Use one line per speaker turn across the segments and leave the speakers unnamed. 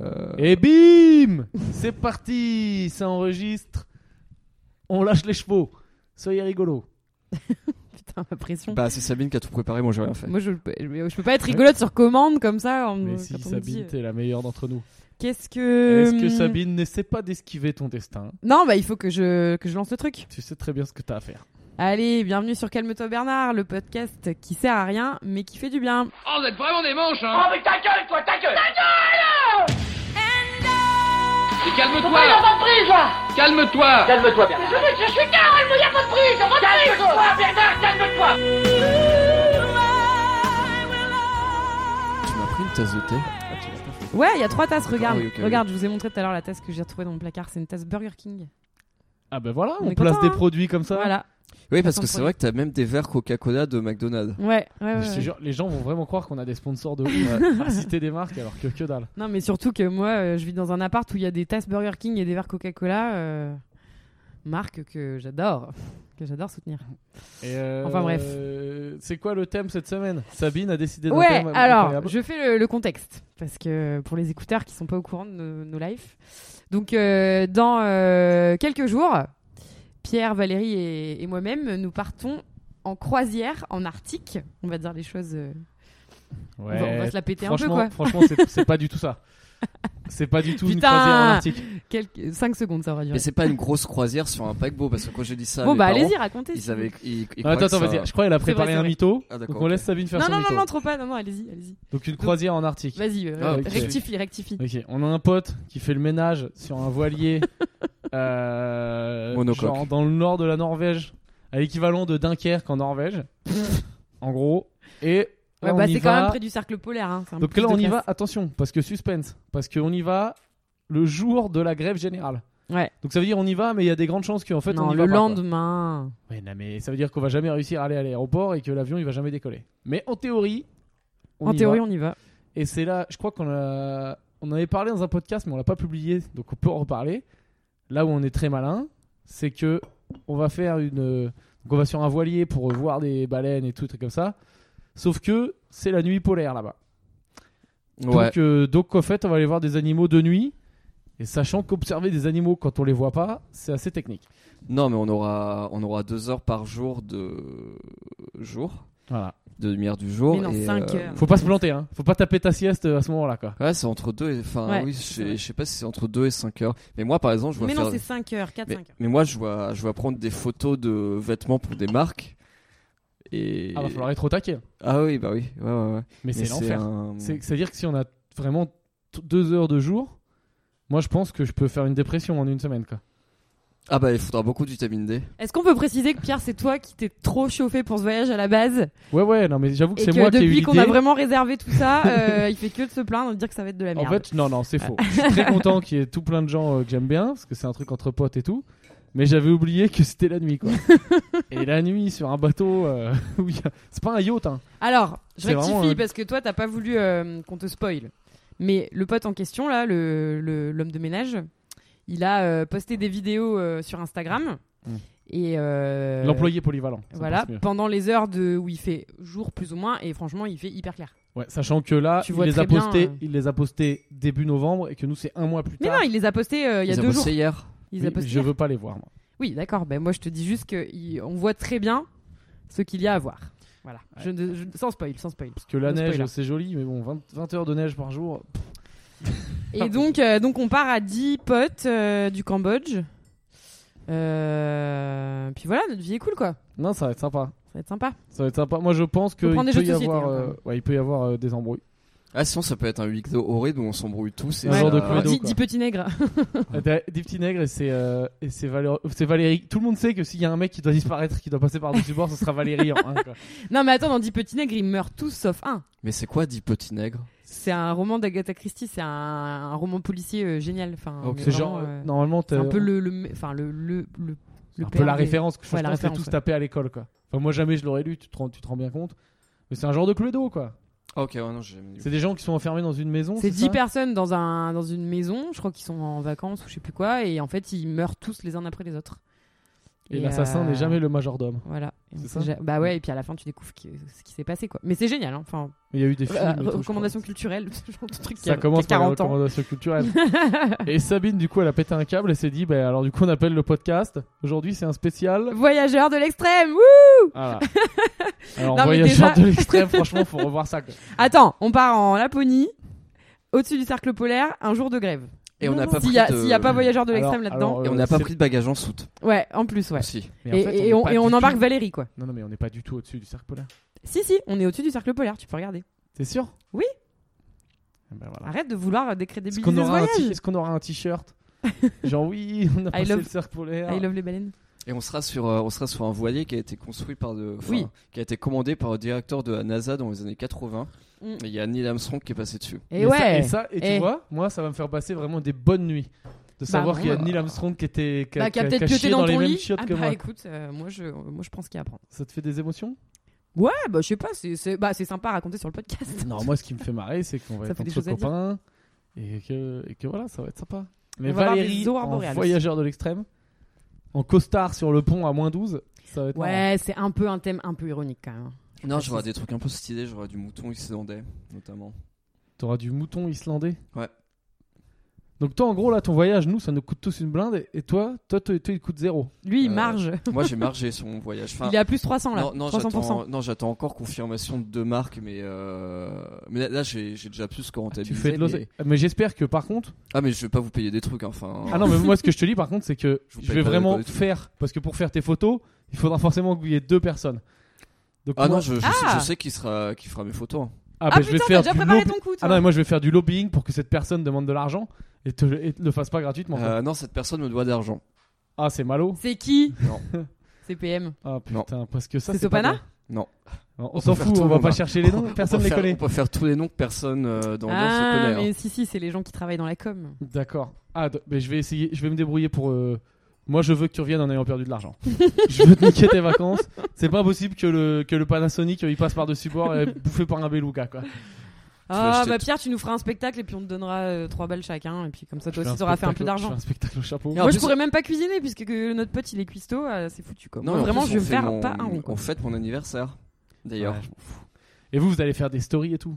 Euh,
Et bim C'est parti Ça enregistre. On lâche les chevaux. Soyez rigolo.
Putain, ma pression.
Bah, c'est Sabine qui a tout préparé, moi j'ai rien fait.
Moi, je, je, je peux pas être rigolote sur commande comme ça. en-
Mais
quand
si,
on me dit,
Sabine,
euh,
t'es la meilleure d'entre nous.
Qu'est-ce que.
Est-ce que Sabine n'essaie pas d'esquiver ton destin
Non, bah, il faut que je, que je lance le truc.
Tu sais très bien ce que t'as à faire.
Allez, bienvenue sur Calme-toi Bernard, le podcast qui sert à rien, mais qui fait du bien.
Oh, vous êtes vraiment des manches, hein
Oh mais ta gueule toi, ta gueule Ta gueule
Et
Faut pas y avoir
Calme-toi
pas de prise là
Calme-toi
Calme-toi Bernard Je, je, je suis calme, il y a pas de prise, y a pas de prise Calme-toi Bernard, calme-toi
Tu m'as pris une tasse de thé.
Ouais, il y a trois tasses, regarde.
Ah oui, ok,
regarde, je vous ai montré tout à l'heure la tasse que j'ai retrouvée dans mon placard, c'est une tasse Burger King.
Ah ben voilà,
On
on,
est
place
content,
des
hein.
produits comme ça.
Voilà.
Oui, parce
Façon
que
de
c'est vrai que t'as même des verres Coca-Cola de McDonald's.
Ouais, ouais, ouais.
Mais je te
ouais.
jure, les gens vont vraiment croire qu'on a des sponsors de ouf à citer des marques alors que que dalle.
Non, mais surtout que moi, euh, je vis dans un appart où il y a des tasses Burger King et des verres Coca-Cola. euh, marque que j'adore. Que j'adore soutenir.
Et euh,
Enfin, bref.
C'est quoi le thème cette semaine Sabine a décidé d'un
Ouais,
thème
alors,
incroyable.
je fais le, le contexte. Parce que pour les écouteurs qui sont pas au courant de nos, nos lives. Donc, euh, dans euh, quelques jours, Pierre, Valérie et, et moi-même, nous partons en croisière en Arctique. On va dire les choses. euh, on va- on, va,
Ouais,
se la péter un peu,
franchement,
quoi.
franchement, c'est- c'est pas du tout ça. C'est pas du tout une
Putain.
croisière en Arctique.
Quelques... 5 secondes, ça aura duré.
Mais c'est pas une grosse croisière sur un paquebot, parce que quand j'ai dit ça. à
Bon,
mes
bah,
parents,
allez-y, racontez. si
Ils
vous
avaient. ils- ils
Non, attends,
croyaient que
attends,
ça-
vas-y. Je crois qu'elle a
C'est vrai,
préparé
c'est
un
vrai.
mytho.
Ah, d'accord,
donc on
ok.
laisse Sabine faire
voulez.
son
Non, non,
mytho.
non, non, trop pas. Non, non, allez-y, allez-y.
Donc une croisière en Arctique.
Vas-y, euh,
Ah, ok.
rectifie, rectifie.
Ok, on a un pote qui fait le ménage sur un voilier euh,
Monocoque.
genre dans le nord de la Norvège, à l'équivalent de Dunkerque en Norvège, en gros. Et là,
Ouais, bah,
on y
c'est quand
va-
même près du cercle polaire. Hein. c'est un peu
Donc
plus
là,
de
on y va,
classe.
attention, parce que suspense, parce qu'on y va le jour de la grève générale.
Ouais.
Donc ça veut dire on y va, mais il y a des grandes chances qu'en fait
non,
on y
le
va pas, quoi.
lendemain.
Ouais, non, mais ça veut dire qu'on va jamais réussir à aller à l'aéroport et que l'avion il va jamais décoller. Mais en théorie, on
en
y
théorie,
va.
on y va.
Et c'est là, je crois qu'on a... on en avait parlé dans un podcast, mais on l'a pas publié, donc on peut en reparler. Là où on est très malin, c'est que on va faire une, donc on va sur un voilier pour voir des baleines et tout trucs comme ça. Sauf que c'est la nuit polaire là-bas.
Ouais.
Donc, euh, donc en fait, on va aller voir des animaux de nuit. Et sachant qu'observer des animaux quand on les voit pas, c'est assez technique.
Non, mais on aura, on aura deux heures par jour de jour,
Voilà.
de lumière du jour.
Mais non,
et,
cinq
euh,
heures.
Faut pas se planter, hein. Faut pas taper ta sieste euh, à ce moment-là, quoi.
Ouais, c'est entre deux et enfin
Ouais,
oui, je
c'est
sais-
vrai.
je sais pas si c'est entre 2 et 5 heures. Mais moi par exemple, je vois
Mais
faire-
non, c'est 5 heures, 4-5
mais,
heures.
mais moi je vois je vois prendre des photos de vêtements pour des marques et
Ah, va falloir être au taquet.
Ah oui, bah oui. Ouais, ouais, ouais.
Mais
Mais
c'est l'enfer.
un-
C'est- C'est-à-dire que si on a vraiment t- deux heures de jour, moi je pense que je peux faire une dépression en une semaine. Quoi.
Ah bah il faudra beaucoup de vitamine D.
Est-ce qu'on peut préciser que Pierre, c'est toi qui t'es trop chauffé pour ce voyage à la base
Ouais, ouais, non, mais j'avoue que
Et
c'est
que
moi qui ai eu
depuis
l'idée.
qu'on a vraiment réservé tout ça, euh, il fait que de se plaindre et de dire que ça va être de la
En
merde.
fait, non, non,
Ah.
c'est faux. je suis très content qu'il y ait tout plein de gens euh, que j'aime bien, parce que c'est un truc entre potes et tout. Mais j'avais oublié que c'était la nuit, quoi. et la nuit sur un bateau, euh, où il y a- c'est pas un yacht, hein.
Alors, je
C'est
rectifie
vraiment, euh,
parce que toi, t'as pas voulu euh, qu'on te spoil. Mais le pote en question, là, le- le- l'homme de ménage, il a euh, posté des vidéos euh, sur Instagram.
Mm.
Et euh,
l'employé polyvalent. ça
Voilà,
passe mieux.
pendant les heures de, où il fait jour plus ou moins, et franchement, il fait hyper clair.
Ouais, sachant que là,
Tu
il
vois
les, a
très bien,
postés,
euh.
il les a postés début novembre et que nous, c'est un mois plus
Mais
tard.
non, il les a postés euh, il y a
Ils ont
deux
bossé
jours.
hier.
Il
Oui,
les a
mais
postés
je
hier.
veux pas les voir, moi.
Oui, d'accord. Ben moi, je te dis juste qu'on voit très bien ce qu'il y a à voir. Voilà.
Ouais.
Je ne- je- sans spoil, sans spoil.
Parce que la
No
neige,
spoiler.
c'est joli, mais bon, 20, 20 heures de neige par jour,
Et donc, euh, donc on part à 10 potes euh, du Cambodge. Euh, puis voilà, notre vie est cool, quoi.
Non, ça va être sympa.
Ça va être sympa.
Ça va être sympa. Moi, je pense que
Faut
il
prendre des
peut
jeux
y
de société,
avoir,
hein,
euh,
quand même.
ouais, il peut y avoir euh, des embrouilles.
Ah sinon ça peut être un huis clos horrible où on s'embrouille tous et
Un
ça-
genre de
Alors,
credo,
dix-
quoi.
dix petits nègres.
Euh, Des, des petits nègres et c'est euh, et c'est Valé- c'est Valérie. Tout le monde sait que s'il y a un mec qui doit disparaître, qui doit passer par dessus bord, ce sera Valérie. en un, quoi.
non, mais attends, dans 10 petits nègres, ils meurent tous sauf un.
Mais c'est quoi dit petit nègre
C'est un roman d'Agatha Christie, c'est un, un roman policier euh, génial. Enfin,
Ok.
mais
C'est
vraiment,
genre
euh,
normalement
c'est
t'as-
un peu le, le, mé- enfin le, le, le,
c'est
le
un peu
père
la
des-
référence que je
Ouais, la
pense qu'on s'est
référence,
tous
ouais.
tapé à l'école quoi. Enfin moi jamais je l'aurais lu. Tu te rends, tu te rends bien compte. Mais c'est un genre de cluedo quoi.
Ah, Ok, ouais, non, j'ai jamais lu.
C'est des gens qui sont enfermés dans une maison.
C'est 10
ça
personnes dans, un, dans une maison, je crois qu'ils sont en vacances ou je sais plus quoi, et en fait ils meurent tous les uns après les autres.
Et,
Et,
l'assassin
euh,
n'est jamais le majordome.
Voilà. Et on
C'est
sait
ça
ja- Bah ouais, et puis à la fin, tu découvres qui- ce qui s'est passé, quoi. Mais c'est génial, hein. enfin.
Il y a eu des films.
euh,
et tout, je crois.
recommandations culturelles, ce genre de truc qui
Ça
a,
commence
qui a
par les
40 ans.
recommandations culturelles. et Sabine, du coup, elle a pété un câble et s'est dit bah, alors, du coup, on appelle le podcast. Aujourd'hui, c'est un spécial.
Voyageurs de l'extrême, wouh
Voilà. Alors,
Non, mais
voyageur
déjà-
de l'extrême, franchement, faut revoir ça. quoi.
Attends, on part en Laponie, au-dessus du cercle polaire, un jour de grève. Mmh.
Et on n'a pas
S'il
pris
y a,
de-
s'il y a pas voyageurs de
Alors-
l'extrême là-dedans.
alors,
Et on
euh,
n'a pas
c'est-
pris de bagages en soute
Ouais, en plus, ouais.
aussi.
Mais en
Et,
fait,
et
on est
on,
pas
et on
du
embarque
tout-
Valérie, quoi.
Non, non, mais on n'est pas du tout au-dessus du cercle polaire.
Si, si, on est au-dessus du cercle polaire, tu peux regarder.
T'es sûr
Oui.
Eh ben voilà.
Arrête de vouloir
Est-ce
décrédibiliser
qu'on
ce
aura, un t-
voyage.
est-ce qu'on aura un t-shirt Genre, oui, on a passé
love-
le cercle polaire.
I love les baleines.
Et on sera sur, euh, on sera sur un voilier qui a été construit par de, enfin,
Oui.
qui a été commandé par le directeur de la NASA dans les années 80.
Mm.
Et il y a Neil Armstrong qui est passé dessus.
Et
Mais
ouais.
ça- et ça, et
Eh.
tu vois, moi, ça va me faire passer vraiment des bonnes nuits. De savoir
bon,
qu'il y a
bah.
Neil Armstrong qui était qui a-
Bah, qui a
qui a-
peut-être
qui a
pioté
chié
dans,
dans, les
ton
mêmes
lit.
chiottes
ah
que
bah
moi.
écoute, euh, moi, je, moi je pense qu'il y a à prendre.
Ça te fait des émotions
Ouais, bah je sais pas, c'est, c'est- bah, c'est sympa à raconter sur le podcast.
Non, moi, ce qui me fait marrer, c'est qu'on va
Ça
être
fait des
entre
choses à dire.
copains et que, et que voilà, ça va être sympa. Mais
On va voir
Valérie,
des aurores
en
boréales
voyageur de l'extrême, en costard sur le pont à moins 12, ça va être marrant.
Ouais, c'est un peu un thème un peu ironique quand même.
Non,
Ouais,
j'aurai
c'est-
des trucs un peu stylés, j'aurai du mouton islandais notamment.
T'auras du mouton islandais.
Ouais.
Donc toi, en gros, là, ton voyage, nous, ça nous coûte tous une blinde. Et toi, toi, toi, toi, il coûte zéro.
Lui, il
Euh,
marge.
Moi, j'ai margé sur mon voyage. Enfin,
il est à plus 300 là.
non, non,
300%.
euh,
j'attends, non, j'attends encore confirmation de deux marques, mais euh, mais là, là, j'ai, j'ai déjà plus que rentabilisé.
Tu fais de l'oseille.
mais-
Mais, j'espère que, par contre...
Ah, mais je vais pas vous payer des trucs, hein, enfin.
Ah non, mais moi, ce que je te dis, par contre, c'est que
Je vous
je,
paye
vais
pas-
vraiment
pas du tout.
faire... Parce que pour faire tes photos, il faudra forcément qu'il y ait deux personnes. Donc
Ah
moi-
non, je, je,
Ah
je sais qui sera, qui fera mes photos. hein.
ah, bah,
Ah
je vais
putain,
faire
t'as déjà
du
préparé
lobby-
ton coup, toi.
Ah non, mais moi, je vais faire du lobbying pour que cette personne demande de l'argent et, te, et le fasse pas gratuitement. quoi.
Euh, non, cette personne me doit d'argent.
Ah, c'est malo.
C'est qui
Non.
C'est PM.
Ah putain, parce que ça,
C'est
c'est pas
Sopana
bien.
Non.
Non, On,
On
s'en
peut faire
fout,
tout,
on va
on
pas
va-
chercher les noms, personne
on
les
peut faire-
connaît.
On peut faire tous les noms que personne euh, dans l'ambiance
ah,
connaît. hein.
mais si, si, c'est les gens qui travaillent dans la com.
D'accord. Ah, d- mais je vais essayer, je vais me débrouiller pour. euh, Moi, je veux que tu reviennes en ayant perdu de l'argent. je veux te niquer tes vacances. C'est pas possible que le, que le Panasonic euh, il passe par-dessus bord et est bouffé par un beluga, quoi.
vas
Ah,
acheter
bah
tout.
Pierre, tu nous feras un spectacle et puis on te donnera 3 balles chacun. Et puis comme ça,
Je
toi
fais
aussi, t'auras fait un
spectacle-
peu
Je fais
d'argent.
un spectacle au chapeau.
Et en
Moi, je
plus-
pourrais même pas cuisiner puisque que notre pote il est cuistot, euh, c'est foutu quoi.
Non,
Moi,
mais en
vraiment,
plus,
je
on
vais
fait
faire
mon-
pas un rond. quoi.
On fête mon anniversaire. D'ailleurs,
Ouais, je m'en fous. Et vous, vous allez faire des stories et tout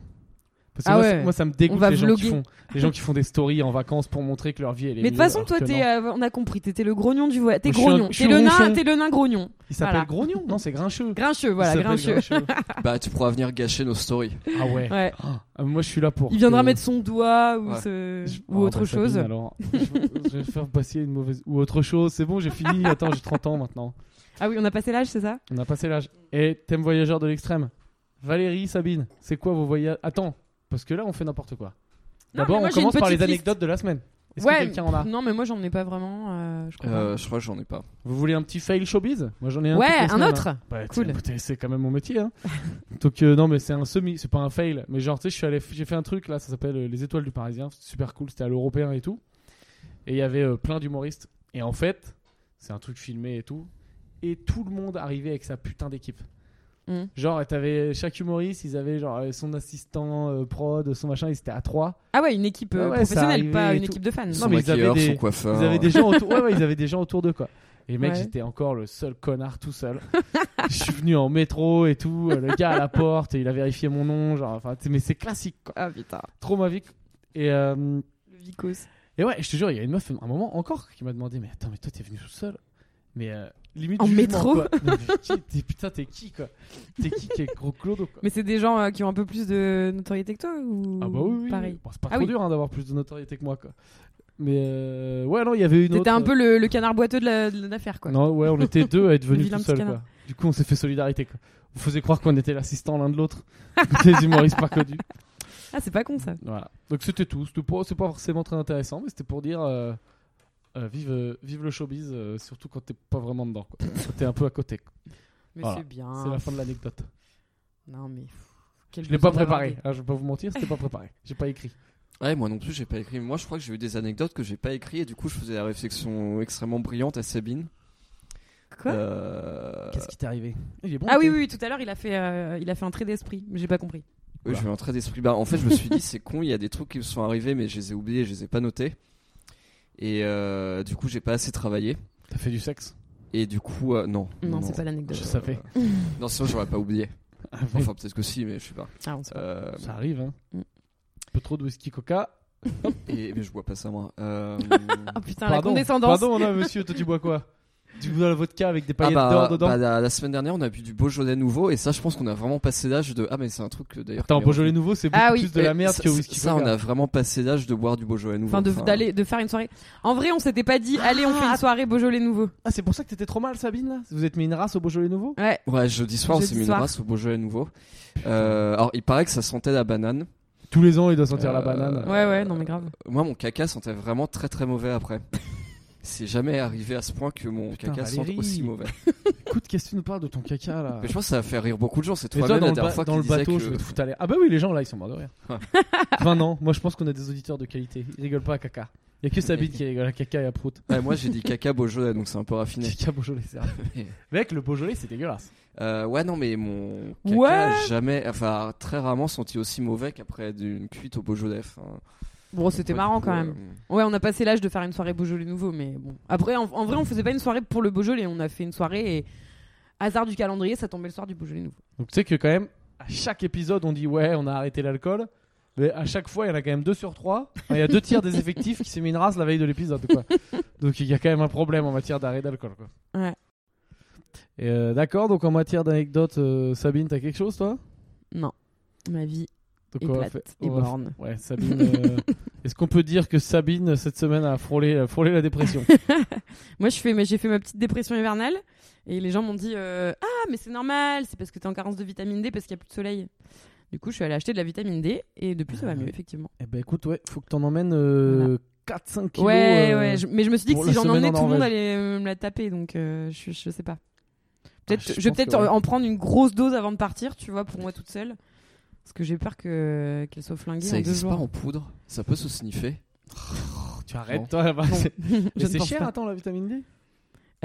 Parce que
Ah
moi,
ouais.
c'est- moi, ça me dégoûte
On va
les gens, qui
vloguer.
font, les gens qui font des stories en vacances pour montrer que leur vie elle est
Mais de toute
nulle,
façon,
alors
toi,
que
t'es,
non.
euh, on a compris, t'étais le grognon du voyage. T'es
Moi, je suis un-
grognon.
je
T'es
suis
le, nain,
ronchon.
t'es le nain grognon.
Il s'appelle
euh, voilà.
Grognon Non, c'est Grincheux.
Grincheux,
Il
voilà,
s'appelle
grincheux.
bah tu pourras venir gâcher nos stories.
Ah ouais.
Ouais.
Ah, moi, je suis là pour.
Il viendra
que-
mettre son doigt ou,
Ouais.
ce-
Je-
ou
Ah,
autre
bah, Sabine,
chose.
alors, je, je vais faire passer une mauvaise ou autre chose. C'est bon, j'ai fini. Attends, j'ai 30 ans maintenant.
Ah oui, on a passé l'âge, c'est ça
On a passé l'âge. Et thème voyageur de l'extrême. Valérie, Sabine, c'est quoi vos voyages Attends, parce que là, on fait n'importe quoi.
Non,
D'abord,
mais moi,
on
j'ai
commence
une
par les
petite liste.
anecdotes de la semaine. Est-ce que
Ouais.
quelqu'un en a
Non, mais moi j'en ai pas vraiment. euh, je crois
Euh, je crois que j'en ai pas.
Vous voulez un petit fail showbiz Moi, j'en ai
pas.
un.
ouais,
toutes les
un
semaines,
autre.
hein. Bah,
Cool.
tiens, écoutez, c'est quand même mon métier. hein. Donc euh, non, mais c'est un semi, c'est pas un fail. Mais genre, tu sais, je suis allé, j'ai fait un truc là, ça s'appelle euh, les étoiles du Parisien, c'était super cool, c'était à l'européen et tout. Et il y avait euh, plein d'humoristes. Et en fait, c'est un truc filmé et tout. Et tout le monde arrivait avec sa putain d'équipe.
Mm.
Genre, t'avais chaque humoriste, ils avaient genre euh, son assistant euh, prod, son machin, ils étaient à trois.
Ah ouais, une équipe
Ouais,
euh,
ouais, ça
professionnelle, pas
arrivait et
une
tout.
équipe de fans.
Non,
son
mais ils
maquilleur,
avaient des-
son coiffeur.
Ils avaient des gens autour. Ouais, ouais, ils avaient des gens autour d'eux quoi. Et mec,
Ouais.
j'étais encore le seul connard tout seul. Je suis venu en métro et tout. euh, Le gars à la porte, et il a vérifié mon nom. Genre, enfin, c'est- mais c'est classique quoi.
Ah putain,
Trop ma vie. Et, euh,
le Vicos.
et ouais, je te jure, il y a une meuf, un moment encore, qui m'a demandé Mais attends, mais toi, t'es venu tout seul Mais euh, limite.
En
du jugement,
métro
quoi. Non, mais qui- t'es- Putain, t'es qui, quoi T'es qui qui est gros clodo, quoi
Mais c'est des gens euh, qui ont un peu plus de notoriété que toi ou
Ah bah oui, oui, oui.
Mmh, pareil
Bon, c'est pas
Ah
trop
oui.
dur hein, d'avoir plus de notoriété que moi, quoi. Mais euh, ouais, non, il y avait une autre.
C'était un peu le, le canard boiteux de la- de l'affaire quoi.
Non, ouais, on était deux à être
Le
venus
vilain
tout
petit
seuls,
canard.
quoi. Du coup, on s'est fait solidarité, quoi. On faisait croire qu'on était l'assistant l'un de l'autre. Des humoristes pas connus.
Ah, c'est pas con ça.
Voilà. Donc c'était tout. C'était pas, c'est pas forcément très intéressant, mais c'était pour dire euh, euh, vive, euh, vive le showbiz, euh, surtout quand t'es pas vraiment dedans. Quoi. Quand t'es un peu à côté. quoi.
Mais
Voilà.
c'est bien.
C'est la fin de l'anecdote.
Non mais. quel
Je l'ai
besoin
pas préparé.
d'avoir
hein, je vais pas vous mentir, c'était pas préparé. J'ai pas écrit.
Ouais, moi non plus, j'ai pas écrit. Moi, je crois que j'ai eu des anecdotes que j'ai pas écrit et du coup, je faisais la réflexion extrêmement brillante à Sabine.
des- Quoi
Euh,
qui t'est arrivé Il est bon.
Ah oui,
le
oui, oui, tout à l'heure il a fait, euh, il a fait un trait d'esprit, mais j'ai pas compris.
Oui, j'ai eu un trait d'esprit bas. Bah, En fait, je me suis dit, c'est con, il y a des trucs qui me sont arrivés, mais je les ai oubliés, je les ai pas notés. Et euh, du coup, j'ai pas assez travaillé.
thé T'as fait du sexe
Et du coup, euh, non.
Non, c'est pas l'anecdote.
Je savais.
Euh, non, sinon j'aurais pas oublié.
Euh,
Enfin, peut-être que si, mais je sais pas.
Ah, on sait pas.
Euh,
Ça arrive, hein.
Mm.
Un peu trop de whisky coca.
et, mais je bois pas ça moi. Euh,
Oh putain, la
Ah, Pardon,
condescendance.
Pardon, non, monsieur, toi tu bois quoi Tu bois la vodka avec des
ah
paillettes
bah,
d'or dedans
bah, la, la semaine dernière on a bu du Beaujolais nouveau et ça je pense qu'on a vraiment passé l'âge de ah mais c'est un truc que, d'ailleurs.
Attends,
qui est
Beaujolais nouveau, c'est beaucoup
Ah oui.
plus de la
Et
merde
Euh, ça-
que
ça-
whisky
Ça,
coca.
on a vraiment passé l'âge de boire du Beaujolais nouveau.
Enfin, de, d'aller, de faire une soirée. En vrai, on s'était pas dit, allez, on fait une soirée Beaujolais nouveau.
Ah, c'est pour ça que t'étais trop mal, Sabine, là Vous êtes mis une race au Beaujolais nouveau
Ouais.
Ouais, jeudi soir, on
Jeudi
s'est mis une
soir.
race au Beaujolais nouveau. Euh, alors, il paraît que ça sentait la banane.
Tous les ans, il doit sentir la
Euh,
banane.
Ouais, ouais, non, mais grave.
Moi, mon caca sentait vraiment très très mauvais après. C'est jamais arrivé à ce point que mon
Putain,
caca sente
Valérie.
aussi mauvais.
Écoute, qu'est-ce que tu nous parles de ton caca, là
Mais je pense que ça va faire rire beaucoup de gens. C'est
Et toi,
toi-même
dans
la
le,
dernière
ba-
fois
dans
qui
le
disais
bateau,
que-
je vais te foutre à l'air. Ah bah oui, les gens, là, ils sont morts de rire.
Ouais.
20 ans, moi je pense qu'on a des auditeurs de qualité. Ils rigolent pas à caca. Il y a que Sabine qui rigole à caca et à prout.
Ouais, moi, j'ai dit caca Beaujolais, donc c'est un peu raffiné.
Caca Beaujolais, c'est
Mais-
Mec, le Beaujolais, c'est dégueulasse.
Euh, ouais, non, mais mon caca
Ouais.
a jamais, enfin, très rarement senti aussi mauvais qu'après d'une cuite au Beaujolais. Enfin,
Bon, Oh, c'était
pas du
marrant
tout,
quand
euh,
même. Ouais, on a passé l'âge de faire une soirée Beaujolais nouveau, mais bon. Après, en, en vrai, on faisait pas une soirée pour le Beaujolais, on a fait une soirée et hasard du calendrier, ça tombait le soir du Beaujolais nouveau.
Donc tu sais que quand même, à chaque épisode, on dit ouais, on a arrêté l'alcool. Mais à chaque fois, il y en a quand même deux sur trois. Enfin, Il y a deux tiers des effectifs qui s'est mis une race la veille de l'épisode. quoi. Donc il y a quand même un problème en matière d'arrêt d'alcool. quoi.
Ouais.
Et, euh, D'accord, donc en matière d'anecdote, euh, Sabine, t'as quelque chose toi
Non, ma vie
donc,
est
on va
plate
faire-
et
on va faire-
morne.
Ouais, Sabine. euh, Est-ce qu'on peut dire que Sabine, cette semaine, a frôlé, a frôlé la dépression
Moi, je fais, mais j'ai fait ma petite dépression hivernale et les gens m'ont dit euh, ah mais c'est normal, c'est parce que t'es en carence de vitamine D parce qu'il y a plus de soleil. Du coup, je suis allée acheter de la vitamine D et depuis ça va
Ah ouais.
mieux effectivement.
Eh ben écoute, ouais, faut que t'en emmènes 4-5 kilos.
ouais,
euh,
ouais. je- mais je me suis dit
pour
que
la
si j'en
semaine
emmenais,
en
tout le monde
Norvège.
allait euh, me la taper, donc euh, je, je sais pas. Peut-être,
Ah, je
je vais
pense que
peut-être
ouais.
en prendre une grosse dose avant de partir, tu vois, pour moi toute seule, parce que j'ai peur que qu'elle soit flinguée
Ça
en deux
existe pas
jours.
en poudre. Ça peut se sniffer.
Tu arrêtes, toi, là-bas.
Non.
C'est-
Je
Mais
ne
c'est
pense
cher, hein.
pas.
attends, la vitamine D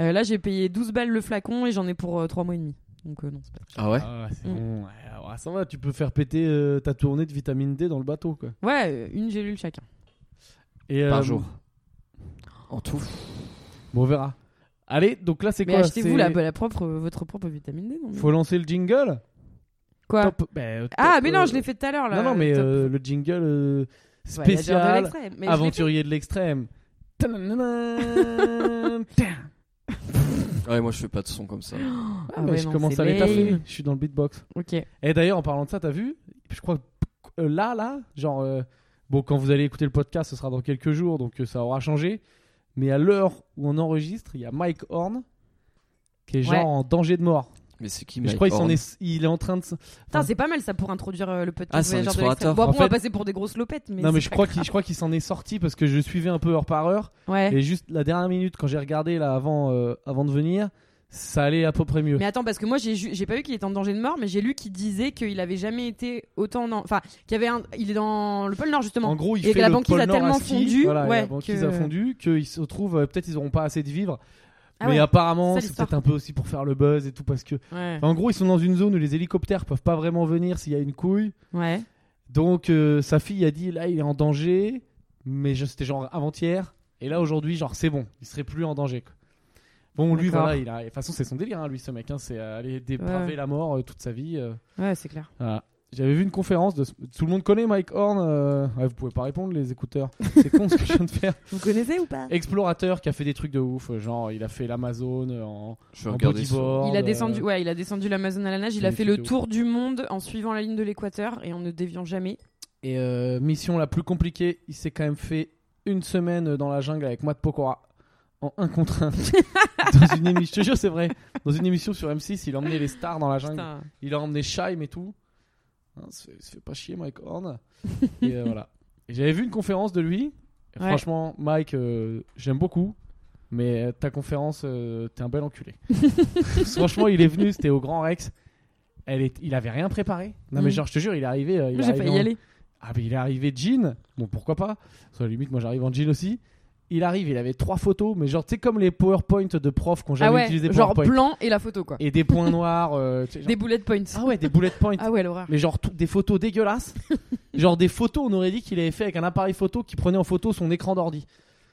Euh, là, j'ai payé 12 balles le flacon et j'en ai pour 3 mois et demi. Donc euh, non, c'est pas très cher.
Ah ouais.
Ah, c'est
Mm.
bon. Ouais, ouais, ça va, tu peux faire péter euh, ta tournée de vitamine D dans le bateau, quoi.
Ouais, euh, une gélule chacun.
Et,
Par
euh,
jour. En tout.
Bon, on verra. Allez, donc là, c'est
Mais
quoi
achetez-vous
c'est-
la, la propre, votre propre vitamine D, non
Faut lancer le jingle
Quoi
Top- ben, euh,
Ah,
top,
mais non,
euh,
je l'ai fait tout à l'heure là.
Non, non, mais
top.
euh, le jingle euh,
Ouais, il y a déjà de
spécial
l'extrait, mais je l'ai
aventurier de l'extrême. Tadadadam.
Ah
Tiens.
Ouais, moi je fais pas de son comme ça.
fait.
Ah,
Ah
mais
ouais,
je
non,
commence
c'est
à les
lame.
taffer. Je suis dans le beatbox.
Ok.
Et d'ailleurs, en parlant de ça, t'as vu Je crois que euh, là, là, genre, euh, bon, quand vous allez écouter le podcast, ce sera dans quelques jours, donc euh, ça aura changé. Mais à l'heure où on enregistre, il y a Mike Horn qui est genre
Ouais.
en danger de mort.
Mais c'est qui
Et je
Mike
crois qu'il
Horn
s'en est, il est en train de. se-
Putain, c'est pas mal ça pour introduire euh, le
Ah,
podcast
c'est un
voyageur de
explorateur.
l'extrême. Bon,
En
après, on va
fait-
passer pour des grosses lopettes, mais.
non, mais
c'est
je
pas
crois,
grave.
qu'il, je crois qu'il s'en est sorti parce que je suivais un peu heure par heure.
Ouais.
Et juste la dernière minute, quand j'ai regardé là avant, euh, avant de venir, ça allait à peu près mieux.
Mais attends, parce que moi, j'ai ju- j'ai pas vu qu'il était en danger de mort, mais j'ai lu qu'il disait qu'il avait jamais été autant. en- Enfin, qu'il y avait un. Il est dans le pôle Nord, justement.
En gros, il
Et
fait
que la
le
banquise
pôle
a
Nord à
tellement
ski,
fondu,
Voilà,
ouais,
la banquise
que-
a fondu qu'ils se retrouvent. euh, peut-être ils auront pas assez de vivres.
Ah
mais
ouais.
apparemment,
Ça,
c'est
l'histoire.
peut-être un peu aussi pour faire le buzz et tout parce que.
Ouais.
Enfin, en gros, ils sont dans une zone où les hélicoptères peuvent pas vraiment venir s'il y a une couille.
Ouais.
Donc euh, sa fille a dit là, il est en danger, mais je- c'était genre avant-hier. Et là aujourd'hui, genre c'est bon, il serait plus en danger. quoi. Bon, lui
D'accord.
voilà, il a. De toute façon, c'est son délire, hein, lui, ce mec. hein, c'est euh, aller dépraver
Ouais.
la mort euh, toute sa vie. euh.
Ouais, c'est clair.
Voilà. J'avais vu une conférence de. ce- Tout le monde connaît Mike Horn. euh, ouais, vous pouvez pas répondre, les écouteurs. C'est con ce que je viens de faire.
Vous connaissez ou pas
Explorateur qui a fait des trucs de ouf. euh, Genre, il a fait l'Amazon euh, en,
Je vais
en
regarder ça.
bodyboard,
Il a
euh,
descendu, ouais, il a descendu l'Amazon à la nage. Il a
c'est
fait
une
le
vidéo.
tour du monde en suivant la ligne de l'équateur et en ne déviant jamais.
Et euh, mission la plus compliquée, il s'est quand même fait une semaine dans la jungle avec Matt Pokora en un contre un. dans une émission, je te jure, c'est vrai. Dans une émission sur M6, il a emmené les stars dans la jungle.
Putain.
Il a emmené Shaim et tout. Hein, ça, fait, ça fait pas chier, Mike Horn. et euh, voilà. Et j'avais vu une conférence de lui. Et
Ouais.
Franchement, Mike, euh, j'aime beaucoup. Mais euh, ta conférence, euh, t'es un bel enculé. franchement, il est venu, c'était au Grand Rex. Elle est, il avait rien préparé. Non, mais
Mm.
genre, je te jure, il est arrivé. euh, il
Moi,
est
j'ai
arrivé
failli y
en-
aller.
ah mais il est arrivé jean, bon pourquoi pas, Parce que à la limite moi j'arrive en jean aussi. Il arrive, il avait trois photos, mais genre tu sais comme les PowerPoint de profs qu'on jamais
Ah ouais,
utilisé
genre
PowerPoint.
plan et la photo quoi.
Et des points noirs, euh, tu sais, genre-
Des bullet points.
ah ouais des bullet points,
Ah ouais, l'horreur.
mais genre tout- des photos dégueulasses, genre des photos on aurait dit qu'il avait fait avec un appareil photo qui prenait en photo son écran d'ordi.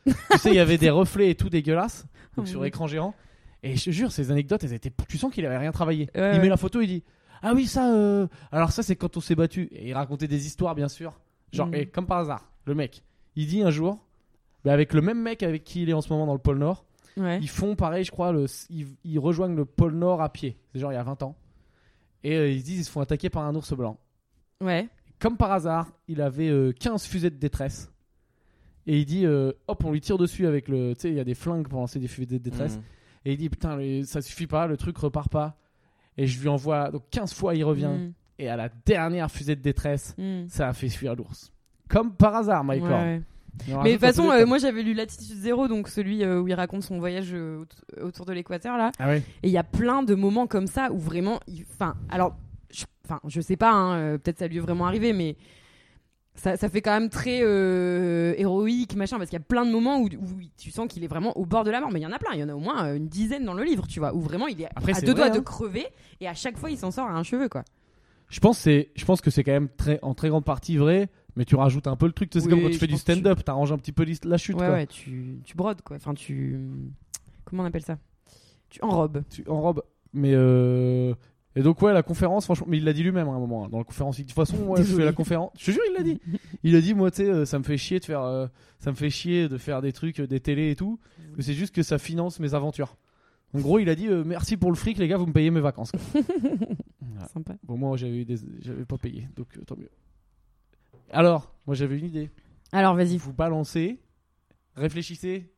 tu sais il y avait des reflets et tout dégueulasses, donc
Oh
sur
mon
écran géant. Et je te jure, ces anecdotes, elles étaient. Tu sens qu'il avait rien travaillé.
Ouais,
il
ouais.
met la photo, il dit Ah oui, ça. euh, Alors, ça, c'est quand on s'est battu. Et il racontait des histoires, bien sûr. Genre,
Mhm.
et comme par hasard, le mec, il dit un jour, bah, avec le même mec avec qui il est en ce moment dans le pôle Nord,
Ouais.
ils font pareil, je crois, le, ils, ils rejoignent le pôle Nord à pied. C'est genre il y a 20 ans. Et euh, ils se disent Ils se font attaquer par un ours blanc.
Ouais.
Comme par hasard, il avait euh, 15 fusées de détresse. Et il dit euh, Hop, on lui tire dessus avec le. Tu sais, il y a des flingues pour lancer des fusées de détresse.
Mm.
Et il dit putain, le- ça suffit pas, le truc repart pas. Et je lui envoie donc 15 fois, il revient. Et à la dernière fusée de détresse,
Mm, mm.
ça a fait fuir l'ours. Comme par hasard, Michael.
Ouais, ouais. Mais de toute façon, euh, moi j'avais lu Latitude Zéro, donc celui euh, où il raconte son voyage euh, aut- autour de l'équateur là.
Ah ouais.
Et il y a plein de moments comme ça où vraiment, il- enfin, alors, je, enfin, je sais pas, hein, euh, peut-être ça lui est vraiment arrivé, mais ça, ça fait quand même très euh, héroïque, machin, parce qu'il y a plein de moments où, où tu sens qu'il est vraiment au bord de la mort. Mais il y en a plein, il y en a au moins euh, une dizaine dans le livre, tu vois, où vraiment il est
Après,
à
c'est
deux
vrai,
doigts de
hein.
crever et à chaque fois il s'en sort à un cheveu, quoi.
Je pense, que c'est- je pense que c'est quand même très, en très grande partie vrai, mais tu rajoutes un peu le truc. tu sais, C'est
Oui,
comme quand tu
je
fais du
pense que tu-
stand-up, t'arranges un petit peu l'is- la chute.
ouais,
quoi.
ouais, tu, tu brodes, quoi. Enfin, tu. Comment on appelle ça Tu enrobes.
Tu enrobes. Mais. euh, Et donc, ouais, la conférence, franchement, mais il l'a dit lui-même à un moment. hein, Dans la conférence, il dit, de toute façon, moi, je fais
Désolé.
la conférence. Je te jure, il l'a dit. Il a dit, moi, tu sais, euh, ça me fait chier de faire, euh, ça me fait chier de faire des trucs, euh, des télés et tout. mais C'est juste que ça finance mes aventures. En gros, il a dit, euh, merci pour le fric, les gars, vous me payez mes vacances. quoi. Ouais.
Sympa.
Bon, moi, j'avais eu des... j'avais pas payé, donc euh, tant mieux. Alors, moi, j'avais une idée.
Alors, vas-y.
Vous balancez, réfléchissez.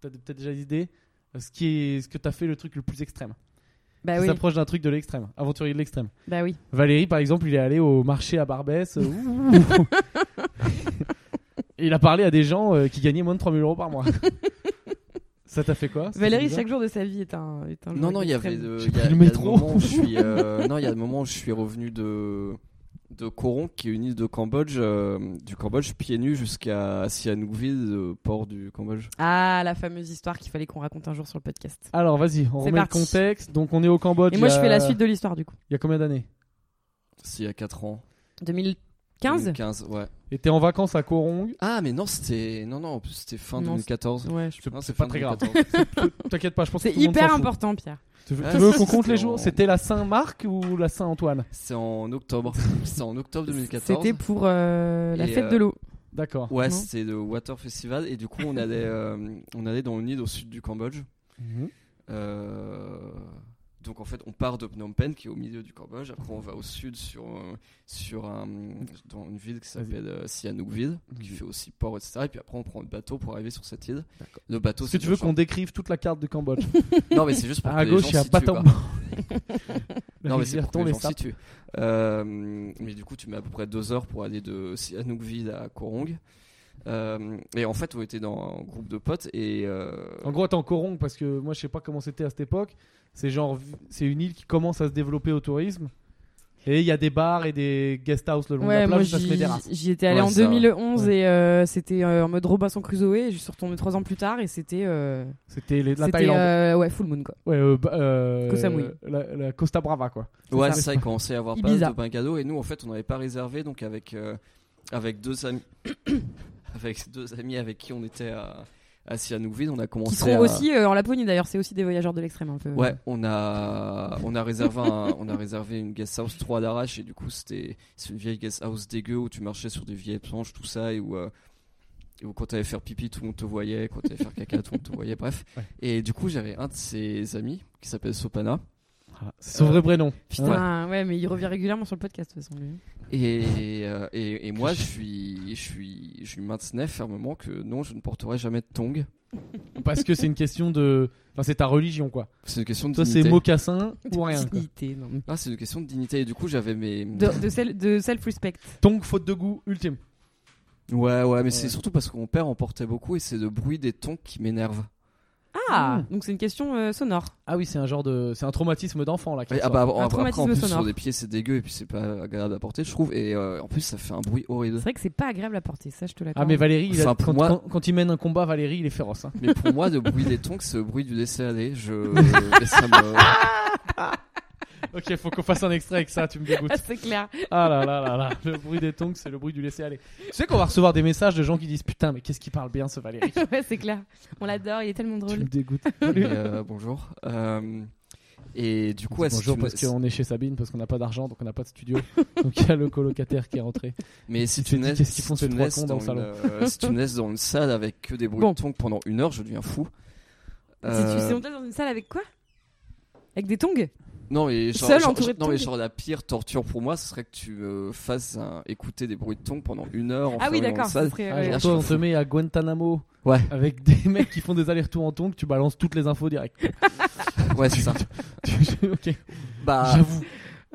T'as d- peut-être déjà des idées. euh, Ce qui est, ce que t'as fait le truc le plus extrême.
Bah
Tu
oui.
t'approches d'un truc de l'extrême, aventurier de l'extrême.
Bah oui.
Valérie, par exemple, il est allé au marché à Barbès. euh, ouh. Et il a parlé à des gens euh, qui gagnaient moins de 3000 euros par mois. Ça t'a fait quoi Ça t'a fait
Valérie,
bizarre
chaque jour de sa vie est un. Est un
Non,
jour
non, il y avait.
extrême.
euh,
J'ai
il y a-
pris le
il y a des
métro.
moments où je suis, euh, non, il y a des moments où je suis revenu de de Koron, qui est une île de Cambodge, euh, du Cambodge pieds nus jusqu'à Sihanoukville, euh, port du Cambodge.
Ah, la fameuse histoire qu'il fallait qu'on raconte un jour sur le podcast.
Alors vas-y, on
C'est
remet
parti.
le contexte. Donc on est au Cambodge.
Et moi,
il y
je
a-
fais la suite de l'histoire, du coup.
Il y a combien d'années
C'est il y a 4 ans.
2015
15, ouais.
Et t'es en vacances à Korong.
Ah, mais non, c'était. Non, non, en plus, c'était fin
Non,
2014.
Ouais, je-
C'est
Non,
c'est
fin
pas très grave.
2014.
T'inquiète pas, je pense que
C'est
tout le monde s'en
hyper
fout.
important, Pierre.
Tu veux,
Ah,
tu veux qu'on
c'était
compte les
en-
jours C'était la Saint-Marc ou la Saint-Antoine
C'est en octobre. C'était en octobre 2014.
C'était pour euh, la
Et,
fête
euh,
de l'eau.
D'accord.
Ouais,
Non
c'était le Water Festival. Et du coup, on allait, euh, on allait dans une île au sud du Cambodge. Mhm. Euh, donc en fait, on part de Phnom Penh qui est au milieu du Cambodge. Après, on va au sud sur euh, sur un, dans une ville qui s'appelle euh, Sihanoukville,
Mhm.
qui fait aussi port, etc. Et puis après, on prend le bateau pour arriver sur cette île. Le bateau.
Est-ce que
c'est
tu veux
bien
qu'on décrive toute la carte du Cambodge
sûr. Non, mais c'est juste pour
À
que
gauche,
les
il y
gens
a
se situent,
Battambang.
quoi.
La
Non, mais c'est
rivière
pour que
tombe
les
et
gens se
ça.
situent. Euh, mais du coup, tu mets à peu près deux heures pour aller de Sihanoukville à Korong. Euh, et en fait, on était dans un groupe de potes et euh,
En gros, t'es en Korong parce que moi, je sais pas comment c'était à cette époque. C'est genre, c'est une île qui commence à se développer au tourisme. Et il y a des bars et des guest house le long de
Ouais,
la
moi
plage, ça se met
j'y
des races.
j'y étais allée
Ouais,
en
ça,
2011 et euh, c'était euh, en mode Robinson Crusoe. Et je suis retournée trois ans plus tard et c'était. euh,
C'était les- la
c'était,
Thaïlande.
euh, ouais, full moon quoi.
Ouais, euh, bah, euh,
Koh Samui.
la, la Costa Brava, quoi.
Ouais,
ça.
ça, il commençait à avoir pas mal
Ibiza.
de bungalows et nous, en fait, on n'avait pas réservé, donc avec, euh, avec deux amis, avec deux amis avec qui on était à, à Sihanoukville, on a
Qui
commencé
seront
à...
aussi euh, en Laponie d'ailleurs. C'est aussi des voyageurs de l'extrême un peu.
Ouais, on a, on a réservé, un- on a réservé une guest house 3 d'arrache et du coup, c'était, c'est une vieille guest house dégueu où tu marchais sur des vieilles planches, tout ça, et où, euh, et où quand t'allais faire pipi, tout le monde te voyait, quand t'allais faire caca, tout le monde te voyait, bref.
Ouais.
Et du coup, j'avais un de ses amis qui s'appelle Sopana.
C'est son
Euh,
vrai prénom. Ouais.
Putain, ouais. mais il revient régulièrement sur le podcast de toute façon. lui.
Et, euh, et, et moi, je suis, je suis, je lui maintenais fermement que non, je ne porterai jamais de tongs.
Parce que c'est une question de. Enfin, c'est ta religion, quoi.
C'est une question de
Toi, c'est
dignité.
mocassin ou rien. quoi.
Dignité, non, mais-
Ah, c'est une question de dignité. Et du coup, j'avais mes.
De, de, self- de self-respect.
Tongue, faute de goût, ultime.
Ouais, ouais, mais
Ouais.
c'est surtout parce que mon père en portait beaucoup et c'est le bruit des tongs qui m'énerve.
Ah, donc c'est une question euh, sonore.
Ah oui, c'est un genre de. C'est un traumatisme d'enfant, là. qui
Ouais, Ah
ressort.
bah, après,
traumatisme
en plus,
sonore.
sur les pieds, c'est dégueu et puis c'est pas agréable à porter, je trouve. Et euh, en plus, ça fait un bruit horrible.
C'est vrai que c'est pas agréable à porter, ça je te l'accorde.
Ah, mais Valérie, il a-
Enfin, pour
quand,
moi-
quand- quand il mène un combat, Valérie, il est féroce. hein.
Mais pour moi, le bruit des tongs, c'est le bruit du laisser aller. Je. et ça me-
Ok, faut qu'on fasse un extrait avec ça, tu me dégoûtes.
c'est clair.
Ah là là là là, le bruit des tongs, c'est le bruit du laisser-aller. Tu sais qu'on va recevoir des messages de gens qui disent Putain, mais qu'est-ce qu'il parle bien ce Valérie
ouais, c'est clair. On l'adore, il est tellement
Tu me
drôle.
dégoûtes.
Et, euh, bonjour. Euh, et du coup, ouais, si
Bonjour,
tu me-
parce qu'on est chez Sabine, parce qu'on n'a pas d'argent, donc on n'a pas de studio. donc il y a le colocataire qui est rentré.
mais si
tu te
tu
dis,
me laisses
qu'est-ce qu'ils
si
font ces
tu me
trois
laisses
cons dans
dans
le
une, euh, si tu me laisses dans une salle avec que des bruits
Bon.
de tongs pendant une heure, je deviens fou.
Si tu
Euh,
sais, on te laisse dans une salle avec quoi Avec des tongs
Non mais, genre,
Seul,
genre-
entouré de
non, mais
tongs.
genre la pire torture pour moi, ce serait que tu me fasses un- écouter des bruits de tongs pendant une heure.
Ah oui,
enfermé dans une
d'accord. ça
salle.
serait-
Ah,
ouais.
genre,
là,
toi,
je
on
suis
te met à Guantanamo
Ouais.
avec des mecs qui font des allers-retours en tongs, tu balances toutes les infos direct.
euh,
Ouais, c'est ça.
ok,
Bah,
j'avoue.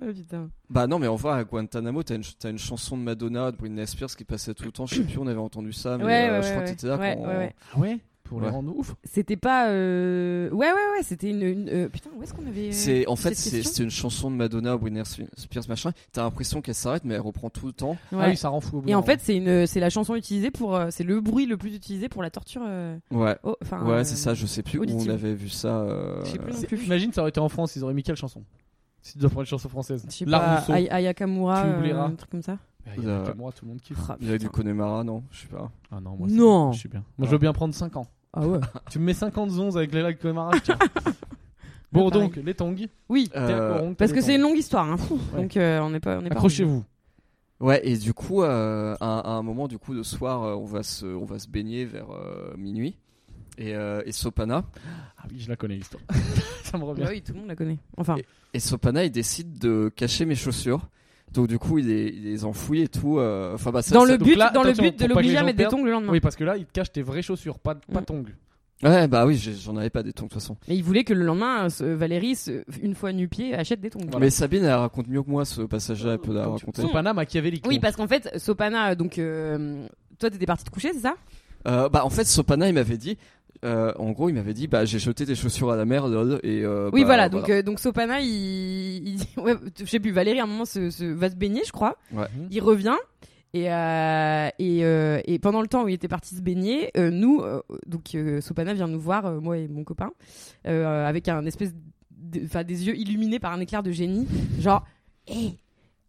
Oh putain.
bah non, mais en vrai, à Guantanamo, t'as une, ch- t'as une chanson de Madonna, de Britney Spears qui passait tout le temps. Je sais plus, on avait entendu ça, mais
Ouais,
euh,
ouais,
je crois
ouais,
que t'étais là
ouais,
quand.
ouais, ouais.
Ah ouais Pour les
Ouais.
rendre ouf
C'était pas. euh, Ouais, ouais, ouais, c'était une. une, euh, Putain, où est-ce qu'on avait. euh,
C'est en fait
cette
c'est
question
c'est une chanson de Madonna, Britney Spears machin. T'as l'impression qu'elle s'arrête mais elle reprend tout le temps.
Ouais.
Ah oui, ça rend fou au bout
Et
d'un
en fait, c'est une, euh, c'est la chanson utilisée pour, euh, c'est le bruit le plus utilisé pour la torture. euh,
Ouais.
oh, enfin.
ouais,
euh,
c'est ça. Je sais plus où on
auditive.
avait vu ça. euh,
Je sais plus
moment.
non
C'est-
plus.
Imagine, ça aurait été en France, ils auraient mis quelle chanson Si tu dois prendre une chanson française.
Je sais
La
pas.
Rousseau.
Ay- Ayakamura,
Tu
euh,
oublieras.
un truc comme ça.
Mais il y a
Euh,
que moi, tout le monde kiffe.
Ah,
Il y avait du
putain.
Connemara, non Je sais pas.
Ah non, moi, c'est-
Non.
je suis bien. Moi, je veux bien prendre 5 ans.
Ah ouais.
Tu me mets 50 onces avec les lacs de Marrakech. tiens. bon,
Pareil.
donc, les tongs.
Oui.
Euh,
Terre Corongue,
Parce
t'as
que
les
c'est une
tongs.
longue histoire, hein. donc euh, on n'est pas, on n'est pas.
Accrochez-vous.
Ouais. Et du coup, euh, à, à un moment du coup le soir, euh, on va se on va se baigner vers euh, minuit. Et, euh, et Sopana,
Ah oui, je la connais l'histoire. ça me revient.
Bah oui, tout le monde la connaît. Enfin,
et Sopana, il décide de cacher mes chaussures. Donc du coup, il les, il les enfouit et tout. euh, Enfin bah ça.
dans
ça-
le
donc
but,
là,
dans le
attention, pour
but de
pas que les
l'obliger à
gens
mettre des
perdent.
tongs le lendemain.
Oui, parce que là, il te cache tes vraies chaussures, pas, pas
Mm.
tongs.
Ouais, bah oui, j'ai- j'en avais pas des tongs de toute façon.
Et il voulait que le lendemain, euh, ce- Valérie, se- une fois nu-pied, achète des tongs.
Mais Sabine, elle raconte mieux que moi ce
Euh,
passage-là. Elle peut la
Donc,
raconter.
Sopana machiavélique.
Oui,
donc.
parce qu'en fait, Sopana, donc euh, toi, t'étais partie te coucher, c'est ça
Euh, bah en fait Sopana il m'avait dit euh, en gros il m'avait dit bah j'ai jeté tes chaussures à la mer lol et euh,
Oui,
bah,
voilà. Donc, euh, donc Sopana, il, il- ouais, je sais plus. Valérie, à un moment, se, se- va se baigner, je crois.
Mhm.
Il revient. Et, euh, et, euh, et pendant le temps où il était parti se baigner, euh, nous, euh, donc euh, Sopana vient nous voir, euh, moi et mon copain, euh, avec un espèce, de- enfin des yeux illuminés par un éclair de génie, genre, hé,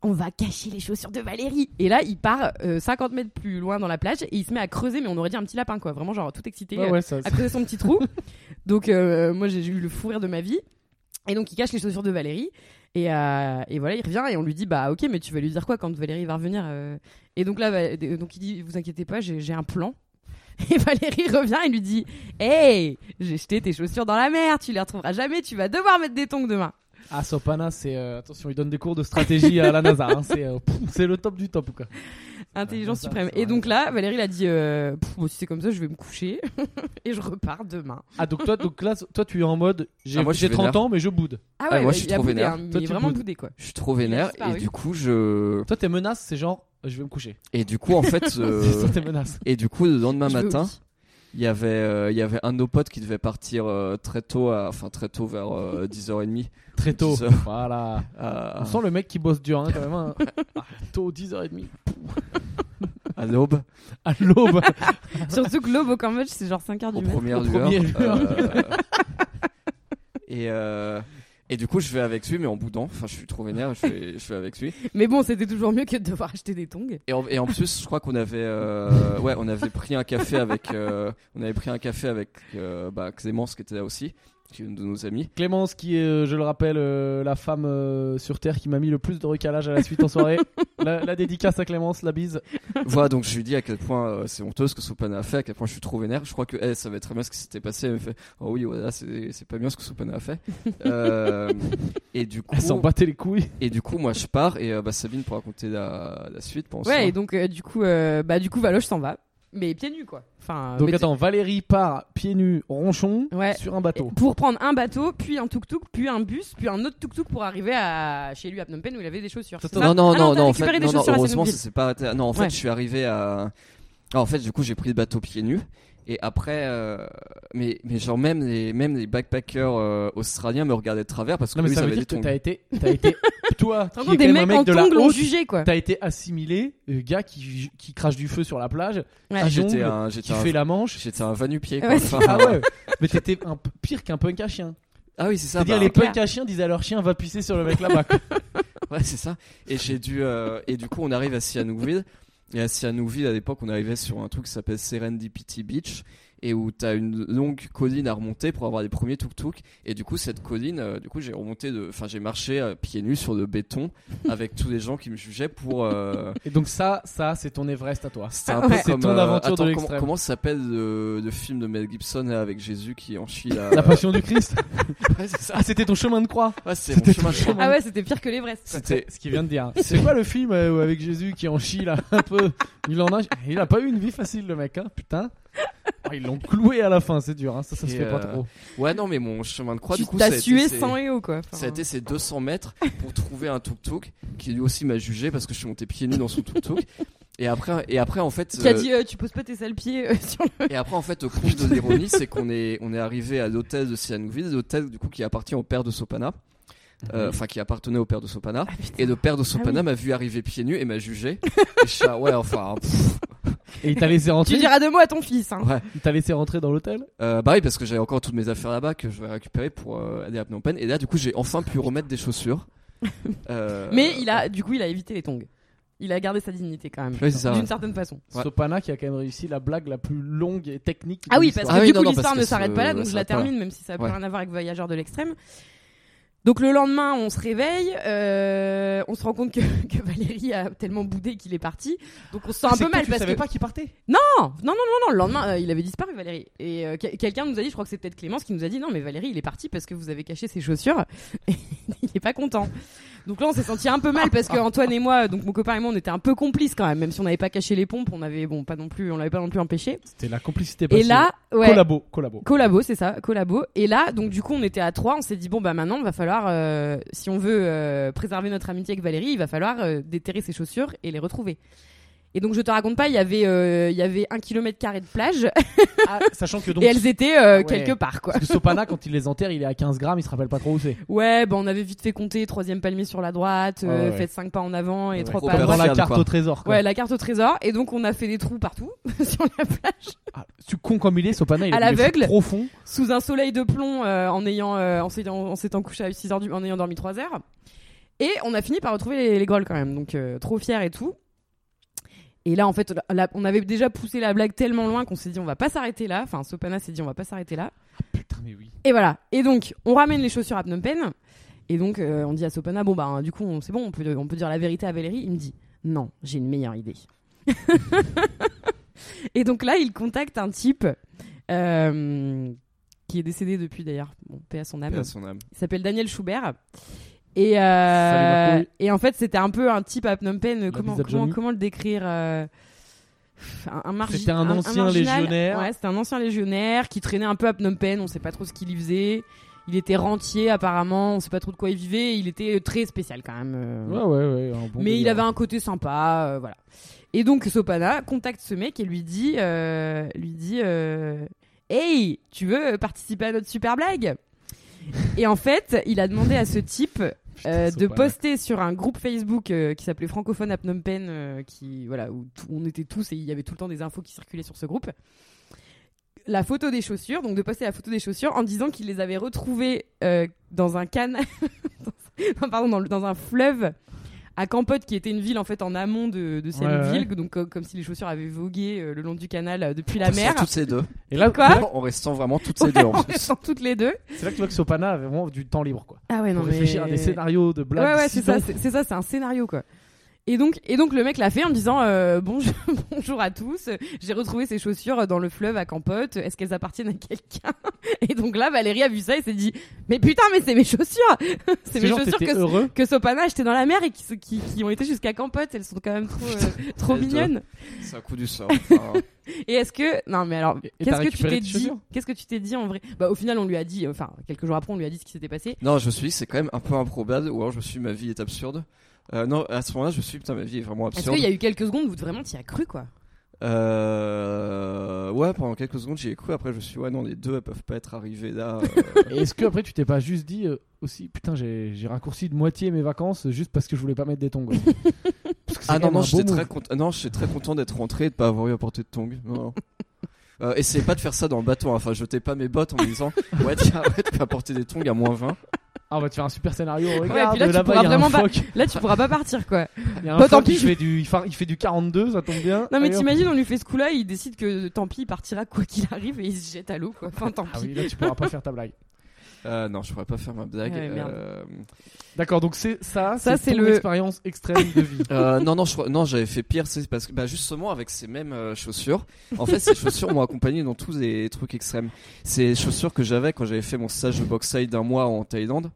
on va cacher les chaussures de Valérie. Et là, il part euh, 50 mètres plus loin dans la plage et il se met à creuser, mais on aurait dit un petit lapin, quoi, vraiment genre tout excité.
Ouais,
euh,
ouais, ça,
à creuser son petit trou. Donc euh, moi j'ai eu le fou rire de ma vie. Et donc il cache les chaussures de Valérie. Et, euh, et voilà, il revient et on lui dit bah ok mais tu vas lui dire quoi quand Valérie va revenir euh Et donc là va- donc il dit vous inquiétez pas j'ai j'ai un plan. Et Valérie revient et lui dit hey j'ai jeté tes chaussures dans la mer tu les retrouveras jamais tu vas devoir mettre des tongs demain.
Ah, Sopana, c'est. euh, attention, il donne des cours de stratégie à la NASA. hein, c'est euh, pff, c'est le top du top, ou quoi.
Intelligence
Ah, ça,
suprême.
c'est
Et
vrai.
donc là Valérie l'a dit euh, Pff, bon, si c'est comme ça je vais me coucher et je repars demain.
Ah, donc toi, donc là, toi tu es en mode. J'ai
Ah, moi, je
j'ai
suis
30
vénère.
ans, mais je boude.
Ah
Ah,
ouais
moi,
bah,
je suis
il a
trop
boudé,
vénère.
hein, mais
Toi, tu
vraiment
boudes.
boudé quoi.
je suis trop vénère
Il a disparu.
et du coup je
Toi, tes menaces, c'est genre, euh, je vais me coucher.
et du coup en fait euh,
C'est ça tes menaces.
et du coup le lendemain
Je vais au
matin
lit.
il y avait euh, il y avait un de nos potes qui devait partir euh, très tôt à- enfin très tôt vers euh, 10h30
Très tôt.
Ça.
Voilà.
à,
On sent le mec qui bosse dur, hein, quand même. hein. Ah, tôt, 10h30.
à l'aube
À l'aube.
Surtout que l'aube au Cambodge, c'est genre 5 heures du
aux
matin.
premières
Aux premières
lueurs euh, et euh, et du coup je vais avec lui mais en boudant enfin je suis trop vénère je vais je vais avec lui
Mais bon, c'était toujours mieux que de devoir acheter des tongs.
Et en, et en plus, je crois qu'on avait, euh, ouais, on avait pris un café avec, euh, on avait pris un café avec euh, bah, Clémence qui était là aussi, qui est une de nos amies.
Clémence, qui est, euh, je le rappelle, euh, la femme euh, sur Terre qui m'a mis le plus de recalage à la suite en soirée. La, la dédicace à Clémence, la bise.
Voilà, donc je lui dis à quel point euh, c'est honteux ce que Sopana a fait, à quel point je suis trop vénère. Je crois que elle savait très bien ce qui s'était passé. Elle me fait, oh oui, voilà, c'est c'est pas bien ce que Sopana a fait. Euh, et du coup,
Elle s'en battait les couilles.
et du coup, moi je pars et euh, bah, Sabine pour raconter la, la suite. Pendant ce
Ouais,
temps.
et donc euh, du coup, euh, bah du coup, Valoche s'en va, mais pieds nus quoi. Enfin, euh,
Ah, Donc
mais-
attends, Valérie part pieds nus, ronchon,
Ouais.
sur un bateau.
Pour prendre un bateau, puis un tuk-tuk, puis un bus, puis un autre tuk-tuk pour arriver à chez lui à Phnom Penh où il avait des chaussures. c'est ça
Non, non,
Ah
non,
t'as
non, en
récupéré
fait,
des
non, non,
chaussures à
heureusement, ça
Senouville.
s'est pas arrêté. là. Non, en fait,
Ouais.
je suis arrivé à. Ah, en fait, du coup, j'ai pris le bateau pieds nus. Et après, euh, mais, mais genre, même les, même les backpackers euh, australiens me regardaient de travers parce que
Non, mais
eux,
ça
ils
veut
avaient
dire
des
que
tongs.
t'as été, t'as été, toi,
Te rends
qui est
compte, des
quand même un
mecs
mec
en
de la
tongs l'ont
haute,
jugé quoi.
t'as été assimilé, euh, gars qui, qui crache du feu sur la plage,
Ouais.
à
J'étais
jongle,
un,
qui
j'étais un,
fait la manche.
j'étais un vanupier, quoi.
Ouais,
Enfin,
Ah ouais, mais t'étais un p- pire qu'un punk à chien.
ah Ah oui, c'est ça.
C'est-à-dire
bah,
les
clair.
punks à chiens disaient à leur chien va pisser sur le mec là-bas. quoi.
bah, Ouais, c'est ça. Et j'ai dû. euh, et du coup, on arrive à Sihanoukville. Et à Sihanoukville, à l'époque, on arrivait sur un truc qui s'appelle Serendipity Beach. Et où t'as une longue colline à remonter pour avoir les premiers tuk-tuk. Et du coup, cette colline, euh, du coup, j'ai remonté de. Enfin, j'ai marché euh, pieds nus sur le béton avec tous les gens qui me jugeaient pour. euh,
Et donc ça, ça, c'est ton Everest à toi.
Ah
c'est un peu
C'est
comme, euh,
ton aventure de
attends, comment-
l'extrême.
Comment ça s'appelle le, le film de Mel Gibson là, avec Jésus qui enchie la.
La passion du Christ.
Ouais, c'est ça.
Ah, c'était ton chemin de croix.
Ouais, c'est mon chemin. je crois.
Ah ouais, c'était pire que l'Everest.
C'était.
ce qu'il vient de dire. C'est quoi le film euh, où avec Jésus qui en chie là un peu Il en a, il a pas eu une vie facile le mec, hein, putain. Oh, ils l'ont cloué à la fin, c'est dur, hein, ça, ça se
Et,
fait pas
euh,
trop.
Ouais, non, mais mon chemin de croix,
Tu
du coup, ça a
t'as
été
sué
ces-
sans et eau quoi. Enfin,
Ça a été ces 200 mètres pour trouver un tuk-tuk qui lui aussi m'a jugé parce que je suis monté pieds nus dans son tuk-tuk. Et après, et après en fait,
Qui a
euh,
dit euh, tu poses pas tes sales pieds euh, sur le.
et après en fait, au cours de l'ironie, c'est qu'on est on est arrivé à l'hôtel de Sihanoukville, l'hôtel du coup qui appartient au père de Sopana, Euh, enfin qui appartenait au père de Sopana.
Ah,
Et le père de Sopana m'a vu arriver pieds nus et m'a jugé. Et je suis là, ouais, enfin, hein, pff,
Et il t'a laissé
Tu
rentrer
diras deux mots à ton fils. Hein.
ouais.
Il t'a laissé rentrer dans l'hôtel
Euh, bah oui, parce que j'avais encore toutes mes affaires là-bas que je vais récupérer pour euh, aller à Phnom Penh. Et là, du coup, j'ai enfin pu remettre des chaussures. Euh,
Mais il a, du coup, il a évité les tongs. Il a gardé sa dignité quand même.
Ouais, c'est ça.
D'une certaine façon.
Ouais.
Sopana qui a quand même réussi la blague la plus longue et technique.
Ah
de
oui,
l'histoire.
parce que
Ah oui,
du
non,
coup,
non,
l'histoire
parce
ne
que
s'arrête
ce-
pas là, donc
ça
je la
s'arrête pas
termine, même si ça n'a plus
Ouais.
rien à voir avec Voyageurs de l'extrême. Donc le lendemain, on se réveille, euh, on se rend compte que, que Valérie a tellement boudé qu'il est parti. Donc on se sent
Ah,
un
c'est
peu
que toi,
mal
tu
parce
savais
que
pas qu'il partait.
non, non, non, non, non, le lendemain, euh, il avait disparu, Valérie. Et euh, quel- quelqu'un nous a dit, je crois que c'est peut-être Clémence qui nous a dit, non, mais Valérie, il est parti parce que vous avez caché ses chaussures. Et il est pas content. Donc là, on s'est senti un peu mal parce que Antoine et moi, donc mon copain et moi, on était un peu complices quand même, même si on n'avait pas caché les pompes, on avait, bon, pas non plus, on l'avait pas non plus empêché.
C'était la complicité
Et
passive.
là, ouais.
collabo, collabo.
Collabo, c'est ça, collabo. Et là, donc du coup, on était à trois, on s'est dit bon bah maintenant, il va falloir, euh, si on veut euh, préserver notre amitié avec Valérie, il va falloir euh, déterrer ses chaussures et les retrouver. Et donc je te raconte pas, il y avait, euh, il y avait un kilomètre carré de plage
Sachant que donc
Ah.
Ah
et elles étaient euh,
ouais.
quelque part quoi.
parce que Sopana quand il les enterre, il est à 15 grammes, il se rappelle pas trop où c'est.
Ouais, bah on avait vite fait compter troisième palmier sur la droite, euh,
Ouais, ouais.
faites cinq pas en avant et
Ouais,
trois
gros
pas. à
pas
Dans
droite.
la
fiable,
carte
quoi.
au trésor. Quoi.
Ouais, la carte au trésor. Et donc on a fait des trous partout sur la plage.
Ah, tu- con comme il est, Sopana il
À
est tombé
l'aveugle.
profond.
Ah,
sous un soleil de plomb euh, en ayant euh, en s'étant en s'étant couché à 6 heures du, en ayant dormi 3 heures et on a fini par retrouver les, les grolles quand même donc euh, trop fier et tout et là en fait la- la- on avait déjà poussé la blague tellement loin qu'on s'est dit on va pas s'arrêter là enfin Sopana s'est dit on va pas s'arrêter là
Putain mais oui.
et voilà et donc on ramène les chaussures à Phnom Penh et donc euh, on dit à Sopana bon bah hein, du coup on- c'est bon on peut on peut dire la vérité à Valérie il me dit non j'ai une meilleure idée et donc là, il contacte un type euh, qui est décédé depuis d'ailleurs. Bon, paix à son âme.
Paix à son âme.
Il s'appelle Daniel Schubert. Et, euh,
Salut, Marco.
et en fait, c'était un peu un type à Phnom Penh. Comment,
bise à
comment,
Johnny.
comment le décrire euh, un, un margi-
C'était un ancien
marginal.
légionnaire.
Ouais, c'était un ancien légionnaire qui traînait un peu à Phnom Penh. On sait pas trop ce qu'il y faisait. Il était rentier apparemment. On sait pas trop de quoi il vivait. Il était euh, très spécial quand même. euh,
Ouais ouais ouais. un bon
mais il
délire.
avait un côté sympa, euh, voilà. Et donc Sopana contacte ce mec et lui dit, euh, lui dit, euh, hey, tu veux participer à notre super blague Et en fait, il a demandé à ce type euh, de
Sopana.
poster sur un groupe Facebook euh, qui s'appelait Francophone à Phnom Penh, euh, qui voilà où tout- on était tous et il y avait tout le temps des infos qui circulaient sur ce groupe. La photo des chaussures, donc de poster la photo des chaussures en disant qu'il les avait retrouvées euh, dans un canal, dans- pardon, dans, le- dans un fleuve à Campote, qui était une ville en fait en amont de, de Sihanoukville, donc co- comme si les chaussures avaient vogué euh, le long du canal euh, depuis la
On
mer.
sort Toutes ces deux.
Et là,
Quoi
En restant vraiment toutes ces
Ouais,
deux. en
en
plus.
restant toutes les deux.
c'est là que tu vois que Sopana avait vraiment du temps libre quoi.
Ah ouais,
Pour
non
réfléchir à des scénarios de blagues.
Ouais, ouais,
six
c'est ça,
ans.
c'est c'est ça, c'est un scénario quoi. Et donc, et donc le mec l'a fait en me disant euh, bonjour, bonjour à tous. J'ai retrouvé ces chaussures dans le fleuve à Campote. Est-ce qu'elles appartiennent à quelqu'un Et donc là, Valérie a vu ça et s'est dit mais putain, mais c'est mes chaussures, c'est mes
genre,
chaussures
t'étais
que
heureux.
que Sopana a achetées dans la mer et qui, se- qui, qui ont été jusqu'à Campote. Elles sont quand même trop, euh, trop
Elles doivent-
mignonnes.
C'est un coup du sort. enfin,
Et est-ce que non mais alors
Et- et t'as
qu'est-ce que tu
récupéré
t'es
tes
dit
chaussures
Qu'est-ce que tu t'es dit en vrai Bah au final on lui a dit enfin quelques jours après on lui a dit ce qui s'était passé.
non, je me suis dit, c'est quand même un peu improbable. Ou alors je me suis dit, ma vie est absurde. Euh, non, à ce moment-là, je me suis dit, putain, ma vie est vraiment
Est-ce
absurde.
qu'il y a eu quelques secondes où vraiment t'y as cru quoi
Euh, Ouais, pendant quelques secondes, j'y ai cru. Après, je me suis dit, ouais, non, les deux, elles peuvent pas être arrivées là. euh.
Et Est-ce que après tu t'es pas juste dit euh, aussi putain j'ai j'ai raccourci de moitié mes vacances euh, juste parce que je voulais pas mettre des tongs. quoi. Parce que c'est quand
ah non,
même un
non,
beau
j'étais
move.
très, content- non, j'étais très content d'être rentré et de pas avoir eu à porter de tongs. Non, non. Euh, essayez pas de faire ça dans le bateau. hein. Enfin, jetez pas mes bottes en me disant Ouais, tiens, ouais, tu vas porter des tongs à moins 20.
Ah, on va te faire un super scénario. Regarde, euh,
puis là, tu
là-bas,
pourras
il y a un
vraiment pas-
phoque.
Là, tu pourras pas partir, quoi.
Il y a un
Bah, tant
phoque, il
pis.
fait, du, il, fa- il fait du 42, ça tombe bien.
Non, mais
Allez, hop.
t'imagines, on lui fait ce coup-là, il décide que euh, tant pis, il partira quoi qu'il arrive et il se jette à l'eau, quoi. Enfin, tant
Ah
pis.
oui, là, tu pourras pas faire ta blague.
Euh, non, je pourrais pas faire ma blague.
Ouais, merde.
Euh,
D'accord, donc c'est ça,
Ça,
c'est
c'est
ton
le-
expérience extrême de vie.
euh, non, non, je crois- non, j'avais fait pire. C'est parce que, bah, justement, avec ces mêmes euh, chaussures. En fait, ces chaussures m'ont accompagné dans tous les trucs extrêmes. Ces chaussures que j'avais quand j'avais fait mon stage de boxe d'un mois en Thaïlande,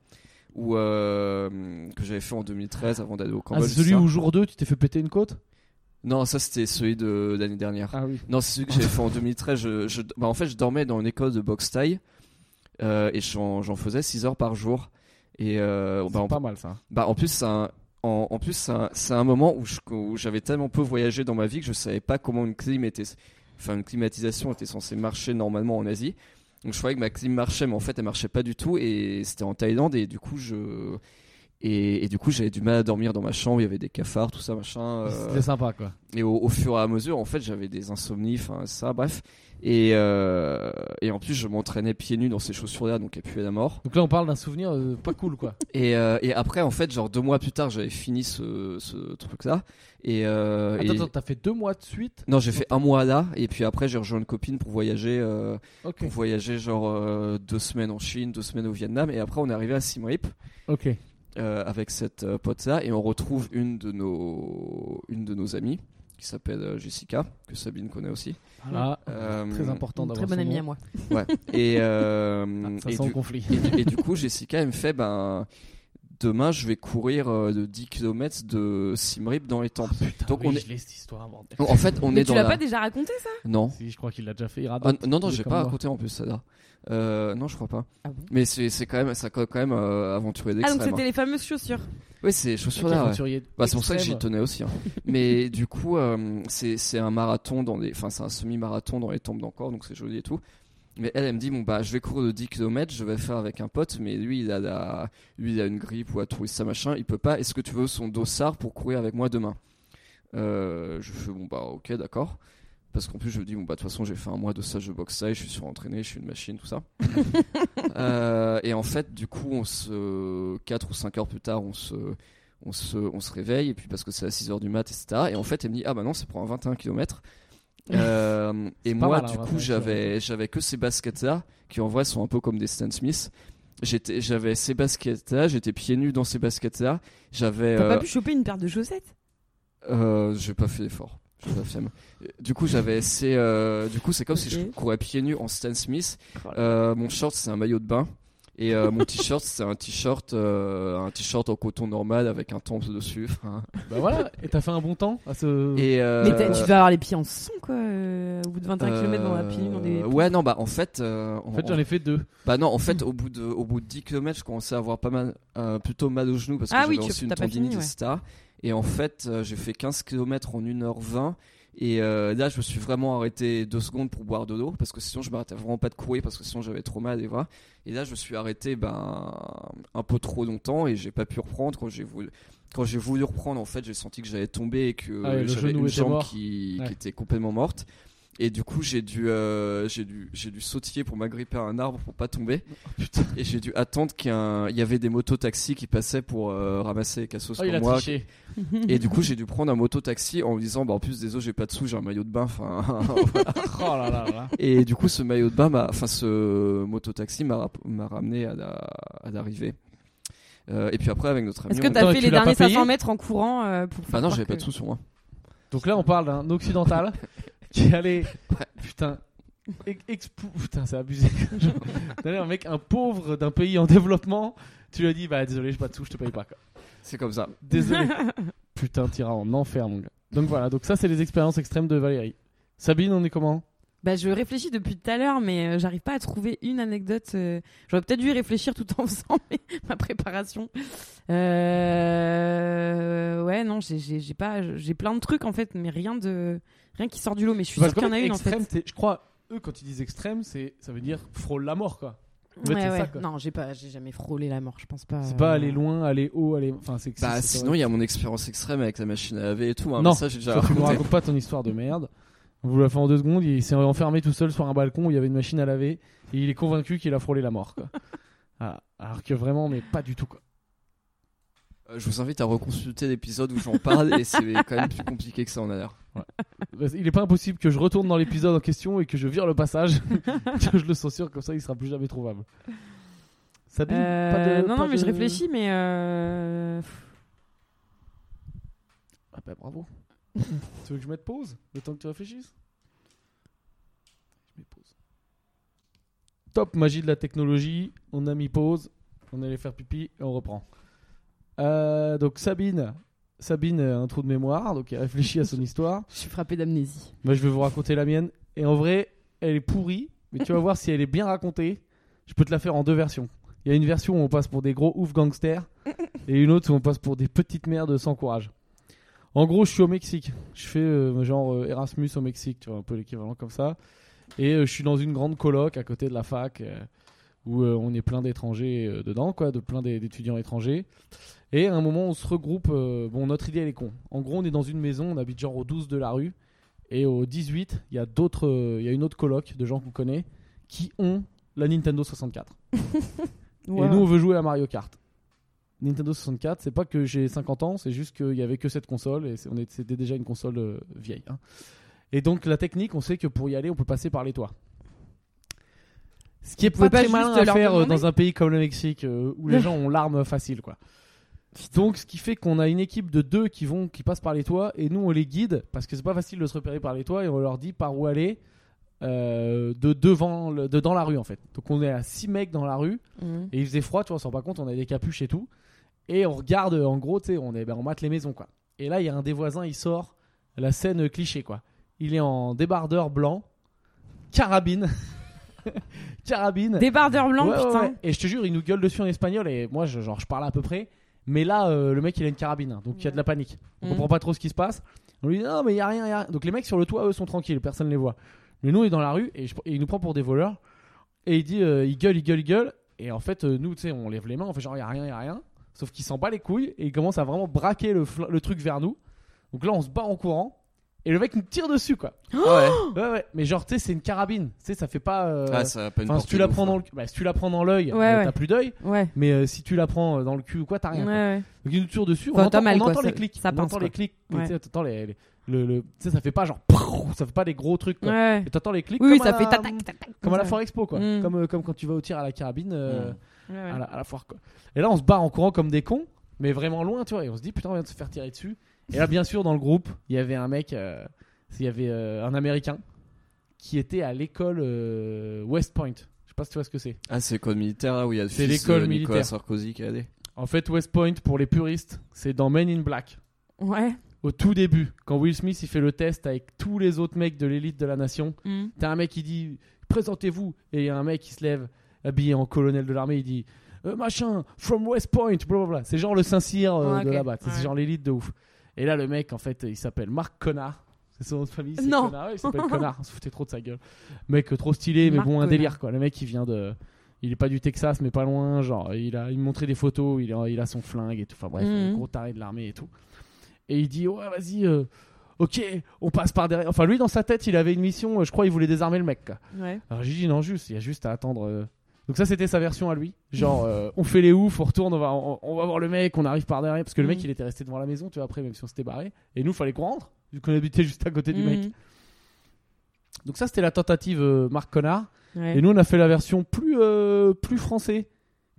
ou euh, que j'avais fait en 2013 avant d'aller au
Ah,
Cambodge.
c'est celui
ça.
où jour 2, tu t'es fait péter une côte
Non, ça c'était celui de l'année dernière.
Ah oui.
Non, c'est celui que j'avais fait en 2013. Je, je- bah, en fait, je dormais dans une école de boxe thaï euh, et j'en j'en faisais 6 heures par jour. Et euh, bah, en,
C'est pas mal ça.
bah, en plus, c'est un, en, en plus, c'est un, c'est un moment où je- où j'avais tellement peu voyagé dans ma vie que je savais pas comment une clim était, enfin une climatisation était censée marcher normalement en Asie. Donc je croyais que ma clim marchait, mais en fait elle marchait pas du tout et c'était en Thaïlande et du coup je et, et du coup j'avais du mal à dormir dans ma chambre. Il y avait des cafards, tout ça machin. euh,
C'était sympa quoi.
et au, au fur et à mesure, en fait, j'avais des insomnies, enfin ça, bref. Et, euh, et en plus, je m'entraînais pieds nus dans ces chaussures-là, donc elles puaient la mort.
Donc là, on parle d'un souvenir euh, pas cool quoi.
Et, euh, et après, en fait, genre deux mois plus tard, j'avais fini ce, ce truc-là. Et, euh,
Attends,
et-
attends, t'as fait deux mois de suite
non, j'ai fait un mois là, et puis après, j'ai rejoint une copine pour voyager, euh,
Ok.
pour voyager genre euh, deux semaines en Chine, deux semaines au Vietnam. Et après, on est arrivé à Siem Reap.
Ok.
euh, avec cette euh, pote-là et on retrouve une de nos, une de nos amies qui s'appelle euh, Jessica, que Sabine connaît aussi.
Ah,
Euh,
très important
Une
d'avoir
très bonne
son
amie
nom.
à moi.
Ouais. Et, euh,
Ah, ça
et,
sent le
du,
conflit.
et du- et du coup, Jessica, elle me fait ben, demain, je vais courir euh, de 10 km de Simrip dans les temps. Donc, on
oui,
est-
je l'ai, cette histoire, bordel.
En fait, on
Mais
est
tu
dans
l'as
la-
pas bah, déjà raconté, ça
Non.
Si, je crois qu'il l'a déjà fait. Il
Ah,
radote.
non, non,
Il est
j'ai
comme
pas
moi.
raconté en plus ça là. Euh, non, je crois pas.
Ah bon
Mais c'est c'est quand même, ça quand même euh, aventuré
Ah, donc
d'extrême.
c'était les fameuses chaussures.
oui, c'est chaussures là.
Aventurier
Bah, c'est pour ça que j'y
extrême.
tenais aussi. hein. Mais du coup, euh, c'est c'est un marathon dans les, enfin c'est un semi-marathon dans les tombes d'encore, donc c'est joli et tout. Mais elle, elle me dit bon bah je vais courir de 10 km, je vais faire avec un pote, mais lui il a la, lui il a une grippe ou a trouvé ça machin, il peut pas. Est-ce que tu veux son dossard pour courir avec moi demain Euh, Je fais bon bah ok d'accord. Parce qu'en plus je me dis bon bah de toute façon j'ai fait un mois de stage de boxe taille, je suis surentraîné, je suis une machine tout ça. Euh, et en fait du coup on se 4 ou 5 heures plus tard on se on se, on se réveille, et puis parce que c'est à 6h du mat, etc. Et en fait, elle me dit, ah bah non, c'est pour un 21 km. Euh, et
pas
moi,
mal, hein,
du
21
coup, j'avais, j'avais que ces baskets-là, qui en vrai sont un peu comme des Stan Smith. J'étais, j'avais ces baskets-là, j'étais pieds nus dans ces baskets-là. J'avais.
T'as
euh,
pas pu choper une paire de chaussettes
euh, j'ai pas fait d'effort. Je vous affirme. Du coup, j'avais ces. euh, du coup, c'est comme si je
Ok.
courais pieds nus en Stan Smith.
Oh là
Euh, mon short, c'est un maillot de bain. Et euh, mon t-shirt, c'est un t-shirt, euh, un t-shirt en coton normal avec un temple dessus. Enfin,
Bah voilà, et t'as fait un bon temps à ce.
Et euh,
Mais t'as- tu vas avoir les pieds en sang, quoi, euh, au bout de 21
euh,
km dans la pilule, dans des.
Ouais, non, bah en fait, euh,
En fait, j'en ai fait deux.
bah non, en fait,
Hmm.
au bout de, au bout de 10 km, je commençais à avoir pas mal, euh, plutôt mal au genou parce que
Ah oui,
j'avais
tu-
aussi une
t'as pas fini,
tendinite,
ouais.
etc. Et en fait, euh, j'ai fait 15 km en 1h20. Et euh, là, je me suis vraiment arrêté deux secondes pour boire de l'eau parce que sinon, je m'arrêtais vraiment pas de courir parce que sinon, j'avais trop mal et voilà. Et là, je me suis arrêté ben, un peu trop longtemps et j'ai pas pu reprendre quand j'ai voulu. Quand j'ai voulu reprendre, en fait, j'ai senti que j'allais tomber et que
Ah oui, le
j'avais
genou
une
était
jambe
mort.
qui,
Ouais.
qui était complètement morte. Et du coup, j'ai dû, euh, j'ai dû, j'ai dû sautiller pour m'agripper à un arbre pour pas tomber.
Oh,
Et j'ai dû attendre qu'il y, ait un- il y avait des motos-taxis qui passaient pour euh, ramasser les cassos
Oh,
pour
il a
moi.
triché.
Et du coup, j'ai dû prendre un moto-taxi en me disant, bah, en plus, désolé, j'ai pas de sous, j'ai un maillot de bain. Enfin, voilà.
Oh là là là.
Et du coup, ce maillot de bain, m'a- enfin, ce moto-taxi m'a rap- m'a ramené à la- à l'arrivée. Euh, et puis après, avec notre ami.
Est-ce que
on-
Attends,
t'as
et
fait
tu
les
l'as pas
derniers
payé
500 mètres en courant euh, pour
Bah non,
faire
j'avais pas
croire que-
de sous sur moi.
Donc là, on parle d'un occidental qui allait. Putain. ex- expou- Putain, c'est abusé. D'aller un mec, un pauvre d'un pays en développement, tu lui as dit, bah désolé, j'ai pas de sous, je te paye pas. quoi.
C'est comme ça.
Désolé. Putain, t'iras en enfer, mon gars. Donc voilà, donc ça, c'est les expériences extrêmes de Valérie. Sabine, on est comment
Bah, je réfléchis depuis tout à l'heure, mais euh, j'arrive pas à trouver une anecdote. euh, J'aurais peut-être dû y réfléchir tout en faisant mes- ma préparation. Euh, Ouais, non, j'ai- j'ai j'ai pas, j'ai plein de trucs en fait, mais rien de rien qui sort du lot. Mais je suis
Parce
sûre qu'il y en a une en fait.
extrême, t'es- Je crois, eux, quand ils disent extrême, c'est, ça veut dire frôle la mort, quoi. En fait,
Ouais,
c'est ça,
ouais.
quoi.
Non, j'ai pas, j'ai jamais frôlé la mort. Je pense pas.
C'est pas
euh,
aller loin, aller haut, aller. Enfin, c'est que
Bah,
c'est- c'est
sinon, il y a mon expérience extrême avec la machine à laver et tout. hein,
Non,
mais ça, j'ai déjà
Toi, tu me
raconté.
racontes pas ton histoire de merde. On vous l'a fait en deux secondes. Il s'est enfermé tout seul sur un balcon où il y avait une machine à laver. Et il est convaincu qu'il a frôlé la mort. quoi. Voilà. Alors que vraiment, mais pas du tout. Quoi.
Euh, je vous invite à reconsulter l'épisode où j'en parle et c'est quand même plus compliqué que ça en a l'air.
Parce- Il est pas impossible que je retourne dans l'épisode en question et que je vire le passage, que je le censure comme ça, il sera plus jamais trouvable. Ça dit
Euh, non, non, mais je réfléchis, mais. euh,
Ah bah bravo. tu veux que je mette pause le temps que tu réfléchisses Je mets pause. Top magie de la technologie. On a mis pause. On allait faire pipi et on reprend. Euh, donc Sabine. Sabine a un trou de mémoire, donc elle réfléchit à son histoire.
Je suis frappé d'amnésie.
Moi, je vais vous raconter la mienne. Et en vrai, elle est pourrie, mais tu vas voir si elle est bien racontée. Je peux te la faire en deux versions. Il y a une version où on passe pour des gros ouf gangsters et une autre où on passe pour des petites merdes sans courage. En gros, je suis au Mexique. Je fais euh, genre euh, Erasmus au Mexique, tu vois, un peu l'équivalent comme ça. Et euh, je suis dans une grande coloc à côté de la fac euh, où euh, on est plein d'étrangers euh, dedans, quoi, de plein d'é- d'étudiants étrangers. Et à un moment, on se regroupe. euh, bon, notre idée, elle est con. En gros, on est dans une maison, on habite genre au 12 de la rue. Et au 18, il y a d'autres, euh, il y a une autre coloc de gens qu'on connaît qui ont la Nintendo 64. Et nous, on veut jouer à Mario Kart. Nintendo 64, c'est pas que j'ai 50 ans, c'est juste qu'il y avait que cette console et c'est- on est- c'était déjà une console euh, vieille. hein. Et donc la technique, on sait que pour y aller, on peut passer par les toits. Ce qui est
pouvez
pas,
pas
très malin
juste
à
leur
faire euh,
demander
dans un pays comme le Mexique euh, où les gens ont l'arme facile, quoi. Donc, ce qui fait qu'on a une équipe de deux qui vont, qui passent par les toits, et nous on les guide parce que c'est pas facile de se repérer par les toits, et on leur dit par où aller euh, de devant, le- de dans la rue en fait. Donc on est à six mecs dans la rue,
Mhm.
et il faisait froid, tu vois, on s'en rend pas compte, on avait des capuches et tout. Et on regarde, euh, en gros, tu sais, on, est- ben, on mate les maisons, quoi. Et là, il y a un des voisins, il sort la scène euh, cliché, quoi. Il est en débardeur blanc, carabine, carabine.
Débardeur blanc,
Ouais, ouais,
putain.
ouais. Et je te jure, il nous gueule dessus en espagnol, et moi, je, genre, je parle à peu près. Mais là, euh, le mec, il a une carabine, hein, donc il y a de la panique. On
Mhm.
comprend pas trop ce qui se passe. On lui dit non, mais il y a rien, y a rien. Donc les mecs sur le toit, eux, sont tranquilles, personne les voit. Mais nous, on est dans la rue et, je- et il nous prend pour des voleurs. Et il dit, euh, il gueule, il gueule, il gueule. Et en fait, euh, nous, tu sais, on lève les mains, on fait genre, il y a rien, il y a rien. Sauf qu'il s'en bat les couilles et il commence à vraiment braquer le, fl- le truc vers nous. Donc là, on se bat en courant. Et le mec nous tire dessus, quoi.
Ah ouais.
Ouais, ouais. Mais genre, tu sais, c'est une carabine. Tu sais, ça fait pas. euh,
Ah, ça a pas une
Enfin, si
portée
tu la
de ouf, hein.
prends
quoi.
dans le, bah, si tu la prends dans l'œil,
Ouais,
euh,
ouais.
t'as plus d'œil.
Ouais.
Mais euh, si tu la prends euh, dans le cul ou quoi, t'as rien. quoi.
Ouais, ouais.
Donc il nous tire dessus.
Enfin,
on entend,
t'as mal,
on
quoi,
entend
ça-
les clics.
ça
on
pince,
entend
quoi.
les clics.
Ouais.
Tu sais, t'entends les, les- le, le- tu sais, ça fait pas genre. prrrr, Ça fait pas des gros trucs. Quoi.
Ouais.
Et t'entends les clics.
Oui, oui,
comme
ça
à
fait
la-
tac tac tac tac.
Comme à la
ça.
foire expo, quoi.
Mm.
Comme, euh, comme quand tu vas au tir à la carabine, euh,
Mm.
Ouais, ouais.
à, la, à la foire, quoi. Et là, on se barre en courant comme des cons, mais vraiment loin, tu vois. Et on se dit, putain, on vient de se faire tirer dessus. Et là, bien sûr, dans le groupe, il y avait un mec, euh, il y avait euh, un américain qui était à l'école euh, West Point. Je sais pas si tu vois ce que c'est.
Ah, c'est l'école militaire là où il y a le
C'est
fils de
l'école
Nicolas
militaire.
Sarkozy qui est allé.
En fait, West Point, pour les puristes, c'est dans Men in Black.
Ouais.
Au tout début, quand Will Smith il fait le test avec tous les autres mecs de l'élite de la nation,
Mhm.
t'as un mec qui dit présentez-vous et il y a un mec qui se lève habillé en colonel de l'armée, il dit Euh, machin from West Point, blablabla. C'est genre le Saint-Cyr euh,
Ouais,
de
Ah, ok.
là-bas, c'est
Ouais.
genre l'élite de ouf. Et là le mec en fait, il s'appelle Marc Connard. C'est son nom de famille, c'est
Non.
Connard. Ouais, il s'appelle Connard, on se foutait trop de sa gueule. Mec euh, trop stylé mais
Marc
bon un
Connard.
délire quoi. Le mec il vient de il est pas du Texas mais pas loin, genre il a il me montrait des photos, il a, il a son flingue et tout. Enfin bref,
Mhm.
gros taré de l'armée et tout. Et il dit ouais vas-y euh, Ok, on passe par derrière. Enfin, lui, dans sa tête, il avait une mission. euh, Je crois il voulait désarmer le mec. quoi.
Ouais.
Alors j'ai dit non, juste, il y a juste à attendre. euh. Donc ça, c'était sa version à lui. Genre, euh, on fait les ouf, on retourne, on va, on, on va voir le mec, on arrive par derrière. Parce que le mec,
Mhm.
il était resté devant la maison, tu vois, après, même si on s'était barré. Et nous, fallait qu'on rentre, vu qu'on habitait juste à côté du mec.
Mhm.
Donc ça, c'était la tentative euh, Marc Connard.
Ouais.
Et nous, on a fait la version plus, euh, plus français,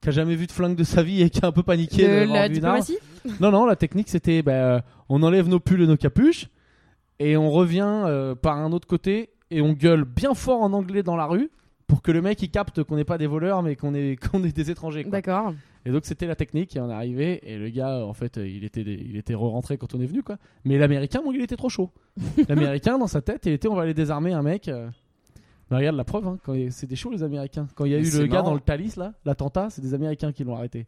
qui a jamais vu de flingue de sa vie et qui a un peu paniqué.
Le-
d'avoir
la
vu une arme.
diplomatie
Non, non, la technique c'était bah, euh, on enlève nos pulls et nos capuches et on revient euh, par un autre côté et on gueule bien fort en anglais dans la rue pour que le mec il capte qu'on n'est pas des voleurs mais qu'on est, qu'on est des étrangers. quoi.
D'accord.
Et donc c'était la technique et on est arrivé et le gars euh, en fait euh, il était, il était re-rentré quand on est venu quoi. Mais l'américain, bon, il était trop chaud. l'américain dans sa tête il était on va aller désarmer un mec. euh. Bah, regarde la preuve, hein, quand il- c'est des chauds les américains. Quand il y a
Mais
eu le
c'est
gars
marrant.
dans le Thalys là, l'attentat, c'est des américains qui l'ont arrêté.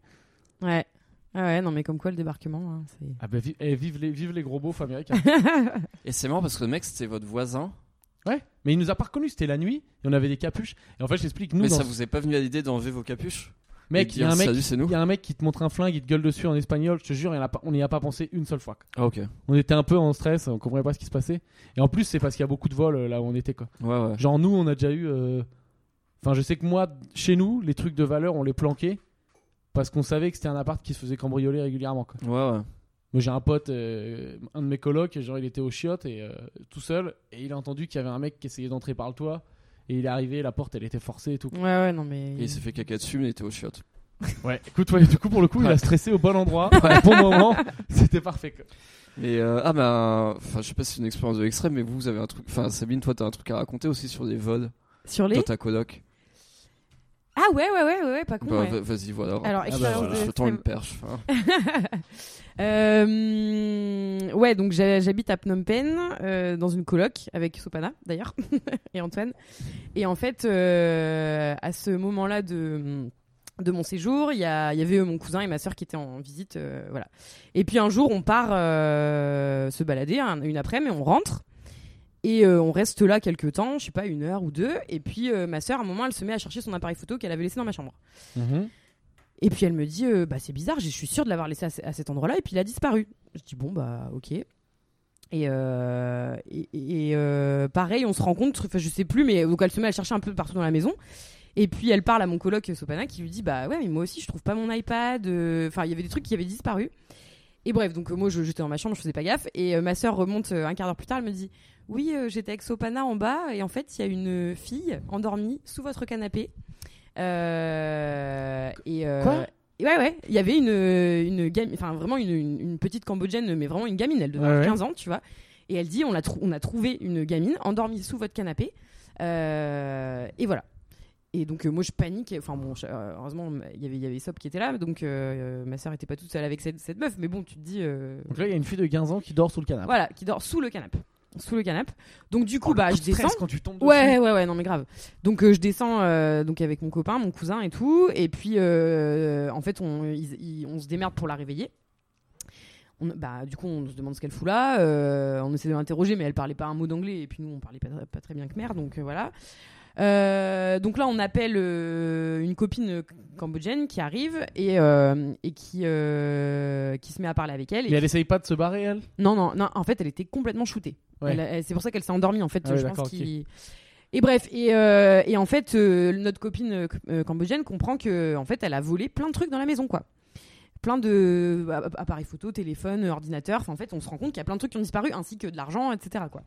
Ouais. Ah ouais, non mais comme quoi le débarquement, hein, c'est.
Ah bah, vi- eh, vive, les, vive les gros beaufs américains.
Et c'est marrant parce que le mec c'était votre voisin.
Ouais, mais il nous a pas reconnus, c'était la nuit, et on avait des capuches. Et en fait, je t'explique, nous,
Mais
dans-
ça vous est pas venu à l'idée d'enlever vos capuches
Mec, il y, a
dire
un mec,
Salut, c'est nous.
il y a un mec qui te montre un flingue, il te gueule dessus en espagnol, je te jure, il y en a pas- on n'y a pas pensé une seule fois.
Ah, ok. Ouais,
On était un peu en stress, on comprenait pas ce qui se passait. Et en plus, c'est parce qu'il y a beaucoup de vols euh, là où on était quoi.
ouais.
Genre nous, on a déjà eu. euh, Enfin, je sais que moi, chez nous, les trucs de valeur, on les planquait parce qu'on savait que c'était un appart qui se faisait cambrioler régulièrement. Quoi.
Ouais, ouais.
Moi, j'ai un pote, euh, un de mes colocs, genre il était au chiottes et euh, tout seul, et il a entendu qu'il y avait un mec qui essayait d'entrer par le toit. Et il est arrivé, la porte elle était forcée et tout.
Ouais, ouais, non, mais.
Et il s'est fait caca dessus, mais il était au chiot.
Ouais, écoute, ouais, du coup, pour le coup, il a
Ouais.
stressé au bon endroit, au bon moment, c'était parfait. Quoi.
Et euh, ah bah, enfin, je sais pas si c'est une expérience de l'extrême, mais vous, vous avez un truc. Enfin, Sabine, toi, t'as un truc à raconter aussi sur des vols
Sur les.
dans ta coloc.
Ah ouais, ouais, ouais, ouais, ouais, pas con.
Bah,
ouais.
va- vas-y, voilà.
Alors,
bah,
expérience
voilà,
de
je te tends une
extrême.
perche. enfin.
Euh, ouais, donc j'ha- j'habite à Phnom Penh, euh, dans une coloc avec Sopana d'ailleurs et Antoine. Et en fait, euh, à ce moment-là de de mon séjour, il y, a- il y avait euh, mon cousin et ma sœur qui étaient en visite, euh, voilà. Et puis un jour, on part euh, se balader un- une après, mais on rentre. Et euh, on reste là quelques temps, je sais pas, une heure ou deux. Et puis euh, ma sœur, à un moment, elle se met à chercher son appareil photo qu'elle avait laissé dans ma chambre.
Mhm.
Et puis elle me dit, euh, bah c'est bizarre, je suis sûre de l'avoir laissé à, ce- à cet endroit-là, et puis il a disparu. Je dis, bon, bah ok. Et, euh, et, et, euh, pareil, on se rencontre, enfin je sais plus, mais donc elle se met à le chercher un peu partout dans la maison. Et puis elle parle à mon coloc Sopana qui lui dit, bah ouais, mais moi aussi je trouve pas mon iPad. euh, Enfin, il y avait des trucs qui avaient disparu. Et bref, donc euh, moi je- j'étais dans ma chambre, je faisais pas gaffe. Et euh, ma sœur remonte euh, un quart d'heure plus tard, elle me dit, oui, euh, j'étais avec Sopana en bas, et en fait il y a une fille endormie sous votre canapé. Euh, et euh,
Quoi
et Ouais, ouais. Il y avait une, euh, une gamine, enfin vraiment une, une- une petite cambodgienne, mais vraiment une gamine, elle devait
Ouais,
avoir
ouais.
15 ans, tu vois. Et elle dit on a, trou- on a trouvé une gamine endormie sous votre canapé. Euh, et voilà. Et donc, euh, moi, je panique. Enfin, bon, je- euh, heureusement, il y avait- il y avait Sop qui était là. Donc, euh, euh, ma soeur était pas toute seule avec cette, cette meuf. Mais bon, tu te dis. euh,
Donc là, il y a une fille de 15 ans qui dort sous le canapé.
Voilà, qui dort sous le canapé. Sous le canapé. Donc, du coup,
Oh, le
bah,
coup
je
de stress
descends.
quand tu tombes dessus.
Ouais, ouais, ouais, non, mais grave. Donc, euh, je descends euh, donc avec mon copain, mon cousin et tout. Et puis, euh, en fait, on, ils- ils- on se démerde pour la réveiller. On- bah, du coup, on se demande ce qu'elle fout là. euh, on essaie de l'interroger, mais elle parlait pas un mot d'anglais. Et puis, nous, on parlait pas, pas très bien khmer. Donc, euh, voilà. Euh, donc là, on appelle euh, une copine cambodgienne qui arrive et, euh, et qui, euh, qui se met à parler avec elle. et
Mais elle essaye pas de se barrer, elle
non, non, non. En fait, elle était complètement shootée.
Ouais.
Elle- elle- c'est pour ça qu'elle s'est endormie, en fait.
Ah oui,
je
d'accord,
pense
ok.
qu'il- Et bref, et, euh, et en fait, euh, notre copine euh, euh, cambodgienne comprend que, en fait, elle a volé plein de trucs dans la maison, quoi. Plein de euh, app- appareils photo, téléphone, ordinateur. Enfin, en fait, on se rend compte qu'il y a plein de trucs qui ont disparu, ainsi que de l'argent, etc. Quoi.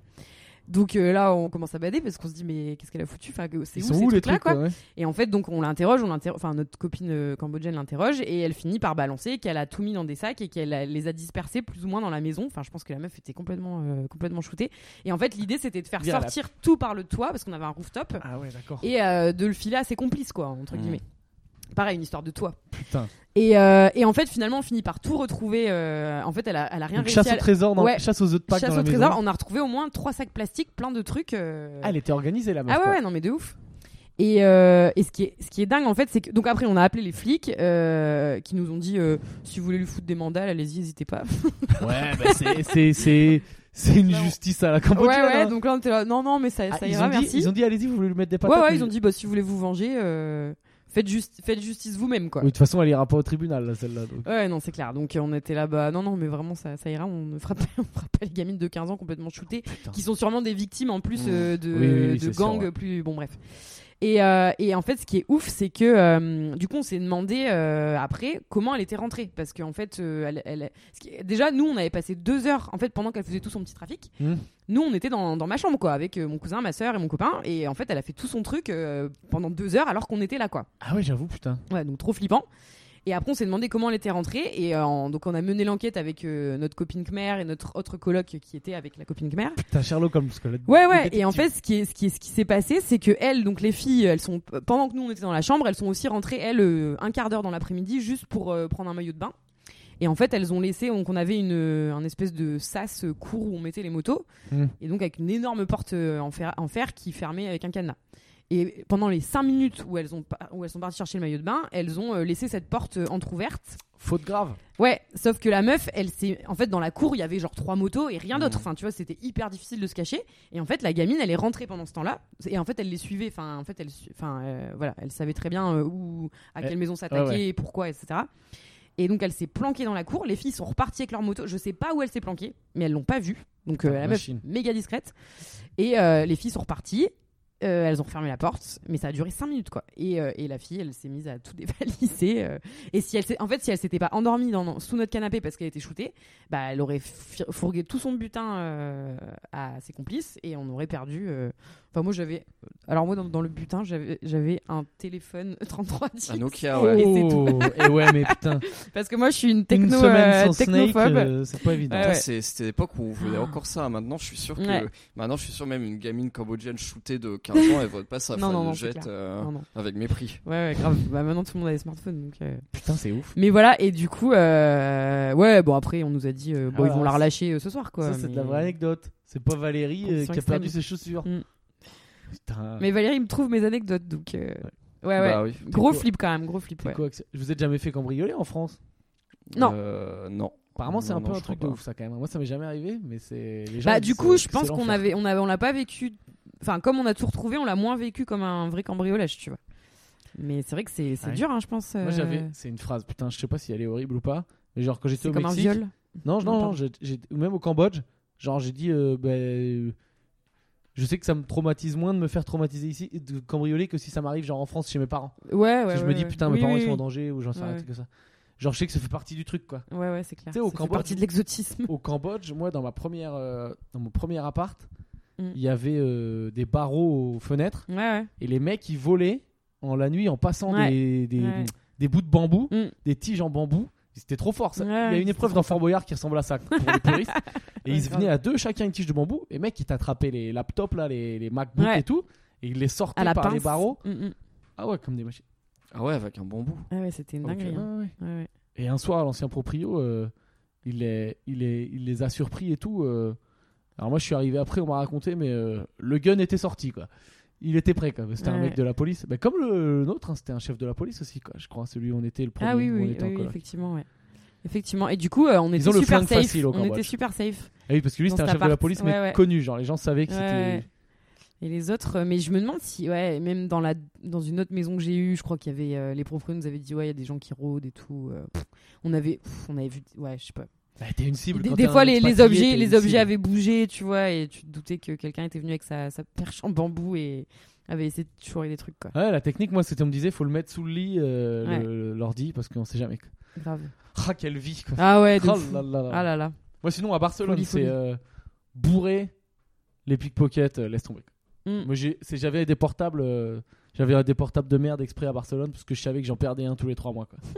Donc euh, là, on commence à bader parce qu'on se dit, mais qu'est-ce qu'elle a foutu Enfin, que- C'est
Ils
où
sont
ces
où les
trucs-là,
trucs
quoi
ouais.
et en fait, donc, on l'interroge, on l'inter- enfin, notre copine euh, cambodgienne l'interroge, et elle finit par balancer qu'elle a tout mis dans des sacs et qu'elle a- les a dispersés plus ou moins dans la maison. Enfin, je pense que la meuf était complètement, euh, complètement shootée. Et en fait, l'idée, c'était de faire
Via la-
sortir tout par le toit, parce qu'on avait un rooftop,
Ah ouais, d'accord.
et euh, de le filer à ses complices, quoi, entre
Mm.
guillemets. Pareil, une histoire de toit.
Putain.
Et, euh, et en fait, finalement, on finit par tout retrouver. euh, en fait, elle a, elle a rien
Donc
réussi
chasse
à-
au trésor, dans...
Ouais.
chasse aux œufs de Pâques
Chasse
dans
au
la maison.
trésor, on a retrouvé au moins trois sacs plastiques, plein de trucs. euh,
Ah, elle était organisée, la meuf.
ah ouais,
quoi.
ouais, non mais de ouf. Et, euh, et ce, qui est, ce qui est dingue en fait, c'est que donc après on a appelé les flics euh, qui nous ont dit euh, si vous voulez lui foutre des mandales, allez-y, n'hésitez pas.
Ouais, bah c'est- c'est c'est c'est une
Là, on-
justice à la
ouais
Cambodge.
ouais, donc là on était là, non non mais ça, ça
Ah, ils,
ira,
ont dit,
merci.
ils ont dit, allez-y, vous voulez lui mettre des patates.
ouais ouais,
mais-
ils ont dit bah si vous voulez vous venger, euh, faites, juste faites justice vous-même quoi.
Oui, de toute façon, elle ira pas au tribunal, là, celle-là. donc.
Ouais non c'est clair. Donc euh, on était là bah non non mais vraiment ça, ça ira, on ne frappe pas, on fera pas les gamines de 15 ans complètement shootées
Oh, Putain.
qui sont sûrement des victimes en plus
Mmh.
euh, de,
Oui, oui, oui,
de
c'est sûr,
gangs
ouais.
plus bon bref et, euh, et en fait ce qui est ouf c'est que euh, du coup on s'est demandé euh, après comment elle était rentrée parce qu'en fait euh, elle, elle- ce qui- déjà nous on avait passé deux heures en fait pendant qu'elle faisait tout son petit trafic
Mmh.
nous on était dans, dans ma chambre quoi avec euh, mon cousin ma soeur et mon copain et en fait elle a fait tout son truc euh, pendant deux heures alors qu'on était là quoi
Ah ouais, j'avoue, putain.
Ouais, donc trop flippant. Et après, on s'est demandé comment elle était rentrée. Et euh, en- donc, on a mené l'enquête avec euh, notre copine Khmer et notre autre coloc qui était avec la copine Khmer.
Putain, Sherlock Holmes, que là.
Ouais, ouais. Et en fait, ce qui est, ce qui est- ce qui s'est passé, c'est que elles, donc les filles, elles sont pendant que nous on était dans la chambre, elles sont aussi rentrées elles euh, un quart d'heure dans l'après-midi juste pour euh, prendre un maillot de bain. Et en fait, elles ont laissé donc on avait une euh, un espèce de sas euh, court où on mettait les motos
Hmm.
et donc avec une énorme porte euh, en fer, en fer qui fermait avec un cadenas. Et pendant les 5 minutes où elles, ont, pa- où elles sont parties chercher le maillot de bain, elles ont euh, laissé cette porte euh, entrouverte.
Faute grave.
Ouais, sauf que la meuf, elle s'est. En fait, dans la cour, il y avait genre trois motos et rien
Mmh.
d'autre.
Mhm.
Enfin, tu vois, c'était hyper difficile de se cacher. Et en fait, la gamine, elle est rentrée pendant ce temps-là. Et en fait, elle les suivait. Enfin, en fait, elle, su- enfin, euh, voilà, elle savait très bien euh, où, à
Eh,
quelle maison s'attaquer,
ouais,
et pourquoi, etc. Et donc, elle s'est planquée dans la cour. Les filles sont reparties avec leur moto. Je sais pas où elle s'est planquée, mais elles l'ont pas vue. Donc, euh,
Putain,
la meuf,
machine.
méga discrète. Et euh, les filles sont reparties. Euh, elles ont fermé la porte, mais ça a duré 5 minutes quoi. Et, euh, et la fille, elle s'est mise à tout dévaliser. euh, et si elle s'est- en fait, si elle s'était pas endormie dans, sous notre canapé parce qu'elle était shootée, bah, elle aurait fi- fourgué tout son butin euh, à ses complices et on aurait perdu. euh, Enfin, moi j'avais. Alors, moi dans, dans le butin, j'avais j'avais un téléphone 3310.
Un Nokia, ouais.
Ah Et c'est
Oh, et ouais, mais putain.
Parce que moi je suis une techno,
une semaine
euh,
sans Snake,
technophobe.
euh, c'est pas évident.
Ouais,
Putain,
ouais.
c'est- C'était l'époque où on voulait
Ah.
encore ça. Maintenant, je suis sûr que.
Ouais.
Maintenant, je suis sûr même une gamine cambodgienne shootée de 15 ans, elle vote pas sa
Non, non,
femme
non,
de
c'est
jet
clair.
euh,
Non, non.
avec mépris.
Ouais, ouais, grave. Bah, maintenant tout le monde a des smartphones donc. euh,
Putain, c'est ouf.
Mais voilà, et du coup, euh, ouais, bon après, on nous a dit, euh, bon,
Ah,
ils vont
ouais,
la
c'est-
relâcher euh, ce soir,
ça,
quoi.
c'est de la
mais-
vraie anecdote. C'est pas Valérie euh, qui
Condition
a perdu
extrême.
ses chaussures.
Mm.
Putain.
Mais Valérie me trouve mes anecdotes, donc. euh, Ouais, ouais.
Bah oui.
Gros
quoi
flip quand même, gros flip,
C'est
ouais.
quoi que c'est- Je vous ai jamais fait cambrioler en France
Non.
Euh, non.
Apparemment, c'est
Non,
un
non,
peu
je
un truc de
crois pas.
ouf, ça quand même. Moi, ça m'est jamais arrivé, mais c'est. les gens,
Bah,
ils
du
disent,
coup,
euh,
je
que
pense
c'est
qu'on
l'enfer.
avait, on avait, on l'a pas vécu. Enfin, comme on a tout retrouvé, on l'a moins vécu comme un vrai cambriolage, tu vois. Mais c'est vrai que c'est c'est
Ouais.
dur, hein, je pense. euh,
Moi, j'avais. C'est une phrase, putain, je sais pas si elle est horrible ou pas. Mais genre, quand j'étais
C'est
au
comme un
Mexique.
viol.
Non,
Non,
non, non,
pardon.
j'ai- j'ai- ou même au Cambodge, genre j'ai dit, euh, ben, euh, je sais que ça me traumatise moins de me faire traumatiser ici, de cambrioler que si ça m'arrive genre en France chez mes parents.
Ouais, ouais.
Parce que je
ouais,
me dis
ouais.
putain,
Oui,
mes parents
oui,
ils sont en
oui.
danger ou j'en sais rien,
Ouais.
un truc comme ça. Genre je sais que ça fait partie du truc quoi.
Ouais, ouais, c'est clair.
Tu sais, au
Ça fait
Cambodge-
partie de l'exotisme.
Au Cambodge, moi dans ma première, euh, dans mon premier appart,
Mm.
il y avait euh, des barreaux aux fenêtres
Ouais, ouais.
et les mecs ils volaient en la nuit en passant
Ouais.
des, des,
Ouais.
des bouts de bambou,
Mm.
des tiges en bambou. C'était trop fort. Ça.
Ouais,
il y a une
c'était
épreuve dans Fort Boyard qui ressemble à ça pour les puristes. Et
Ouais,
ils
grave.
venaient à deux chacun une tige de bambou. Et mec, ils t'attrapaient les laptops, là, les, les MacBooks
Ouais.
et tout. Et ils les sortaient
À la
par les
pince.
barreaux.
Mm, mm.
Ah ouais, comme des machines.
Ah ouais, avec un bon bout.
Ouais, ouais, c'était une
Ok.
dinguerie. hein.
Ah ouais.
Ouais, ouais.
Et un soir, l'ancien proprio, euh, il, les, il, les, il les a surpris et tout. euh. Alors moi, je suis arrivé après, on m'a raconté, mais euh, le gun était sorti, quoi. Il était prêt, quoi. C'était un
Ouais.
mec de la police. Bah, comme le, le nôtre, hein, c'était un chef de la police aussi, quoi. Je crois, celui où on était le premier.
Ah oui,
où on
oui,
était en
oui, oui,
coloc.
effectivement, ouais. Effectivement. Et du coup, euh, on était
ont le
super
flingue
safe.
facile au
on était
Cambodge.
super safe.
Ah oui, parce que lui,
Dans
c'était un
cet
chef de la
appart.
police, mais
Ouais, ouais.
connu. Genre, les gens savaient que
Ouais,
c'était.
Et les autres, euh, mais je me demande si, ouais, même dans la, dans une autre maison que j'ai eue, je crois qu'il y avait euh, les proprios nous avaient dit, ouais, il y a des gens qui rôdent et tout. euh, pff, on avait, pff, on avait vu, ouais, je sais pas.
Bah, t'es une cible.
Des,
quand
des
t'es un
fois, les, les
expatrié,
objets,
t'es
les
une
objets
cible.
avaient bougé, tu vois, et tu te doutais que quelqu'un était venu avec sa, sa perche en bambou et avait essayé de chourer des trucs, quoi.
Ouais, la technique, moi, c'était on me disait, faut le mettre sous le lit, euh,
Ouais.
le- l'ordi, parce qu'on sait jamais. quoi.
Grave.
Ah, quelle vie, quoi.
Ah ouais. de
Oh
fou.
là là là.
Ah là là.
Moi, sinon, à Barcelone,
Folie,
c'est
folie.
euh, bourré, les pickpockets, euh, laisse tomber.
Mm.
Moi, j'ai- c'est- j'avais des portables, euh, j'avais des portables de merde exprès à Barcelone, parce que je savais que j'en perdais un tous les trois mois, quoi.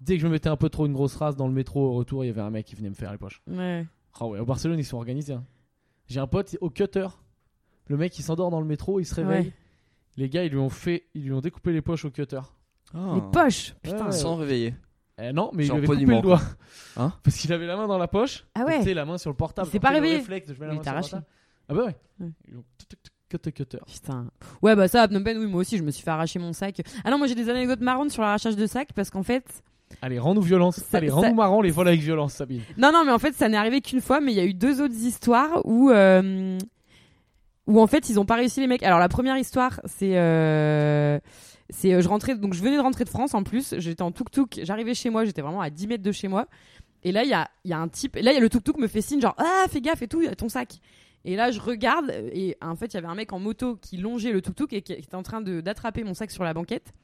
Dès que je me mettais un peu trop une grosse race dans le métro au retour, il y avait un mec qui venait me faire les poches.
Ouais.
Ah ouais, au Barcelone, ils sont organisés. hein. J'ai un pote au cutter. Le mec, il s'endort dans le métro, il se réveille.
Ouais.
Les gars, ils lui ont fait, ils lui ont découpé les poches au cutter.
Les
Ah.
poches. Putain.
Ouais.
Sans réveiller.
Eh non, mais il
Genre
lui avait coupé
poliment,
le doigt.
quoi. Hein
Parce qu'il avait la main dans la poche.
Ah
et
ouais.
Tu sais, la main sur le portable.
Il s'est
genre,
pas
tu sais, le
réveillé.
réflexe de je mets la
Il
main
t'a
sur le
arraché.
portable. Ah bah ouais.
Ouais.
Ils ont tuc, tuc, tuc, cutter, cutter.
Putain. Ouais, bah ça, à Phnom Penh, oui, moi aussi, je me suis fait arracher mon sac. Ah non, moi j'ai des anecdotes marrantes sur l'arrachage de sac parce qu'en fait.
Allez, rends-nous violence.
Ça-
Allez,
ça-
rends-nous marrant les vols avec violence, Sabine.
Non, non, mais en fait, ça n'est arrivé qu'une fois, mais il y a eu deux autres histoires où. euh, Où en fait, ils ont pas réussi les mecs. Alors, la première histoire, c'est. euh, C'est, euh, je rentrais, donc je venais de rentrer de France en plus, j'étais en tuk-tuk, j'arrivais chez moi, j'étais vraiment à 10 mètres de chez moi, et là il y a, il y a un type, et là il y a le tuk-tuk me fait signe genre ah fais gaffe et tout, il y a ton sac. Et là je regarde, et en fait il y avait un mec en moto qui longeait le tuk-tuk et qui qui était en train de- d'attraper mon sac sur la banquette.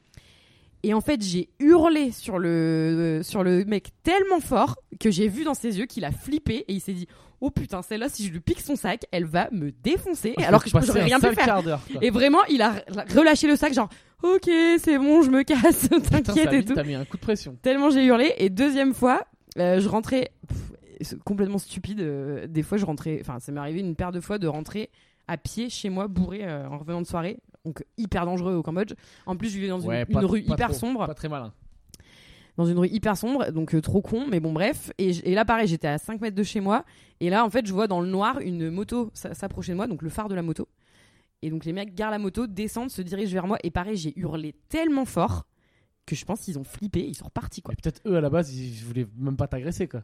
Et en fait, j'ai hurlé sur le, euh, sur le mec tellement fort que j'ai vu dans ses yeux qu'il a flippé et il s'est dit Oh putain, celle-là, si je lui pique son sac, elle va me défoncer alors que je
Oh, Passer
j'aurais
un
rien pu
sale
faire.
quart d'heure. quoi.
Et vraiment, il a relâché le sac, genre Ok, c'est bon, je me casse,
Putain,
t'inquiète et
Sabine,
tout.
t'as mis un coup de pression.
Tellement j'ai hurlé. Et deuxième fois, euh, je rentrais pff, c'est complètement stupide. euh, des fois, je rentrais. Enfin, ça m'est arrivé une paire de fois de rentrer à pied chez moi, bourré euh, en revenant de soirée. Donc, hyper dangereux au Cambodge. En plus, je vivais dans une,
Ouais,
une
pas-
rue
pas
hyper
trop,
sombre
Pas très malin.
dans une rue hyper sombre, donc euh, trop con, mais bon, bref. Et, j- et là, pareil, j'étais à 5 mètres de chez moi. Et là, en fait, je vois dans le noir une moto s- s'approcher de moi, donc le phare de la moto. Et donc les mecs gardent la moto, descendent, se dirigent vers moi. Et pareil, j'ai hurlé tellement fort que je pense qu'ils ont flippé, ils sont repartis quoi.
Et peut-être eux à la base, ils voulaient même pas t'agresser quoi.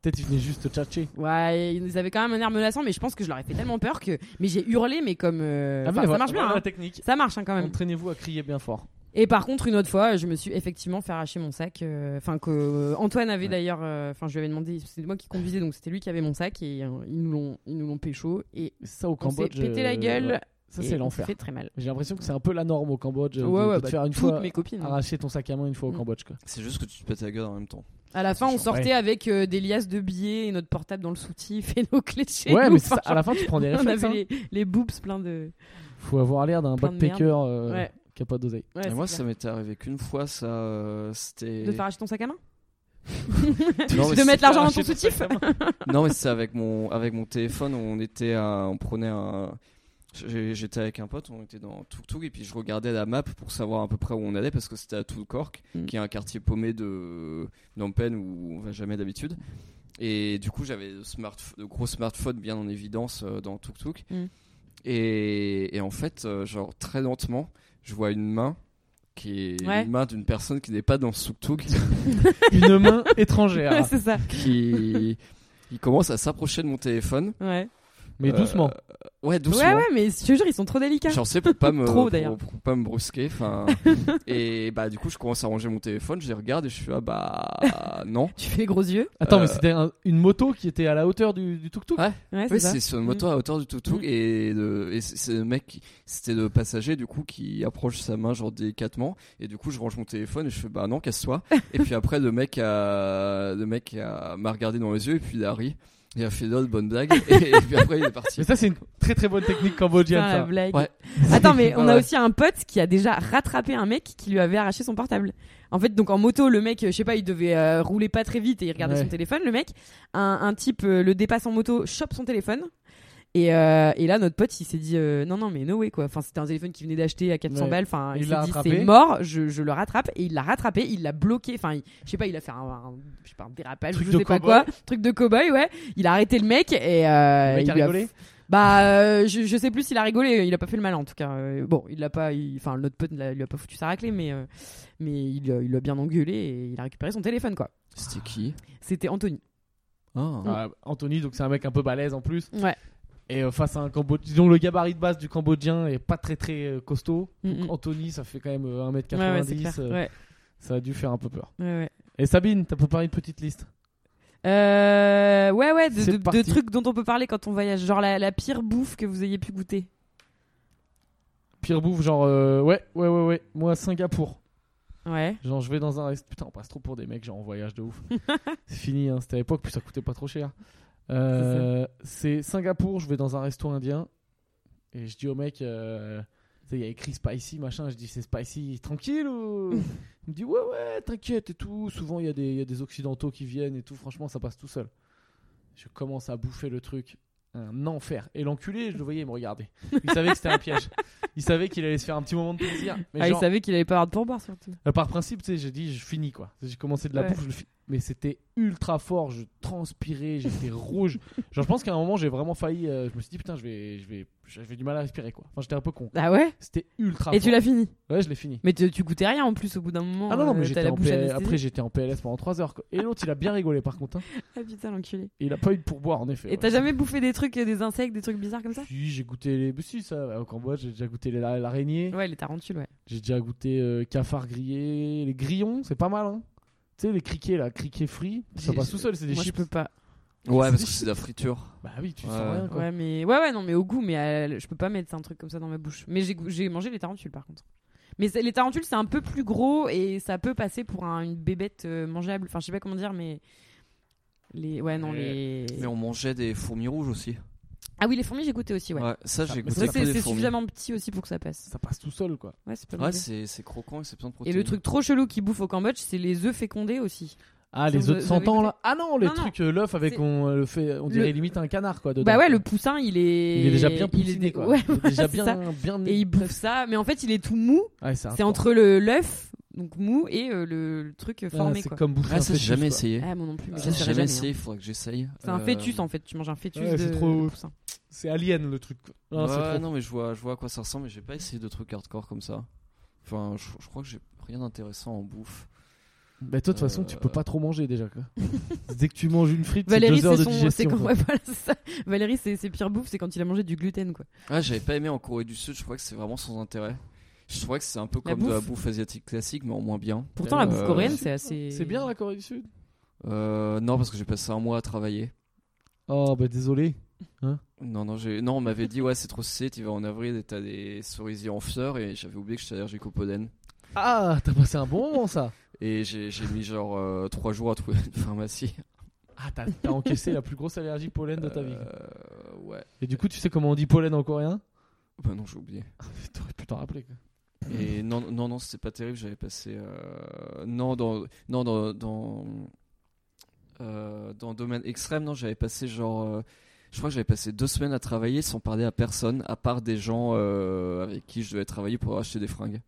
Peut-être ils venaient juste te
Euh,
tchatcher.
Ouais, ils avaient quand même un air menaçant, mais je pense que je leur ai fait tellement peur que. Mais j'ai hurlé, mais comme.
Ah
euh, enfin, ça marche bien. hein.
la technique.
Ça marche hein, quand même.
Entraînez-vous à crier bien fort.
Et par contre, une autre fois, je me suis effectivement fait arracher mon sac. euh, Enfin, que euh, Antoine avait
Ouais.
d'ailleurs. euh, Enfin, je lui avais demandé. C'était moi qui conduisais, donc c'était lui qui avait mon sac et euh, ils nous l'ont, ils nous l'ont pécho et
Ça au
on s'est
Cambodge.
pété la
euh,
gueule.
ouais. Ça
et
c'est
on s'est
l'enfer.
Fait très mal.
J'ai l'impression que c'est un peu la norme au Cambodge euh,
Ouais,
de,
ouais,
de te
bah,
faire une
toutes
fois
mes copines.
arracher ton sac à main une fois au
Mm.
Cambodge quoi.
C'est juste que tu te pètes la gueule en même temps.
À la fin,
c'est
on
chiant.
sortait
Ouais.
avec euh, des liasses de billets et notre portable dans le soutif et nos clés de chez
Ouais,
nous.
mais c'est ça,
Enfin,
à la fin tu prends des
on
réflexes.
avait
hein.
les, les boobs pleins de.
Faut avoir l'air d'un
Plein de merde.
backpacker euh,
Ouais.
qui a pas d'oseille.
Ouais,
Et
c'est
moi,
clair.
ça m'était arrivé qu'une fois, ça. euh, C'était.
De faire arracher ton sac à main.
Non, mais
de mettre l'argent dans ton
Arracher ton
soutif.
sac à main.
Non, mais c'est avec mon, avec mon téléphone, on était à- on prenait un. j'ai- J'étais avec un pote, on était dans Tuk Tuk, et puis je regardais la map pour savoir à peu près où on allait, parce que c'était à Tulkork,
Mm.
qui est un quartier paumé de Phnom Penh où on va jamais d'habitude. Et du coup, j'avais le, smart, le gros smartphone bien en évidence euh, dans Tuk Tuk.
Mm.
Et, et en fait, euh, genre très lentement, je vois une main qui est
Ouais.
une main d'une personne qui n'est pas dans ce Tuk Tuk
Une main étrangère.
Ouais, c'est ça.
qui, qui commence à s'approcher de mon téléphone.
Ouais.
Mais
Euh,
doucement.
Ouais, doucement.
Ouais, ouais, mais je te jure, ils sont trop délicats.
J'en sais pour pas me
Trop, d'ailleurs.
pour, pour pas me brusquer. Enfin, et bah du coup, je commence à ranger mon téléphone, je les regarde et je suis ah bah non.
Tu fais les gros yeux.
Attends, mais
euh,
c'était un- une moto qui était à la hauteur du, du tuk-tuk.
Ouais.
Ouais, c'est
Oui,
ça.
c'est sur une moto à hauteur du toutou
Mm.
et, le- et c'est- c'est le mec, qui- c'était le passager du coup qui approche sa main genre délicatement et du coup je range mon téléphone et je fais bah non casse-toi et puis après le mec a le mec a- m'a regardé dans les yeux et puis il a ri il a fait d'autres bonne blague et, et puis après il est parti.
Mais ça, c'est une très très bonne technique cambodgienne.
Putain, la
ça.
blague.
Ouais.
Attends, mais on
Ouais,
a
ouais.
aussi un pote qui a déjà rattrapé un mec qui lui avait arraché son portable. En fait, donc en moto, le mec, je sais pas, il devait euh, rouler pas très vite et il regardait
Ouais.
son téléphone. Le mec, un, un type euh, le dépasse en moto, chope son téléphone. Et, euh, et là, notre pote, il s'est dit euh, non, non, mais no way quoi. Enfin, c'était un téléphone qu'il venait d'acheter à 400
Ouais.
balles. Enfin, il,
Il
s'est
l'a
dit
rattrapé.
c'est mort, je, je le rattrape. Et il l'a rattrapé, il l'a bloqué. Enfin, il- je sais pas, il a fait un, un- je sais pas, un dérapage,
Truc
je
de
sais pas
cow-boy.
quoi, truc de cowboy, ouais. Il a arrêté le mec et euh,
Le mec
il
a
lui a
rigolé.
bah, euh, je, je sais plus s'il a rigolé, il a pas fait le mal en tout cas. Euh, bon, il l'a pas, il- enfin, notre pote l'a- lui a pas foutu sa raclée, mais, euh, mais il euh, il l'a bien engueulé et il a récupéré son téléphone quoi.
C'était qui
C'était Anthony.
Ah.
Ah, Anthony, donc c'est un mec un peu balèze en plus.
Ouais.
Et euh, face à un Cambodgien, disons le gabarit de base du Cambodgien est pas très très euh, costaud.
Mm, mm.
Anthony, ça fait quand même euh, 1m90.
Ouais, ouais, c'est clair.
euh,
Ouais,
Ça a dû faire un peu peur.
ouais, ouais.
Et Sabine, t'as préparé une petite liste.
Euh, ouais, ouais, de,
C'est
de- de
parti.
trucs dont on peut parler quand on voyage, genre la, la pire bouffe que vous ayez pu goûter.
Pire bouffe, genre euh, ouais, ouais, ouais, ouais. Moi, Singapour.
Ouais.
Genre, je vais dans un restaurant. Putain, on passe trop pour des mecs, genre en voyage de ouf. c'est fini, hein, c'était à l'époque, puis ça coûtait pas trop cher. Euh, c'est Singapour, je vais dans un resto indien. Et je dis au mec, euh, tu sais, il y a écrit spicy, machin. Je dis, c'est spicy, tranquille ou Il me dit, ouais, ouais, t'inquiète et tout. Souvent, il y, a des- il y a des Occidentaux qui viennent et tout. Franchement, ça passe tout seul. Je commence à bouffer le truc. Un enfer. Et l'enculé, je le voyais, il me regardait. Il savait que c'était un piège. Il savait qu'il allait se faire un petit moment de plaisir. Mais
Ah,
genre-
il savait qu'il allait pas avoir de pourboire surtout.
euh, par principe, tu sais, j'ai dit, je finis quoi. J'ai commencé de la
Ouais.
bouffe, je le finis. Mais c'était ultra fort, je transpirais, j'étais rouge. Genre, je pense qu'à un moment, j'ai vraiment failli. euh, je me suis dit, putain, je vais, je vais, j'avais du mal à respirer quoi. Enfin, j'étais un peu con.
Ah ouais
C'était ultra
Et
fort.
tu l'as fini.
Ouais, je l'ai fini.
Mais tu, tu goûtais rien en plus au bout d'un moment.
Ah non, non,
euh,
mais
t'as
j'étais
la
en
bouche
PL
anesthésiée.
après, j'étais en PLS pendant 3 heures quoi. Et l'autre, il a bien rigolé par contre. hein.
Ah putain, l'enculé.
Il a pas eu de pourboire en effet.
Et
ouais.
t'as jamais bouffé des trucs, euh, des insectes, des trucs bizarres comme ça
Si, j'ai goûté les. mais Si, ça, au Cambodge, j'ai déjà goûté les- l'araignée.
Ouais, les tarentules, ouais.
J'ai déjà goûté euh, cafard grillé, les grillons, c'est pas mal hein. Tu sais, les criquets là, criquets frits, ça
J'ai-
passe tout seul, c'est des
Moi, je
chips.
peux pas.
Ouais, parce que c'est de la friture.
Bah oui, tu
Ouais.
sens rien quoi.
Ouais, mais ouais, ouais, non, mais au goût, mais euh, je peux pas mettre un truc comme ça dans ma bouche. Mais j'ai, go- j'ai mangé les tarentules par contre. Mais c'est- les tarentules, c'est un peu plus gros et ça peut passer pour un- une bébête euh, mangeable. Enfin, je sais pas comment dire, mais les ouais, non, les
Mais on mangeait des fourmis rouges aussi.
ah oui, les fourmis, j'ai goûté aussi, ouais.
Ouais, ça
Ça-
j'ai
mais
goûté
C'est,
que
c'est-
des
c'est
fourmis.
suffisamment petit aussi pour que ça passe.
ça passe tout seul quoi.
Ouais, c'est pas mal.
Ouais, c'est c'est croquant et c'est plein de
Et
protéines.
le truc trop chelou qu'ils bouffent au Cambodge, c'est les œufs fécondés aussi.
Ah
Ça,
les
vous-
autres
vous
100
avez
ans
goûté
là. Ah non, les
Non, non.
trucs euh, l'œuf avec
C'est-
on euh, le fait on dirait
Le-
limite un canard quoi dedans.
Bah ouais, le poussin, il est
il est déjà bien
il est
poussiné
dé-
quoi.
Ouais,
il est déjà
voilà, c'est ça.
bien bien
Et il bouffe ça, mais en fait, il est tout mou.
Ouais, c'est un
C'est entre le l'œuf, donc mou et euh, le, le truc
Ah,
formé
c'est
quoi.
comme bouffer
Ah,
un
ça, j'ai
fœtus,
jamais
quoi.
essayé.
Ah, moi non plus, mais
Ça, j'ai
j'essaierai
jamais
jamais, hein.
essayé, il faudrait que j'essaye.
C'est un
Euh,
fœtus en fait, tu manges un fœtus
Ouais,
de
c'est trop-
de poussin.
C'est alien le truc. quoi. Non, c'est
ouais,
trop.
non, mais je vois, je vois à quoi ça ressemble, mais j'ai pas essayé de trucs hardcore comme ça. Enfin, je, je crois que j'ai rien d'intéressant en bouffe.
Bah, toi, de toute façon,
Euh,
tu peux pas trop manger déjà. Quoi. Dès que tu manges une frite, c'est
Valérie,
deux heures
c'est
de
son, c'est
digestion.
quand,
quoi.
ouais, voilà, c'est ça. Valérie, c'est ses pires bouffes, c'est quand il a mangé du gluten, quoi.
Ah, j'avais pas aimé en Corée du Sud, je crois que c'est vraiment sans intérêt. Je trouvais que c'est un peu
La
comme de la
bouffe
bouffe asiatique classique, mais en moins bien.
Pourtant, la
Euh,
bouffe coréenne, c'est assez.
C'est bien la Corée du Sud
Euh, non, parce que j'ai passé un mois à travailler.
Oh, bah désolé.
Non, non, j'ai... non on m'avait dit, ouais, c'est trop stylé, tu vas en avril et t'as des cerisiers en fleurs, et j'avais oublié que j'étais allergique au pollen.
Ah, t'as passé un bon moment ça
Et j'ai, j'ai mis genre 3 jours à trouver une pharmacie.
Ah, t'as t'as encaissé la plus grosse allergie pollen de ta vie. quoi.
Euh, ouais.
Et du coup, tu sais comment on dit pollen en coréen
Bah non, j'ai oublié.
T'aurais pu t'en rappeler. quoi.
Et non, non, non, c'était pas terrible. J'avais passé. euh, non, dans. Non, dans. Dans, euh, dans domaine extrême, non, j'avais passé genre. euh, je crois que j'avais passé deux semaines à travailler sans parler à personne, à part des gens euh, avec qui je devais travailler pour acheter des fringues.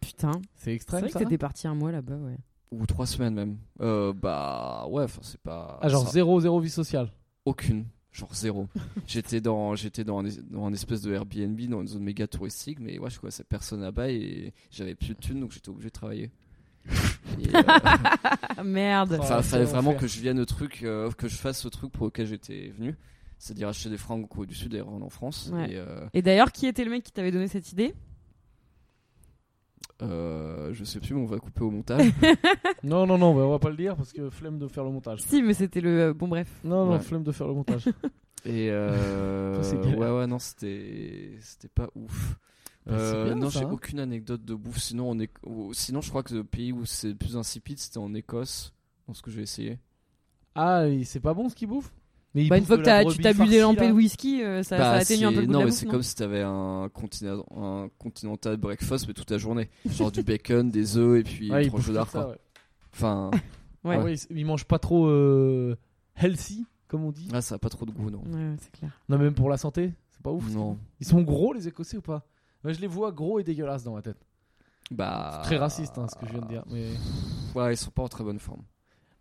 Putain.
C'est
C'est
extrême
vrai que
ça
t'étais parti un mois là-bas, ouais.
Ou trois semaines même. Euh, bah ouais, enfin, c'est pas.
Ah, genre
ça-
zéro, zéro vie sociale.
Aucune. Genre zéro. j'étais dans, j'étais dans, un, es- dans un espèce de Airbnb, dans une zone méga touristique, mais ouais, je connaissais personne là-bas et j'avais plus de thunes, donc j'étais obligé de travailler. Et, euh,
Ah merde.
Oh.
Enfin,
Ouais,
fallait
c'est
vraiment
l'enfer.
que je vienne au truc, euh, que je fasse ce truc pour lequel j'étais venu, c'est-à-dire acheter des francs au Corée du Sud et rendre en France.
Ouais.
Et, euh,
Et d'ailleurs, qui était le mec qui t'avait donné cette idée
euh, je sais plus, mais on va couper au montage.
Non, non, non, bah, on va pas le dire parce que flemme de faire le montage.
Si, mais c'était le. euh, Bon, bref.
Non, non,
Ouais.
flemme de faire le montage.
et euh,
Ça, c'est
ouais,
galère.
ouais, non, c'était, c'était pas ouf.
Bah, c'est
Euh,
bien,
non,
ça,
j'ai
hein.
aucune anecdote de bouffe. Sinon, on est... sinon, je crois que le pays où c'est le plus insipide, c'était en Écosse. Dans ce que j'ai essayé.
Ah, et c'est pas bon ce qu'il bouffe Mais il
Bah, une
bouffe
fois
de
que
la
t'as- tu
brebis
t'as bu des
farcie,
lampées
là.
de whisky, euh, ça, ça
Bah,
atténue un peu
c'est-
le goût
non,
de la
mais
bouffe,
c'est
non
comme si t'avais un, continent... un continental breakfast, mais toute la journée. Genre du bacon, des œufs et puis
Ouais,
une
il
tranche
bouffe
de
tout
lard,
ça,
quoi.
ouais.
Enfin,
Ouais.
Ah oui, c'est- il mange pas trop euh, healthy, comme on dit.
là, ça a pas trop de goût, non.
Ouais, ouais, c'est clair.
Non, même pour la santé, c'est pas ouf. ce
Non.
qu'il bouffe. Ils sont gros, les Écossais, ou pas Moi, Je les vois gros et dégueulasses dans ma tête.
Bah.
C'est très raciste, hein, ce que je viens de dire. Mais...
Ouais, ils sont pas en très bonne forme.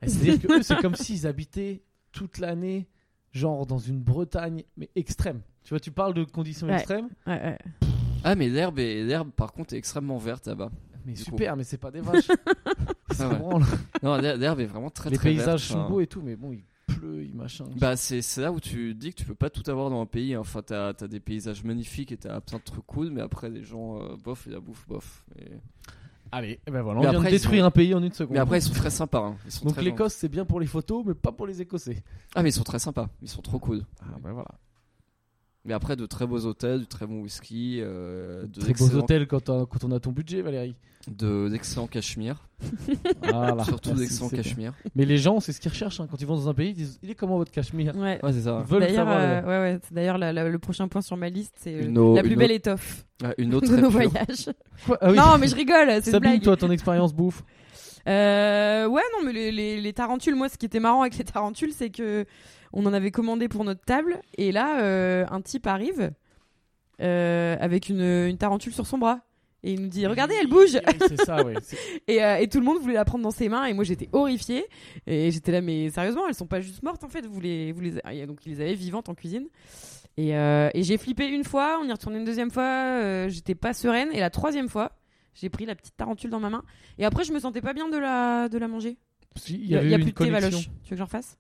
Et C'est-à-dire que eux, c'est comme s'ils habitaient toute l'année, genre dans une Bretagne, mais extrême. Tu vois, tu parles de conditions
Ouais.
extrêmes,
Ouais, ouais.
Ah, mais l'herbe, est... l'herbe par contre, est extrêmement verte là-bas.
mais
Du
super, mais c'est pas des vaches. Ça
Ah ouais.
branle.
Non, l'her- l'herbe est vraiment très
Les
très verte,
paysages sont
enfin.
beaux et tout, mais bon, il pleut, il machin.
Bah, c'est c'est là où tu dis que tu peux pas tout avoir dans un pays. hein. Enfin, t'as as des paysages magnifiques et t'as plein de trucs cool, mais après, les gens, euh, bof, et la bouffe, bof. Et-
Allez, eh ben voilà, on
Mais
vient
après,
de
ils
détruire
sont-
un pays en une seconde.
Mais après, ils sont très sympas. hein. Ils sont
Donc
très gentils.
l'Écosse, c'est bien pour les photos, mais pas pour les Écossais.
Ah, mais ils sont très sympas. Ils sont trop cool.
Ah bah voilà.
Mais après, de très beaux hôtels, du très bon whisky, euh, de
Très beaux
l'excellent-
hôtels quand, on- quand on a ton budget, Valérie.
de d'excellents cachemires.
Voilà.
Surtout
Ah, Merci,
d'excellents
c'est bien.
cachemires.
Mais les gens, c'est ce qu'ils recherchent hein. quand ils vont dans un pays. Ils disent Il est comment votre cachemire
Ouais.
Ouais, c'est ça.
Ils veulent
D'ailleurs,
savoir.
euh,
là.
ouais, ouais. c'est D'ailleurs, la- la- le prochain point sur ma liste, c'est euh,
Une eau-
la plus
une
belle étoffe
Ah, une autre
de nos
épure.
voyages.
Quoi Ah oui.
Non, mais je rigole, c'est une
Sabine,
blague.
toi, ton expérience bouffe.
Euh, ouais, non, mais les, les- les tarentules, moi, ce qui était marrant avec les tarentules, c'est que on en avait commandé pour notre table, et là, euh, un type arrive euh, avec une, une tarentule sur son bras. Et il nous dit, regardez, elle bouge
Oui, C'est ça, oui. C'est-
et, euh, et tout le monde voulait la prendre dans ses mains, et moi, j'étais horrifiée. Et j'étais là, mais sérieusement, elles sont pas juste mortes, en fait. Vous les, vous les... et Donc, ils les avaient vivantes en cuisine. Et, euh, et j'ai flippé une fois, on y retourné une deuxième fois, euh, j'étais pas sereine. Et la troisième fois, j'ai pris la petite tarentule dans ma main. Et après, je me sentais pas bien de la, de la manger.
Parce qu'il
Il y a,
avait
y a
eu
plus
une
de thé
connexion.
Valoche. Tu veux que j'en refasse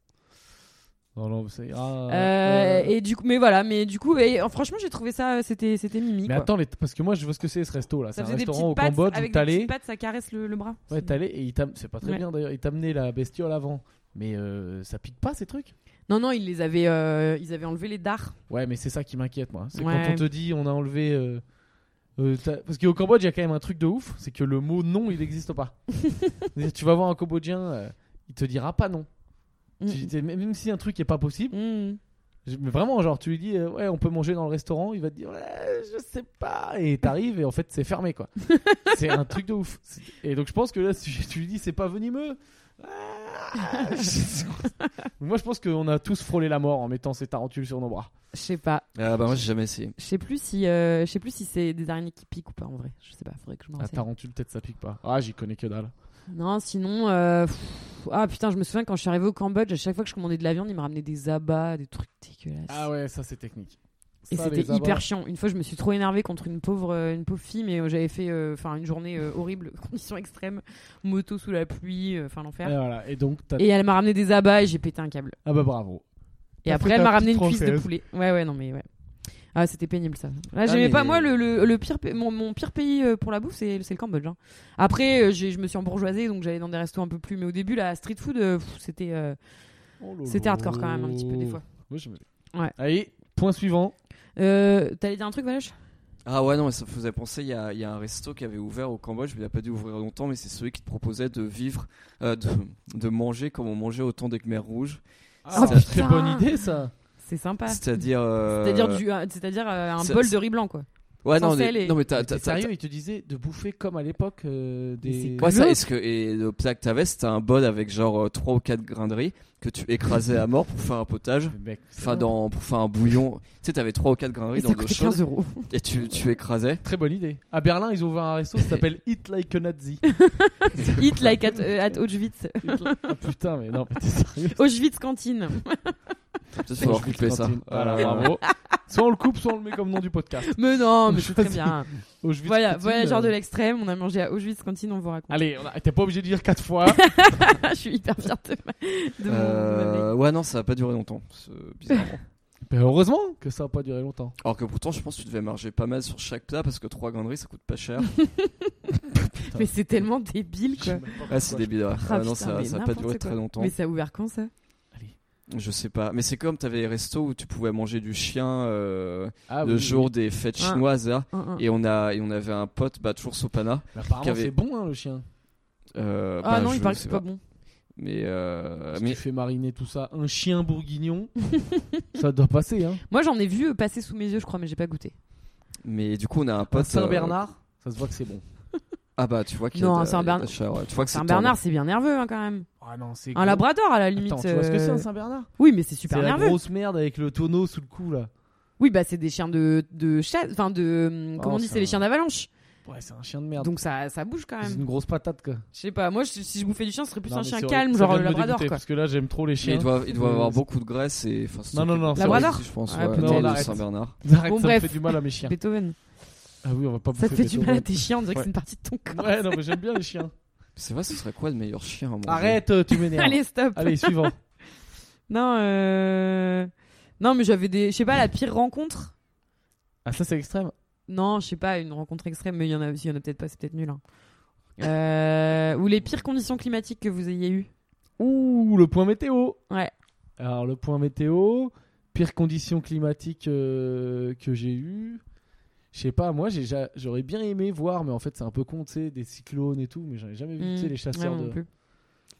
Non, non, ça ira.
Euh,
Euh,
Et du coup, mais voilà, mais du coup, et, euh, franchement, j'ai trouvé ça, euh, c'était, c'était mimi.
Mais
quoi.
attends, les- parce que moi, je vois ce que c'est ce resto là. C'est
ça
un
faisait des
restaurant au
petites pattes
Cambodge où
avec des
t'allais.
petites pattes, ça caresse le, le bras.
Ouais, t'allais et il t'am- c'est pas très
Ouais.
bien d'ailleurs. Il t'amenait la bestiole avant. Mais euh, ça pique pas ces trucs
non, non, ils les avaient, euh, ils avaient enlevé les dards.
Ouais, mais c'est ça qui m'inquiète moi. C'est
Ouais.
quand on te dit on a enlevé. euh, euh, t'as- parce qu'au Cambodge, il y a quand même un truc de ouf, c'est que le mot non, il n'existe pas. C'est-à-dire, tu vas voir un Cambodgien, euh, il te dira pas non. Tu- t'es- Même si un truc est pas possible,
Mm.
je- mais vraiment, genre, tu lui dis, euh, ouais, on peut manger dans le restaurant, il va te dire, ouais, je sais pas, et t'arrives, et en fait, c'est fermé, quoi. c'est un truc de ouf. C'est- Et donc, je pense que là, si tu lui dis, c'est pas venimeux, ah, Moi, je pense qu'on a tous frôlé la mort en mettant ces tarentules sur nos bras.
Je sais pas.
Ah bah moi j'ai jamais essayé.
Je sais plus si, euh, je sais plus si c'est des araignées qui piquent ou pas en vrai. Je sais pas. Faudrait que je me
La
renseigne.
tarentule, peut-être ça pique pas. Ah, j'y connais que dalle.
Non, sinon. euh, pff, Ah putain, je me souviens quand je suis arrivé au Cambodge, à chaque fois que je commandais de la viande, ils me ramenaient des abats, des trucs dégueulasses.
Ah ouais, ça c'est technique.
Et
Ça,
c'était
les abats.
hyper chiant. Une fois, je me suis trop énervée contre une pauvre, euh, une pauvre fille, mais euh, j'avais fait euh, enfin une journée euh, horrible, conditions extrêmes, moto sous la pluie, euh, enfin
Et
l'enfer.
voilà. Et donc, t'as...
Et elle m'a ramené des abats et j'ai pété un câble.
ah bah bravo.
Et
T'as
après,
fait
elle
ta
m'a ramené une
petite
cuisse de
française.
poulet. Ouais, ouais, non, mais ouais. Ah, c'était pénible ça. Là,
Ah,
j'aimais
mais-
pas. Moi, le, le, le pire, pa- mon, mon pire pays euh, pour la bouffe, c'est c'est le Cambodge. hein. Après, euh, j'ai- je me suis embourgeoisée, donc j'allais dans des restos un peu plus. Mais au début, la street food, euh, pff, c'était euh,
Oh lolo.
c'était hardcore quand même, un petit peu des fois.
Moi, je me-
Ouais. Oh,
Allez, point suivant.
Euh, T'allais dire un truc, Valèche
Ah ouais non mais ça me faisait penser il y a, il y a un resto qui avait ouvert au Cambodge mais il a pas dû ouvrir longtemps mais c'est celui qui te proposait de vivre euh, de, de manger comme on mangeait au temps des Khmer rouges
Ah,
putain.
très bonne idée ça.
C'est sympa.
c'est-à-dire euh,
C'est-à-dire du- un- c'est-à-dire, euh, un
ça-
bol
ça-
de riz blanc, quoi.
ouais
sans
non mais,
sel et-
non mais t'as,
T'es
t'as- t'as-
sérieux, il te disait de bouffer comme à l'époque euh, des.
Ouais, ça, est-ce que, et le plat que t'avais, c'était un bol avec genre 3 ou 4 grains de riz que tu écrasais à mort pour faire un potage,
Mais mec,
enfin, dans, pour faire un bouillon. Tu sais, t'avais 3 ou 4 grains de
Et
riz
ça
dans l'eau
coûtait
chaude
15 euros.
et tu, tu écrasais.
Très bonne idée. À Berlin, ils ont ouvert un resto qui s'appelle Eat Like a Nazi.
Hit like at, euh, at Auschwitz.
Ah, putain, mais non, mais t'es sérieux.
Auschwitz cantine.
Peut-être faut leur couper ça.
Voilà,
Euh,
bravo. Soit on le coupe, soit on le met comme nom du podcast.
Mais non, mais c'est très
Choisis.
bien.
Auschwitz
Voilà,
Poutine,
voyageur de
euh,
l'extrême, on a mangé à Auschwitz cantine, on vous raconte.
Allez, on a- t'es pas obligé de dire quatre fois.
Ah, je suis hyper fière de ma, de mon- de ma blague.
euh, ouais, non, ça a pas duré longtemps, ce- bizarrement.
Ben, heureusement que ça a pas duré longtemps.
Alors que pourtant, je pense que tu devais marger pas mal sur chaque plat parce que 3 grains de riz, ça coûte pas cher.
Mais c'est tellement débile
Je sais
quoi.
même pas
Ah, c'est
pourquoi.
débile, ouais.
Ah,
Ouais, non,
putain,
ça,
mais
ça a pas
n'importe
duré
quoi.
très longtemps.
Mais ça a ouvert quand ça
Je sais pas. Mais c'est comme t'avais les restos où tu pouvais manger du chien euh,
Ah,
le
oui,
jour des fêtes
Ah.
chinoises, là.
Un, un.
Et on, a, et on avait un pote, bah, toujours Sopana.
oui. Mais apparemment,
qu'avait-
c'est bon hein, le chien.
Euh,
Ah
bah,
non,
je
il paraît que
sais
c'est pas bon.
Mais, euh,
Si
mais
tu fais mariner tout ça, un chien bourguignon, ça doit passer. Hein.
Moi j'en ai vu euh, passer sous mes yeux, je crois, mais j'ai pas goûté.
mais du coup on a un
Un
pote
Saint
euh,
Bernard, ça se voit que c'est bon.
ah bah tu vois qu'il
Non,
y a de-
c'est un
il y a de la
Bernard.
chair, ouais. Tu vois que c'est
Saint
tendre.
Bernard, c'est bien nerveux hein, quand même.
Ah non, c'est.
Un
gros.
labrador à la limite.
Attends, tu vois ce que c'est
euh,
un Saint Bernard
Oui, mais c'est
C'est
super
la
nerveux.
grosse merde avec le tonneau sous le cou là.
Oui, bah c'est des chiens de de chasse, enfin de euh, comment on
Oh,
dit,
ça
c'est les
va.
chiens d'avalanche.
Ouais, c'est un chien de merde.
Donc ça ça bouge quand
C'est
même.
une grosse patate quoi.
Je sais pas, moi je- si je bouffais du chien, ce serait plus
Non,
un
mais
chien
c'est
calme,
horrible. Ça
genre
vient de
le
me
labrador
dégoûter,
quoi.
Parce que là, j'aime trop les chiens.
Mais il doit, il doit
Euh,
avoir
Mmh.
c'est-
beaucoup de graisse et enfin c'est
Non, non,
tout-
non,
tout
ça-
petit,
Labrador
je pense
Ah,
ouais.
putain,
Non,
on
le
arrête.
Saint Bernard
Arrête,
Bon,
ça
bref.
me fait du mal à mes chiens.
Beethoven.
Ah oui, on va pas
Ça te
bouffer
fait du mal à
Beethoven.
tes chiens, on dirait que
Ouais.
c'est une partie de ton corps.
Ouais, non, mais j'aime bien les chiens.
c'est vrai ce serait quoi le meilleur chien à manger
Arrête, euh, tu m'énerves.
Allez, stop.
Allez, suivant.
Non, euh... non, mais j'avais des, je sais pas, la pire rencontre.
Ah, ça, c'est extrême.
Non, je sais pas, une rencontre extrême, mais il y en a, il y en a peut-être pas, c'est peut-être nul. hein. Euh, Ou les pires conditions climatiques que vous ayez eues.
Ouh, le point météo.
Ouais.
Alors, le point météo, pire condition climatique euh, que j'ai eu. Je sais pas, moi, j'ai ja- j'aurais bien aimé voir, mais en fait, c'est un peu con, tu sais, des cyclones et tout, mais j'en ai jamais vu, tu sais,
Hmm,
les
ouais,
chasseurs
moi non
de.
plus.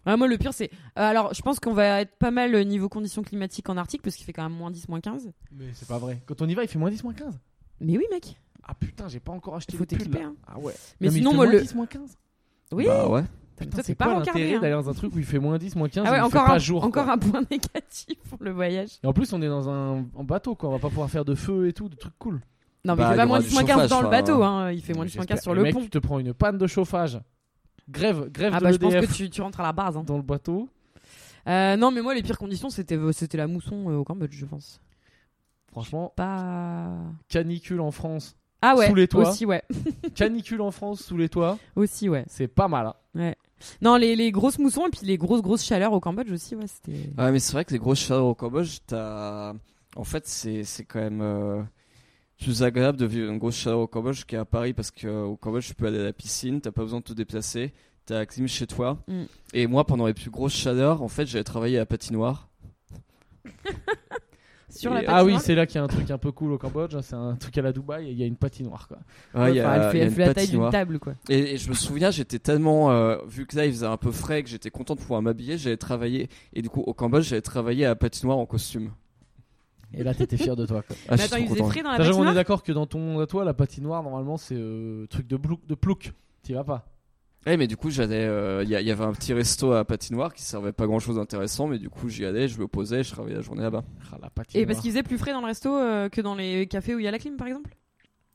Ouais, moi, le pire, c'est. euh, alors, je pense qu'on va être pas mal euh, niveau conditions climatiques en Arctique, parce qu'il fait quand même moins 10, moins 15.
Mais c'est pas vrai. Quand on y va, il fait moins 10, moins 15.
Mais oui, mec.
Ah putain, j'ai pas encore acheté
Faut
le pull,
t'équiper,
là.
hein.
Ah ouais.
Mais
Non, il
sinon,
fait
moi,
moins
le.
10, moins 15.
Oui,
bah ouais
Putain,
Putain, c'est
toi, t'es pas
quoi
rencardé,
l'intérêt
hein.
d'aller dans un truc où il fait moins 10, moins 15
Ah ouais,
il fait
encore,
pas
un,
jour,
encore
quoi.
un point négatif pour le voyage.
Et en plus, on est dans un en bateau, quoi. On va pas pouvoir faire de feu et tout, de trucs cool.
Non, mais il fait
Bah, il
pas
y aura
moins
du
10, moins 15 dans
chauffage,
le
enfin,
bateau, hein. Il fait moins 10, moins
J'espère.
15 sur
Et
le
mec,
pont.
tu te prends une panne de chauffage. Grève, grève
Ah,
de
bah, je pense
l'EDF
que tu, tu rentres à la base, hein.
dans le bateau.
Euh, non, mais moi, les pires conditions, c'était c'était la mousson euh, au Cambodge, je pense.
Franchement,
Pas.
canicule en France.
Ah ouais.
Sous les toits.
Aussi, ouais.
Canicule en France sous les toits,
Aussi, ouais.
c'est pas mal. hein.
Non, les, les grosses moussons et puis les grosses, grosses chaleurs au Cambodge aussi, ouais, c'était.
ah mais c'est vrai que les grosses chaleurs au Cambodge t'as en fait c'est c'est quand même euh, plus agréable de vivre une grosse chaleur au Cambodge qu'à Paris parce que euh, au Cambodge tu peux aller à la piscine t'as pas besoin de te déplacer t'as la clim chez toi
Mm.
et moi pendant les plus grosses chaleurs en fait j'avais travaillé à la patinoire
Sur la
Et-
Ah oui,
patinoire
c'est là qu'il y a un truc un peu cool au Cambodge. hein. C'est un truc à la Dubaï. et Il y a une patinoire, quoi.
Ouais, il y a-
Enfin, elle fait,
il y a
elle
une
fait la taille d'une
patinoire.
table, quoi.
Et, et je me souviens, j'étais tellement euh, vu que là il faisait un peu frais que j'étais content de pouvoir m'habiller. J'avais travaillé et du coup au Cambodge j'avais travaillé à la patinoire en costume.
Et là, t'étais fier de toi, quoi.
Ah,
mais
je suis
attends, il
trop
faisait
content.
frais dans la
Sachant qu'on est
patinoire
d'accord que dans ton monde à toi, la patinoire, normalement, c'est euh, truc de, blou- de plouc. T'y vas pas.
Ouais, Eh, mais du coup, j'allais. euh, Il y, a- il y avait un petit resto à patinoire qui servait pas grand chose d'intéressant, mais du coup, j'y allais, je me posais, je travaillais la journée là-bas.
Ah, la
Et
patinoire.
parce qu'il faisait plus frais dans le resto euh, que dans les cafés où il y a la clim, par exemple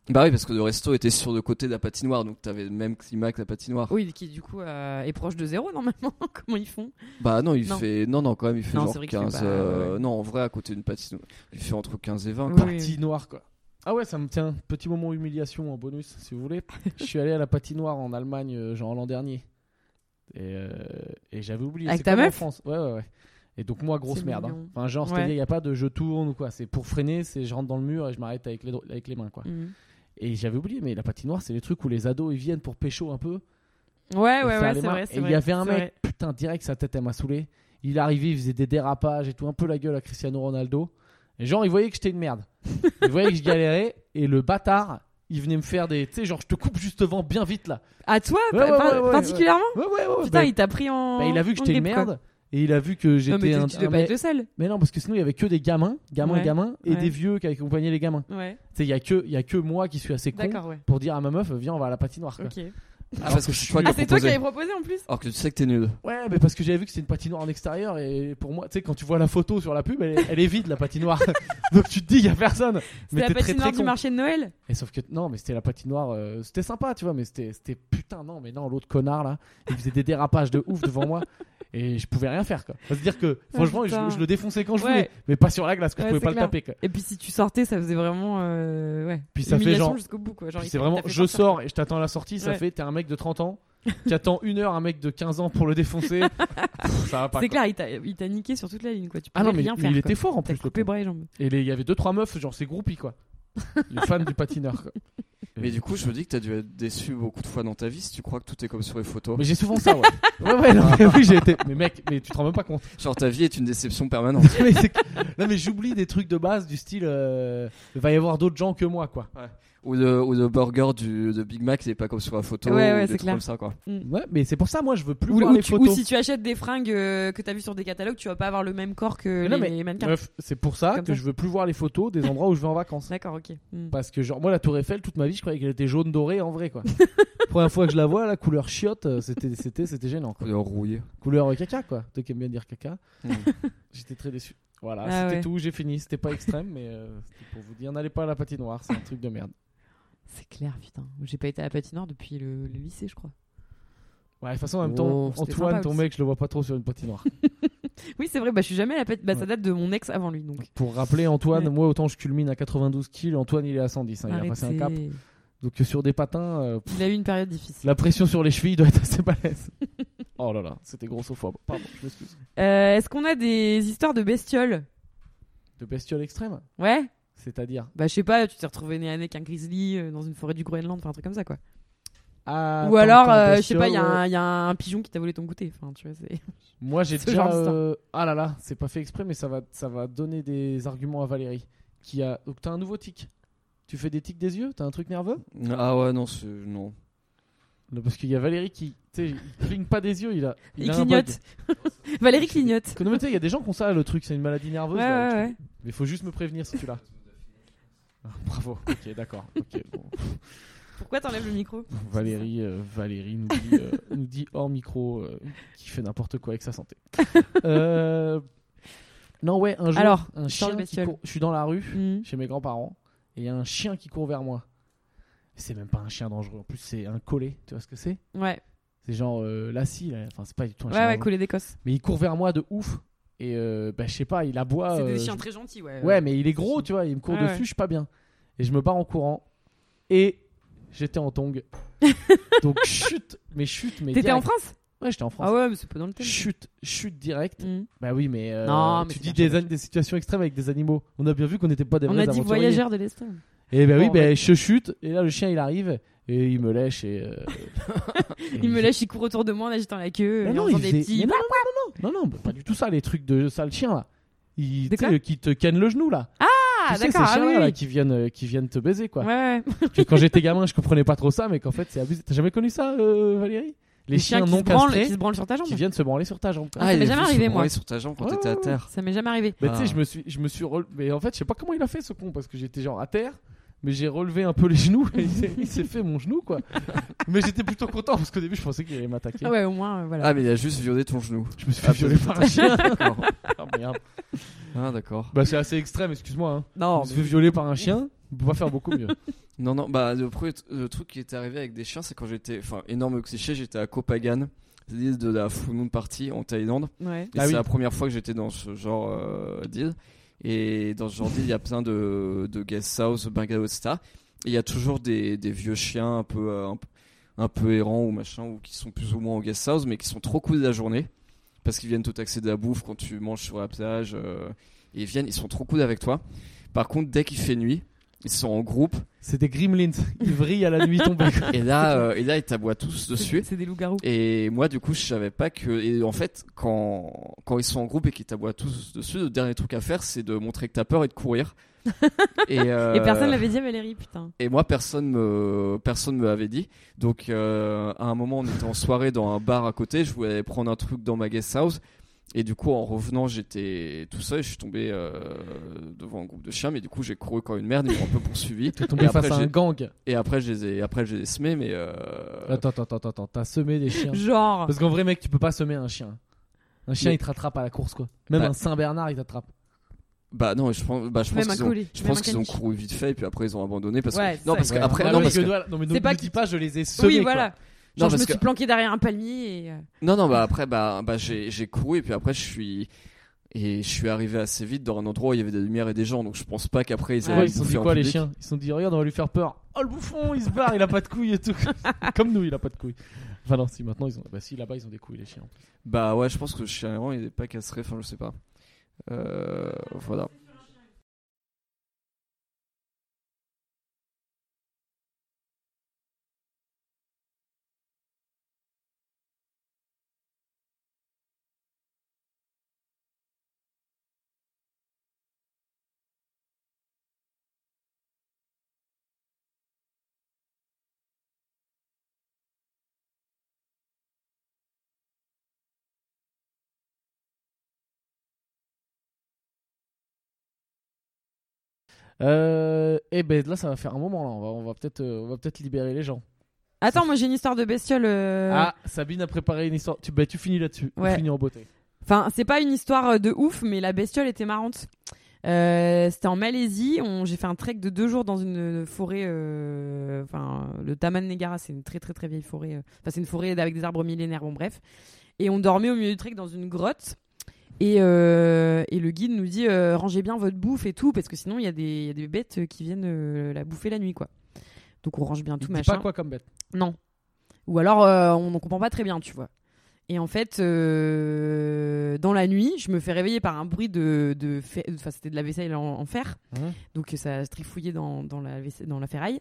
Bah oui, parce que le resto était sur le côté de la patinoire, donc t'avais le même climat que la patinoire.
Oui, qui du coup euh, est proche de zéro normalement. Comment ils font
Bah non, il
Non.
fait. Non, non, quand même, il fait
Non, c'est
genre
vrai qu'il fait
15.
pas-
euh,
ouais, ouais.
Non, en vrai, à côté d'une patinoire, il fait entre 15 et 20.
Oui.
quoi.
patinoire quoi. Ah ouais, ça me tient. Petit moment humiliation en bonus, si vous voulez. Je suis allé à la patinoire en Allemagne, euh, genre l'an dernier. Et, euh, et j'avais oublié.
Avec
C'est
ta
comme en
meuf
France. Ouais, ouais, ouais. Et donc, moi, grosse
C'est
merde. hein.
mignon.
Enfin, genre,
Ouais.
c'est-à-dire, il n'y a pas de je tourne ou quoi. C'est pour freiner, c'est je rentre dans le mur et je m'arrête avec les, dro- avec les mains, quoi.
Mhm.
Et j'avais oublié, mais la patinoire, c'est les trucs où les ados ils viennent pour pécho un peu.
Ouais,
et
ouais,
faire
ouais,
les
c'est
mains.
vrai. c'est
Et il
vrai,
y avait un
c'est
mec,
vrai.
putain, direct, sa tête, elle m'a saoulé. Il arrivait, il faisait des dérapages et tout, un peu la gueule à Cristiano Ronaldo. Et genre, il voyait que j'étais une merde. Il voyait que je galérais. Et le bâtard, il venait me faire des. Tu sais, genre, je te coupe juste devant, bien vite là.
À toi,
Ouais, ouais,
par-
ouais, ouais,
particulièrement
Ouais, ouais, ouais.
Putain,
bah,
il t'a pris en.
bah, il a vu que
en
j'étais une
grippe, quoi.
merde. Et il a vu que
Non,
j'étais
mais
un.
tu- tu devais
un
pas
mec-
être le seul.
Mais non, parce que sinon, il y avait que des gamins, gamins,
Ouais,
gamins, et
ouais.
des vieux qui accompagnaient les gamins.
Ouais,
Tu sais, il y, a que- il y a que moi qui suis assez con
d'accord, ouais.
pour dire à ma meuf, viens, on va à la patinoire. quoi.
Ok.
Ah, parce que c'est toi qui
Ah,
as
c'est toi qui
proposé.
avais proposé en plus
Alors que tu sais que t'es nul.
Ouais, mais parce que j'avais vu que c'était une patinoire en extérieur et pour moi, tu sais, quand tu vois la photo sur la pub, elle, est- elle est vide la patinoire. Donc tu te dis, il y a personne.
C'était
Mais
la
t'es très
patinoire
très
du
con.
marché de Noël
Et sauf que non, mais c'était la patinoire, euh, c'était sympa, tu vois, mais c'était c'était putain non, mais non, l'autre connard là, il faisait des dérapages de ouf devant moi et je pouvais rien faire quoi. Faut se dire que
Ah,
franchement,
putain.
je, je le défonçais quand je
Ouais.
voulais, mais pas sur la glace, que
Ouais,
je pouvais
c'est
pas
clair.
le taper quoi.
Et puis si tu sortais, ça faisait vraiment. euh, ouais.
Puis ça fait
humiliation
genre-
jusqu'au bout, quoi. Genre,
Puis
il
c'est
t'a-
vraiment,
t'a fait
je
sortir.
sors et je t'attends à la sortie, ça
Ouais.
fait t'es un mec de 30 ans qui attend une heure un mec de 15 ans pour le défoncer. Pff, ça va pas.
C'est
quoi.
clair, il t'a- il t'a niqué sur toute la ligne, quoi. Tu
Ah
pouvais
non, mais,
rien
mais
faire.
il
quoi.
était fort en
T'as
plus le
coupé bras et jambes.
Et les- il y avait deux trois meufs, genre c'est groupie quoi. Les fans du patineur. quoi.
Mais du coup, je me dis que t'as dû être déçu beaucoup de fois dans ta vie si tu crois que tout est comme sur les photos.
Mais j'ai souvent ça, ouais. ouais, ouais, non, mais oui, j'ai été. Mais mec, mais tu te rends même pas compte.
Genre, ta vie est une déception permanente.
Mais c'est que- non, mais j'oublie des trucs de base du style. euh, Il va y avoir d'autres gens que moi, quoi.
ou, le, ou le burger du, de Big Mac, il est pas comme sur la photo.
Ouais, ouais,
ou des
c'est
trucs
clair.
comme ça, quoi.
Ouais, mais c'est pour ça, moi, je veux plus
Ou,
voir
ou
les
tu-
photos.
ou si tu achètes des fringues euh, que t'as vu sur des catalogues, tu vas pas avoir le même corps que
Non,
les,
mais-
mannequins.
Meuf, c'est pour ça
Comme
que
ça.
je veux plus voir les photos des endroits où je vais en vacances.
D'accord, ok. Hmm.
Parce que, genre, moi, la Tour Eiffel, toute ma vie, je croyais qu'elle était jaune dorée en vrai, quoi. Première fois que je la vois, la couleur chiotte, euh, c'était, c'était, c'était gênant, quoi.
Couleur rouillée.
Couleur euh, caca, quoi. Toi qui aimes bien dire caca.
Hmm.
J'étais très déçu. Voilà,
Ah
c'était
ouais.
tout, j'ai fini. C'était pas extrême, mais euh, c'était pour vous dire, n'allez pas à la patinoire, c'est un truc de merde.
C'est clair, putain. J'ai pas été à la patinoire depuis le, le lycée, je crois.
Ouais, de toute façon, en même
Oh,
temps,
c'était
Antoine,
sympa
ton
aussi.
mec, je le vois pas trop sur une patinoire.
Oui, c'est vrai, bah je suis jamais à la patinoire.
Ouais.
Bah ça date de mon ex avant lui, donc.
pour rappeler, Antoine,
Ouais.
moi, autant je culmine à 92 kills, Antoine, il est à 110, hein, il a
Arrête,
passé un cap.
c'est-
Donc euh, sur des patins, euh, pff,
Il a eu une période difficile.
la pression sur les chevilles doit être assez balèze. oh là là, c'était grossophobe. Pardon, je m'excuse.
Euh, Est-ce qu'on a des histoires de bestioles
De bestiole extrême
Ouais
C'est-à-dire
Bah je sais pas, tu t'es retrouvé nez à nez avec un grizzly euh, dans une forêt du Groenland, enfin un truc comme ça, quoi.
Ah,
Ou
tant
alors,
qu'en
euh, je sais pas, il y, a
bestiole,
un- y a un pigeon qui t'a volé ton goûter. Enfin, tu vois, c'est. hein.
Moi, j'ai
Ce
déjà.
genre d'histoire.
euh, Ah là là, c'est pas fait exprès, mais ça va, ça va donner des arguments à Valérie. Qui a... Donc, t'as un nouveau tic. Tu fais des tics des yeux T'as un truc nerveux
Ah ouais, non, c'est. Non.
Non, Parce qu'il y a Valérie qui. Tu sais, il cligne pas des yeux, il a.
Il,
a un bug.
clignote. Valérie clignote.
Que- non, mais tu sais, il y a des gens qui ont ça, le truc, c'est une maladie nerveuse.
Ouais,
là, le
ouais,
truc.
ouais.
Mais faut juste me prévenir si tu l'as. Ah, bravo, ok, d'accord. ok, bon.
Pourquoi t'enlèves le micro
Valérie, euh, Valérie nous dit, euh, nous dit hors micro euh, qu'il fait n'importe quoi avec sa santé. Euh, Non, ouais, un jour,
Alors,
un chien
Charles
qui
Bestiole.
court- je suis dans la rue,
Hmm.
chez mes grands-parents et il y a un chien qui court vers moi. C'est même pas un chien dangereux, en plus c'est un collet, tu vois ce que c'est
Ouais,
C'est genre euh, lassie, là. enfin c'est pas du tout un chien.
ouais, ouais,
dangereux.
coller d'Écosse.
Mais il court vers moi de ouf et euh, bah, je sais pas, il aboie.
C'est
euh,
des chiens
je-
très gentils, ouais.
Ouais, mais il est gros, tu vois, il me court
Ah
dessus,
ouais.
je suis pas bien. Et je me barre en courant et j'étais en tongue. Donc chute, mais chute, mais.
T'étais en
direct.
France
Ouais, j'étais en France.
Ah ouais, mais c'est pas dans le thème.
Chute, chute direct.
Hmm.
Bah oui, mais, euh,
Non, mais
tu
c'est
dis
bien,
des, des situations extrêmes avec des animaux. On a bien vu qu'on n'était pas des
On
vrais
a dit
aventuriers.
voyageurs de l'espace.
Et ben oui,
Bon,
ben, je chute, et là le chien il arrive, et il me lèche, et. euh, et
Il me lâche, il court autour de moi en agitant la queue,
Non,
en
non,
faisant
il faisait-
des petits.
mais non, non, non, non, non, bah, pas du tout ça, les trucs de sale chien là. Il,
De
tu sais,
quoi
euh, qui te canne le genou là. Tu
Ah,
sais,
d'accord,
ces
ah
chiens
oui,
là
oui.
qui viennent, euh, qui viennent te baiser quoi.
Ouais, ouais.
Parce que quand j'étais gamin, je comprenais pas trop ça, mais qu'en fait c'est abusé. T'as jamais connu ça, euh, Valérie Les, chiens,
qui
non
se branlent,
castrés
qui se branlent sur ta jambe.
qui viennent se branler sur ta jambe. quoi.
Ah, ça
il
m'est
est
jamais
venu se
arrivé,
branler
moi.
sur ta jambe quand
Ouais,
t'étais à
ouais,
terre.
Ça m'est jamais arrivé.
Mais tu sais,
Ah.
je me suis, je me suis rele- Mais en fait, je sais pas comment il a fait ce con parce que j'étais genre à terre. mais j'ai relevé un peu les genoux et il s'est- il s'est fait mon genou quoi. mais j'étais plutôt content parce qu'au début je pensais qu'il allait m'attaquer.
Ah ouais, au moins, euh, voilà.
Ah, mais il a juste violé ton genou.
Je me suis fait violer par un chien.
D'accord.
Ah, merde.
Ah, d'accord.
Bah c'est assez extrême, excuse-moi. hein.
non,
On se fait violer par un chien, on peut pas faire beaucoup mieux.
Non, non, bah, le, premier t- le truc qui est arrivé avec des chiens, c'est quand j'étais. Enfin, énorme cliché, j'étais à Koh Phangan, l'île de la Full Party en Thaïlande.
ouais.
Et
Ah
c'est
oui.
la première fois que j'étais dans ce genre euh, d'île. Et dans ce genre d'île, il y a plein de, de guest house, de bungalows, etc. Et il y a toujours des, des vieux chiens un peu, euh, un, p- un peu errants ou machin, ou qui sont plus ou moins en guest house, mais qui sont trop cool la journée. Parce qu'ils viennent te taxer de la bouffe quand tu manges sur la plage. euh, et ils viennent, ils sont trop cool avec toi. Par contre, dès qu'il fait nuit, ils sont en groupe.
C'est des gremlins, ils vrillent à la nuit tombée. quoi.
Et là, euh, et là ils t'aboient tous dessus.
C'est c'est des loups-garous.
Et moi, du coup, je savais pas que. Et en fait, quand, quand ils sont en groupe et qu'ils t'aboient tous dessus, le dernier truc à faire, c'est de montrer que t'as peur et de courir. et, euh,
Et personne l'avait dit à Valérie, putain.
Et moi, personne me, personne me avait dit. Donc, euh, à un moment, on était en soirée dans un bar à côté. Je voulais prendre un truc dans ma guest house. Et du coup, en revenant, j'étais tout seul. Je suis tombé euh, devant un groupe de chiens. Mais du coup, j'ai couru comme une merde. Ils m'ont un peu poursuivi.
T'es
Et
tombé
après,
face à
j'ai-
un gang.
Et après, je les ai, après, je les ai semés. Mais. euh,
Attends, attends, attends, attends, t'as semé des chiens.
Genre.
Parce qu'en vrai, mec, tu peux pas semer un chien. Un chien,
Mais-
il te rattrape à la course, quoi. Même
Bah-
un Saint-Bernard, il t'attrape.
Bah non, je pense, bah, je
Même
pense
un
qu'ils ont,
colis,
je
même
pense
un
qu'ils ont
caniche.
couru vite fait et puis après ils ont abandonné parce
Ouais,
que non
ça,
parce
ouais.
qu'après
Ouais,
non
mais
parce que
voilà, non, mais
C'est
ne
pas
me
que-
dis pas, je les ai semés.
Oui,
quoi.
voilà.
non
Genre, je
parce
me
que
suis planqué derrière un palmier et. euh,
non non bah après bah bah j'ai j'ai couru et puis après je suis et je suis arrivé assez vite dans un endroit où il y avait des lumières et des gens donc je pense pas qu'après ils
Ouais,
allaient
Ah, ils se sont
bouffer
dit
en
quoi, les
public.
chiens Ils se sont dit, regarde, on va lui faire peur. Oh, le bouffon, il se barre, il a pas de couilles et tout. Comme nous, il a pas de couilles. Enfin, non, si maintenant, ils ont. Bah, si, là-bas, ils ont des couilles, les chiens.
Bah ouais, je pense que le chien errant il est pas casseré, enfin je sais pas. Euh, voilà.
Euh. Eh ben, là, ça va faire un moment, là. On va, on va peut-être euh, on va peut-être libérer les gens.
Attends, moi j'ai une histoire de bestiole. euh,
Ah, Sabine a préparé une histoire. Tu, bah, tu finis là-dessus.
Ouais.
Tu finis en beauté.
Enfin, c'est pas une histoire euh, de ouf, mais la bestiole était marrante. Euh, C'était en Malaisie. On- J'ai fait un trek de deux jours dans une forêt. euh, Enfin, le Taman Negara, c'est une très très très vieille forêt. euh. Enfin, c'est une forêt avec des arbres millénaires. Bon, bref. Et on dormait au milieu du trek dans une grotte. Et, euh, et le guide nous dit euh, rangez bien votre bouffe et tout, parce que sinon il y, a des- il y a des bêtes euh, qui viennent euh, la bouffer la nuit, quoi. Donc on range bien
Il
tout
dit
machin.
pas quoi comme bête.
Non. Ou alors, euh, on ne comprend pas très bien, tu vois. Et en fait, euh, dans la nuit, je me fais réveiller par un bruit de. de fe- Enfin, c'était de la vaisselle en, en fer.
Mhm.
Donc, ça trifouillait dans, dans, la vaisse- dans la ferraille.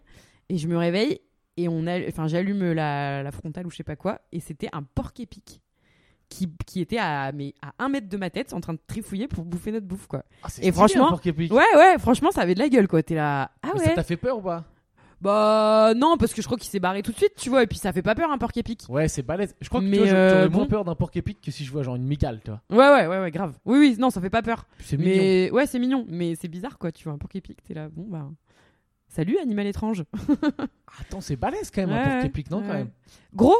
Et je me réveille et on a, enfin, j'allume la, la frontale ou je sais pas quoi. Et c'était un porc-épic qui, qui était à, mais à un mètre de ma tête en train de trifouiller pour bouffer notre bouffe, quoi.
Ah, c'est stylé,
Et franchement-
un porc-épic.
Ouais, ouais, franchement, ça avait de la gueule, quoi. T'es là. Ah
Mais
ouais.
Ça t'a fait peur ou pas
Bah, non, parce que je crois qu'il s'est barré tout de suite, tu vois. Et puis, ça fait pas peur, un porc-épic.
Ouais, c'est balèze. Je crois que tu
Mais,
vois, j'aurais
euh,
j'aurais
bon.
moins peur d'un porc-épic que si je vois genre une micale, tu vois.
Ouais, ouais, ouais, ouais, grave. Oui, oui, non, ça fait pas peur.
C'est mignon.
Mais ouais, c'est mignon. Mais c'est bizarre, quoi. Tu vois, un porc épic, t'es là, bon, bah. Salut, animal étrange.
Attends, c'est balèze quand même
Ouais,
un porc-épic, non
ouais.
quand même.
Gros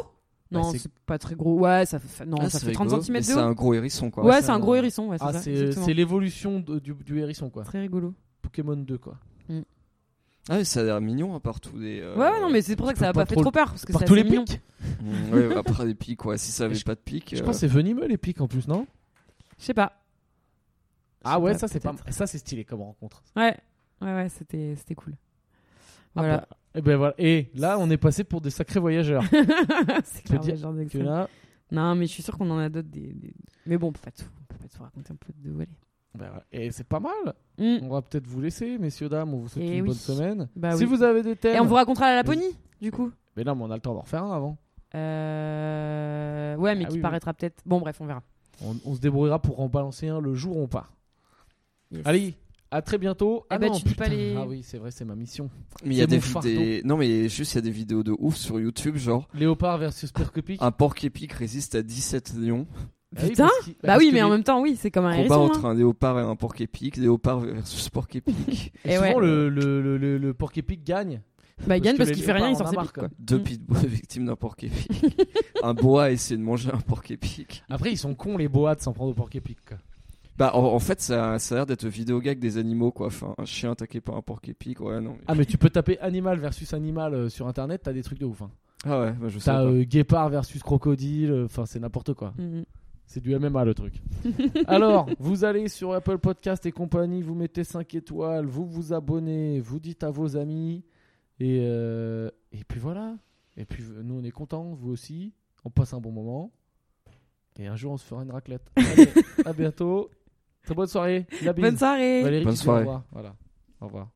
Bah,
Non,
c'est-
c'est pas très gros. Ouais, ça fait, non,
Ah,
ça
c'est
fait 30
rigolo,
cm
mais
de
C'est
haut.
un gros hérisson quoi.
ouais,
Ouais,
c'est
c'est
un
un-
gros hérisson, ouais, c'est
Ah,
ça.
c'est
exactement.
c'est l'évolution de- du, du hérisson quoi.
Très rigolo.
Pokémon 2 quoi.
Ah oui, ça a l'air mignon à part tous les euh,
Ouais, ouais, non, mais c'est pour ça que
tu
ça a
peux
pas
pas
fait
trop-
trop peur. Parce que
Par
c'est
tous
assez
les
mignon.
pics.
mm, ouais, après des pics ouais, si ça avait
Je-
pas de pics.
Je
euh,
pense que c'est venimeux les pics en plus, non
Je sais pas.
Ah ouais,
pas,
ça c'est pas
peut-être.
ça c'est stylé comme rencontre.
Ouais, ouais, ouais, c'était c'était cool.
Ah
Voilà.
bah, Et ben voilà. Et là, on est passé pour des sacrés voyageurs.
c'est clair,
dire
ouais, genre
Que
d'extrême.
là,
Non, mais je suis sûr qu'on en a d'autres. Des, des- Mais bon, on peut pas tout, on peut pas tout raconter, on peut tout dévoiler.
bah, ouais. et c'est pas mal.
Hmm.
On va peut-être vous laisser, messieurs dames. On vous souhaite
Eh
une
oui.
bonne semaine.
Bah
si
oui.
vous avez des thèmes.
Et on vous racontera la Laponie, du coup.
Mais non, mais on a le temps d'en refaire un avant.
Euh... Ouais, mais
Ah
qui
oui, Bah
paraîtra peut-être. Bon, bref, on verra. Bah
On, on se débrouillera pour en balancer un le jour où on part. Allez, à très bientôt.
Eh ben, tu dis pas les-
Ah oui, c'est vrai, c'est ma mission.
Mais il y a
c'est
des
mon fardeau.
vidéos non mais juste il y a des vidéos de ouf sur YouTube genre
Léopard versus Porcopic.
un porc épic résiste à 17 lions.
Ah, Putain
Eh parce qu'il-
Bah
parce
oui,
que
mais en
les-
même temps, oui, c'est comme un
Combat
hérisson.
hein.
entre un léopard et un porc épic, léopard versus porc épic,
hein. Et
souvent,
ouais,
le, le, le, le, le porc épic gagne.
bah, il gagne
que
parce
les
qu'il fait rien, il
léopards
sort
en
ses
ont
pics,
marre,
quoi.
deux pitbulls victimes d'un porc épic, un boa essaie de manger un porc épic.
Après, ils sont cons, les boas, de s'en prendre au porc épic. quoi.
Bah en, en fait ça, ça a l'air d'être vidéo gag des animaux quoi, enfin un chien attaqué par un porc épic, ouais non. mais-
Ah, mais tu peux taper animal versus animal euh, sur internet, t'as des trucs de ouf. hein.
Ah ouais, bah, je sais
T'as
pas.
euh, guépard versus crocodile, euh, enfin, c'est n'importe quoi.
Mhm.
C'est du MMA le truc. Alors, vous allez sur Apple Podcast et compagnie, vous mettez 5 étoiles, vous vous abonnez, vous dites à vos amis. Et, euh, et puis voilà. Et puis euh, nous, on est contents, vous aussi. On passe un bon moment. Et un jour, on se fera une raclette. Allez, à bientôt. Très bonne soirée. La bise.
Bonne soirée
Valérie,
Bonne
qui dit
soirée.
Au revoir. Voilà. Au revoir.